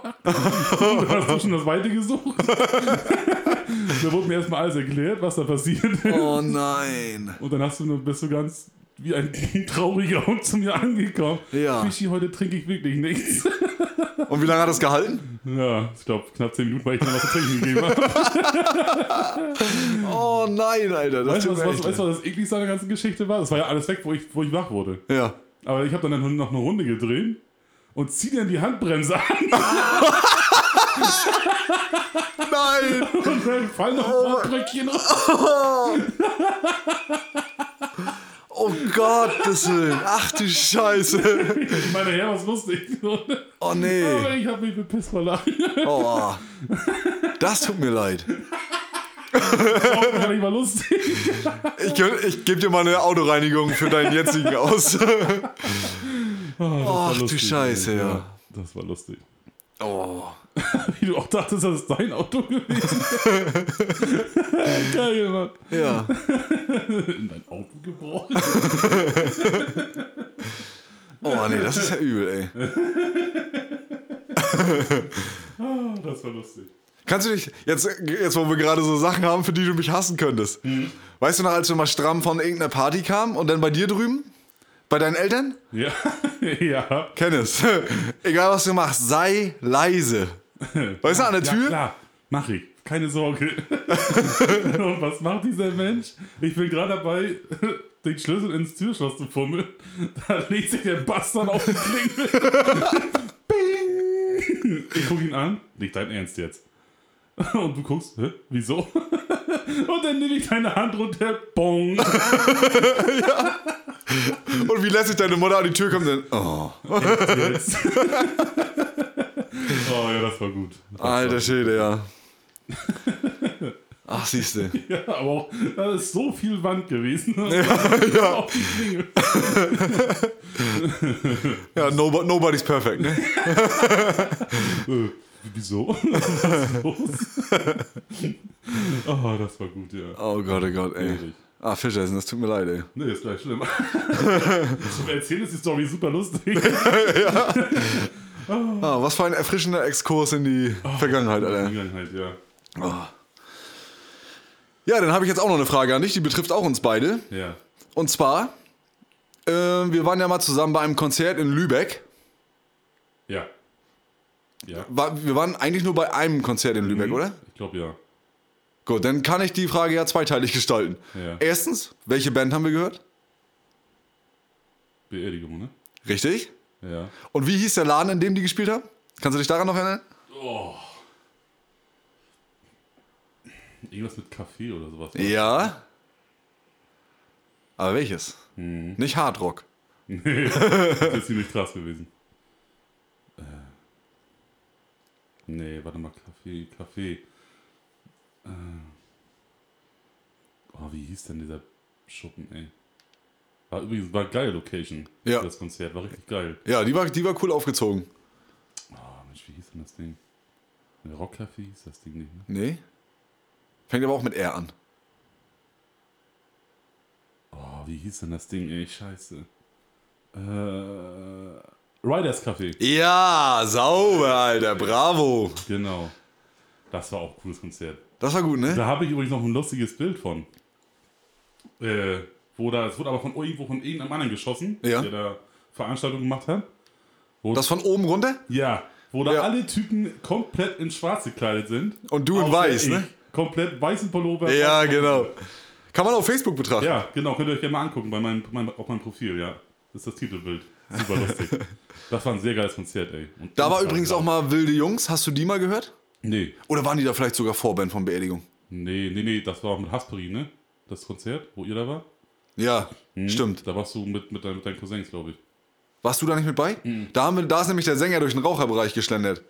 Speaker 1: *laughs* Und hast du schon das Weite gesucht? *laughs* da wurde mir erstmal alles erklärt, was da passiert ist.
Speaker 2: Oh nein.
Speaker 1: Und dann hast du, nur- bist du ganz wie ein trauriger Hund zu mir angekommen.
Speaker 2: Ja.
Speaker 1: Fischi, heute trinke ich wirklich nichts. *laughs*
Speaker 2: Und wie lange hat das gehalten?
Speaker 1: ja, ich glaube, knapp 10 Minuten, weil ich dann was zu trinken
Speaker 2: *laughs*
Speaker 1: gegeben habe.
Speaker 2: Oh nein, Alter. Das
Speaker 1: Weißt du, was,
Speaker 2: tut mir
Speaker 1: was,
Speaker 2: echt
Speaker 1: weißt du,
Speaker 2: leid.
Speaker 1: was das ekligste an der ganzen Geschichte war? Das war ja alles weg, wo ich, wo ich wach wurde.
Speaker 2: Ja.
Speaker 1: Aber ich habe dann noch eine Runde gedreht und zieh dann die Handbremse *laughs* an.
Speaker 2: Nein.
Speaker 1: Und dann fallen noch ein paar Bröckchen raus.
Speaker 2: Oh Gottes Willen. Ach du Scheiße.
Speaker 1: Ich meine, ja, was lustig. *laughs* ne? Aber
Speaker 2: Oh nee.
Speaker 1: ich habe mich bepisst vor *laughs* Lachen.
Speaker 2: Oh. Das tut mir leid.
Speaker 1: Das war nicht mal lustig.
Speaker 2: Ich, geb- ich gebe dir mal eine Autoreinigung für deinen jetzigen aus.
Speaker 1: Oh, das war
Speaker 2: Ach, du Scheiße, ja.
Speaker 1: Das war lustig.
Speaker 2: Oh.
Speaker 1: Wie du auch dachtest, das ist dein Auto
Speaker 2: *laughs*
Speaker 1: gewesen. Geil, Mann.
Speaker 2: Ja.
Speaker 1: In dein Auto gebrochen.
Speaker 2: Oh nee, das ist ja übel, ey.
Speaker 1: Ah, Das war lustig.
Speaker 2: Kannst du dich, jetzt, jetzt wo wir gerade so Sachen haben, für die du mich hassen könntest.
Speaker 1: Hm.
Speaker 2: Weißt du noch, als wir mal stramm von irgendeiner Party kamen und dann bei dir drüben? Bei deinen Eltern?
Speaker 1: Ja. *laughs* ja.
Speaker 2: Kenn es. *laughs* Egal was du machst, sei
Speaker 1: *laughs*
Speaker 2: leise. Weißt du, an der
Speaker 1: Ja,
Speaker 2: Tür?
Speaker 1: klar. Mach ich. Keine Sorge. *laughs* Und was macht dieser Mensch? Ich bin gerade dabei, *laughs* den Schlüssel ins Türschloss zu fummeln. Da legt sich der Bastard auf den Klingel. Bing! Ich guck ihn an. Nicht dein Ernst jetzt. Und du guckst, hä? Wieso? *laughs* Und dann nehme ich deine Hand runter. Bong!
Speaker 2: Und wie lässt sich deine Mutter an die Tür kommen? Denn, oh,
Speaker 1: Jetzt. Oh ja, das war gut.
Speaker 2: alter Schäde, ja. *laughs* Ach, siehste.
Speaker 1: Ja, aber auch, da ist so viel Wand gewesen. Auf die Klingel.
Speaker 2: Ja, nobo- nobody's perfect, ne?
Speaker 1: Äh, wieso? *laughs* Was ist los? oh, das war gut, ja.
Speaker 2: Oh Gott, oh Gott, ey.
Speaker 1: Ehrlich.
Speaker 2: Ah, Fisch essen, das tut mir leid, ey.
Speaker 1: Nee, ist gleich schlimm. Zum Erzählen ist die Story super lustig.
Speaker 2: Ah, was für ein erfrischender Exkurs in die Vergangenheit, Alter.
Speaker 1: Vergangenheit, halt, ja.
Speaker 2: Ah. Ja, dann habe ich jetzt auch noch eine Frage an dich, die betrifft auch uns beide.
Speaker 1: Ja.
Speaker 2: Und zwar, äh, wir waren ja mal zusammen bei einem Konzert in Lübeck.
Speaker 1: Ja. Ja.
Speaker 2: War, wir waren eigentlich nur bei einem Konzert in Lübeck, oder?
Speaker 1: Ich glaube, ja.
Speaker 2: Gut, dann kann ich die Frage ja zweiteilig gestalten.
Speaker 1: Ja.
Speaker 2: Erstens, welche Band haben wir gehört?
Speaker 1: Beerdigung, ne?
Speaker 2: Richtig.
Speaker 1: Ja.
Speaker 2: Und wie hieß der Laden, in dem die gespielt haben? Kannst du dich daran noch erinnern?
Speaker 1: Irgendwas mit Kaffee oder sowas.
Speaker 2: Ja. Aber welches? Nicht Hardrock.
Speaker 1: Nee, das ist ziemlich krass gewesen. Äh. Nee, warte mal, Kaffee, Kaffee. Äh. Oh, wie hieß denn dieser Schuppen, ey? War übrigens, war geile Location.
Speaker 2: Ja.
Speaker 1: für Das Konzert war richtig geil.
Speaker 2: Ja, die war, die war cool aufgezogen.
Speaker 1: Oh, Mensch, wie hieß denn das Ding? Der Rockcafé hieß das Ding nicht, ne?
Speaker 2: Nee. Fängt aber auch mit R an.
Speaker 1: Oh, wie hieß denn das Ding, ey? Scheiße. Äh, Riders Café.
Speaker 2: Ja, sauber, Alter. Bravo.
Speaker 1: Genau. Das war auch ein cooles Konzert.
Speaker 2: Das war gut, ne?
Speaker 1: Da habe ich übrigens noch ein lustiges Bild von. Äh, wo da, es wurde aber von irgendwo von irgendeinem anderen geschossen,
Speaker 2: Ja.
Speaker 1: der da Veranstaltungen gemacht hat.
Speaker 2: Das von oben runter?
Speaker 1: Ja, wo da
Speaker 2: Ja.
Speaker 1: alle Typen komplett in schwarz gekleidet sind.
Speaker 2: Und du in
Speaker 1: Außer
Speaker 2: weiß,
Speaker 1: ich.
Speaker 2: ne?
Speaker 1: Komplett weißen Pullover.
Speaker 2: Ja,
Speaker 1: weißen Pullover.
Speaker 2: genau. Kann man auf Facebook betrachten.
Speaker 1: E. Ja, genau, könnt ihr euch gerne mal angucken bei meinem, meinem, auf meinem Profil, ja. Das ist das Titelbild. Super
Speaker 2: *laughs*
Speaker 1: lustig. Das war ein sehr geiles Konzert, ey. Und
Speaker 2: Da war
Speaker 1: unfassbar.
Speaker 2: übrigens auch mal Wilde Jungs. Hast du die mal gehört?
Speaker 1: Nee,
Speaker 2: Oder waren die da vielleicht sogar Vorband von Beerdigung?
Speaker 1: nee, nee, nee, das war auch mit Hasperi, ne? Das Konzert, wo ihr da war.
Speaker 2: Ja, stimmt.
Speaker 1: Da warst du mit, mit, dein, mit deinen Cousins, glaube ich.
Speaker 2: Warst du da nicht mit bei? Da, haben wir, da ist nämlich der Sänger durch den Raucherbereich geschlendert.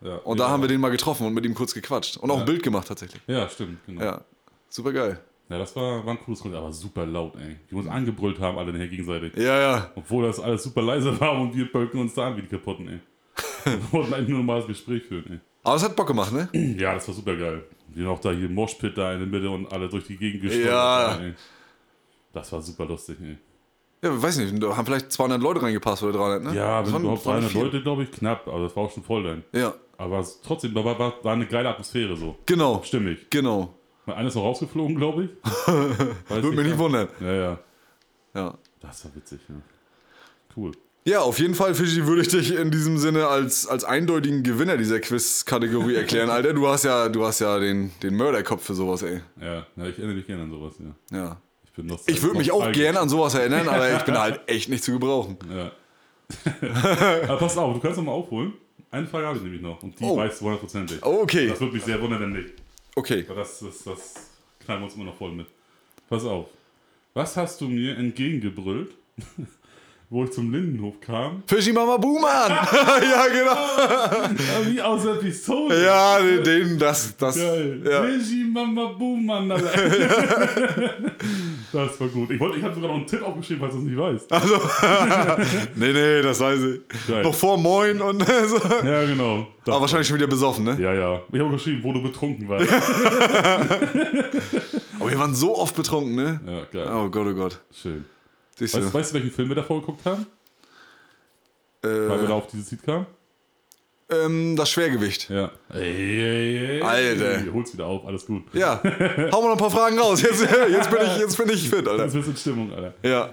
Speaker 1: Ja,
Speaker 2: Und da haben wir den mal getroffen und mit ihm kurz gequatscht. Und auch ein Bild gemacht tatsächlich.
Speaker 1: Ja, stimmt, genau. Ja,
Speaker 2: Ja, super geil.
Speaker 1: das war, war ein cooles Konzert, aber super laut, ey. Die uns angebrüllt haben alle nachher gegenseitig.
Speaker 2: Ja, ja.
Speaker 1: Obwohl das alles super leise war und wir bölken uns da an wie die Kaputten, ey.
Speaker 2: *laughs*
Speaker 1: Wir wollten eigentlich nur ein normales Gespräch führen,
Speaker 2: Aber es hat Bock gemacht, ne?
Speaker 1: ey. Ja, das war super geil. Wir haben auch da hier Moshpit da in der Mitte und alle durch die Gegend
Speaker 2: Ja.
Speaker 1: gesteuert. ey. Das war super lustig, ey.
Speaker 2: Ja, weiß nicht, da haben vielleicht 200 Leute reingepasst oder 300, ne?
Speaker 1: Ja,
Speaker 2: Das
Speaker 1: wenn
Speaker 2: waren-
Speaker 1: überhaupt
Speaker 2: waren
Speaker 1: 300
Speaker 2: viel.
Speaker 1: Leute, glaube ich, knapp. Aber das war auch schon voll dann.
Speaker 2: Ja,
Speaker 1: Aber es, trotzdem war, war, war eine geile Atmosphäre so.
Speaker 2: genau.
Speaker 1: Stimmig.
Speaker 2: Genau.
Speaker 1: Mal einer ist noch rausgeflogen, glaube
Speaker 2: *laughs*
Speaker 1: ich. Weiß
Speaker 2: Würde mich nicht
Speaker 1: mehr.
Speaker 2: wundern.
Speaker 1: Ja, ja.
Speaker 2: Ja.
Speaker 1: Das war witzig, ja. Cool.
Speaker 2: Ja, auf jeden Fall, Fischi, würde ich dich in diesem Sinne als, als eindeutigen Gewinner dieser Quiz-Kategorie erklären, Alter. Du hast ja, du hast ja den, den Mörderkopf für sowas, ey.
Speaker 1: Ja, ja ich erinnere mich gerne an sowas, ja.
Speaker 2: Ja.
Speaker 1: Ich bin noch
Speaker 2: Ich würde mich auch gern an sowas erinnern, aber ich bin halt echt nicht zu gebrauchen.
Speaker 1: Ja. Aber Ah, pass auf, du kannst noch mal aufholen. Eine Frage habe ich nämlich noch und die
Speaker 2: Oh.
Speaker 1: weißt du hundertprozentig.
Speaker 2: Okay,
Speaker 1: Das würde mich sehr wundern, wenn nicht.
Speaker 2: okay.
Speaker 1: Aber das, das, das knallen wir uns immer noch voll mit. Pass auf. Was hast du mir entgegengebrüllt, *laughs* wo ich zum Lindenhof kam?
Speaker 2: Fischi Mama Buhmann! *laughs* ja, genau.
Speaker 1: Ja, Wie aus der Pistole.
Speaker 2: Ja, den, den das, das.
Speaker 1: Geil.
Speaker 2: Ja.
Speaker 1: Regie Mama Boom, Mann.
Speaker 2: *laughs*
Speaker 1: Alter. das war gut. Ich, wollte- ich habe sogar noch einen Tipp aufgeschrieben, falls du es nicht weißt.
Speaker 2: Ah. Nee, nee, das weiß ich.
Speaker 1: Geil.
Speaker 2: Noch vor Moin und *laughs* so.
Speaker 1: Ja, genau. Das-
Speaker 2: Aber wahrscheinlich schon wieder besoffen, ne?
Speaker 1: ja, ja. Ich habe geschrieben, wo du betrunken
Speaker 2: *laughs*
Speaker 1: warst.
Speaker 2: Aber wir waren so oft betrunken, ne?
Speaker 1: ja, geil.
Speaker 2: Oh Gott, oh Gott.
Speaker 1: Schön.
Speaker 2: Siehst du?
Speaker 1: Weißt, weißt du, welchen Film wir davor geguckt haben? Weil wir
Speaker 2: äh,
Speaker 1: da auf dieses Lied kamen?
Speaker 2: ähm, das Schwergewicht.
Speaker 1: Ja.
Speaker 2: Alter.
Speaker 1: Hol's wieder auf, alles gut.
Speaker 2: Ja.
Speaker 1: *laughs*
Speaker 2: Hau mal noch ein paar Fragen raus. Jetzt, jetzt, bin, ich, jetzt bin ich fit, Alter.
Speaker 1: Jetzt bist du in Stimmung, Alter. *laughs*
Speaker 2: Ja.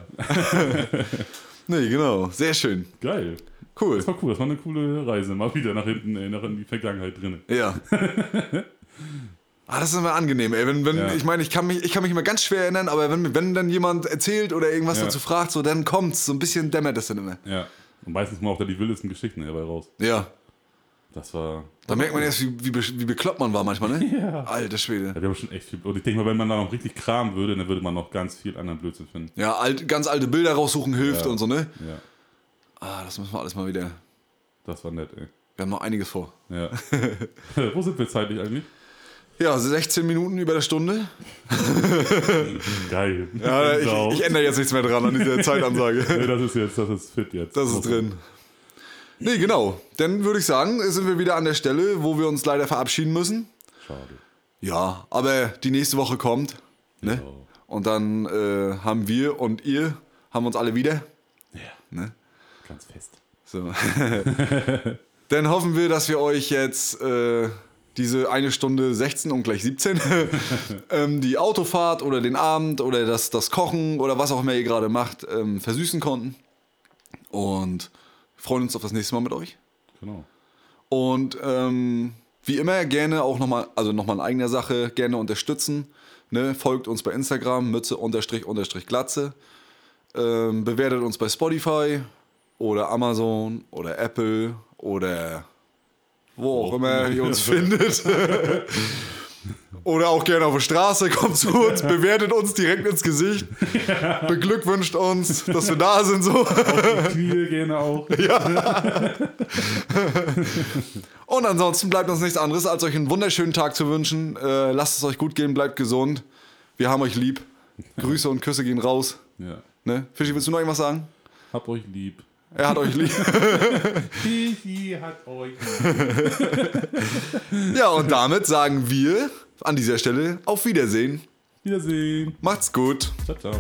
Speaker 2: nee, genau. Sehr schön.
Speaker 1: Geil.
Speaker 2: Cool.
Speaker 1: Das war cool, das war eine coole Reise. Mal wieder nach hinten, ey, nach in die Vergangenheit drin.
Speaker 2: Ja. Ah, das ist immer angenehm, ey. Wenn, wenn,
Speaker 1: Ja.
Speaker 2: Ich meine, ich kann mich, ich kann mich immer ganz schwer erinnern, aber wenn, wenn dann jemand erzählt oder irgendwas
Speaker 1: Ja.
Speaker 2: dazu fragt, so dann kommt's. So ein bisschen dämmert das dann immer.
Speaker 1: Ja. Und meistens mal auch da die wildesten Geschichten dabei raus.
Speaker 2: Ja.
Speaker 1: Das war
Speaker 2: Da merkt man erst, wie, wie, be- wie bekloppt man war manchmal, ne? Ja. Alter Schwede.
Speaker 1: Ja, wir haben schon echt viel. Und ich denke mal, wenn man da noch richtig kramen würde, dann würde man noch ganz viel anderen Blödsinn finden.
Speaker 2: Ja, alt, ganz alte Bilder raussuchen hilft
Speaker 1: Ja.
Speaker 2: und so, ne?
Speaker 1: Ja,
Speaker 2: Ah, das müssen wir alles mal wieder.
Speaker 1: das war nett, ey.
Speaker 2: Wir haben noch einiges vor. *laughs*
Speaker 1: Ja. Wo sind wir zeitlich eigentlich?
Speaker 2: Ja, also 16 Minuten über der Stunde.
Speaker 1: Geil.
Speaker 2: Ja, ich,
Speaker 1: Sau.
Speaker 2: ich ändere jetzt nichts mehr dran an dieser Zeitansage.
Speaker 1: Nee, das ist jetzt, das ist fit jetzt.
Speaker 2: Das ist drin. Nee, genau. Dann würde ich sagen, sind wir wieder an der Stelle, wo wir uns leider verabschieden müssen.
Speaker 1: Schade.
Speaker 2: Ja, aber die nächste Woche kommt. Ne?
Speaker 1: Genau.
Speaker 2: Und dann äh, haben wir und ihr, haben uns alle wieder.
Speaker 1: Ja.
Speaker 2: Ne?
Speaker 1: Ganz fest.
Speaker 2: So. *laughs* dann hoffen wir, dass wir euch jetzt äh, diese eine Stunde 16 und gleich 17, *laughs* ähm, die Autofahrt oder den Abend oder das, das Kochen oder was auch immer ihr gerade macht, ähm, versüßen konnten. Und freuen uns auf das nächste Mal mit euch.
Speaker 1: Genau.
Speaker 2: Und ähm, wie immer gerne auch nochmal, also nochmal in eigener Sache, gerne unterstützen. Ne? Folgt uns bei Instagram, Mütze unterstrich unterstrich Glatze. Ähm, bewertet uns bei Spotify oder Amazon oder Apple oder wo auch immer ihr uns *laughs* findet. Oder auch gerne auf der Straße, kommt zu *laughs* uns, bewertet uns direkt ins Gesicht, beglückwünscht uns, dass wir da sind. So.
Speaker 1: Die Knie gehen auch.
Speaker 2: Und ansonsten bleibt uns nichts anderes, als euch einen wunderschönen Tag zu wünschen. Äh, lasst es euch gut gehen, bleibt gesund. Wir haben euch lieb. Grüße und Küsse gehen raus.
Speaker 1: Ja.
Speaker 2: Ne? Fischi, willst du noch irgendwas sagen?
Speaker 1: Hab euch lieb.
Speaker 2: Er hat euch lieb.
Speaker 1: Hihi, hat euch lieb.
Speaker 2: ja, und damit sagen wir an dieser Stelle auf Wiedersehen.
Speaker 1: Wiedersehen.
Speaker 2: Macht's gut.
Speaker 1: Ciao, ciao.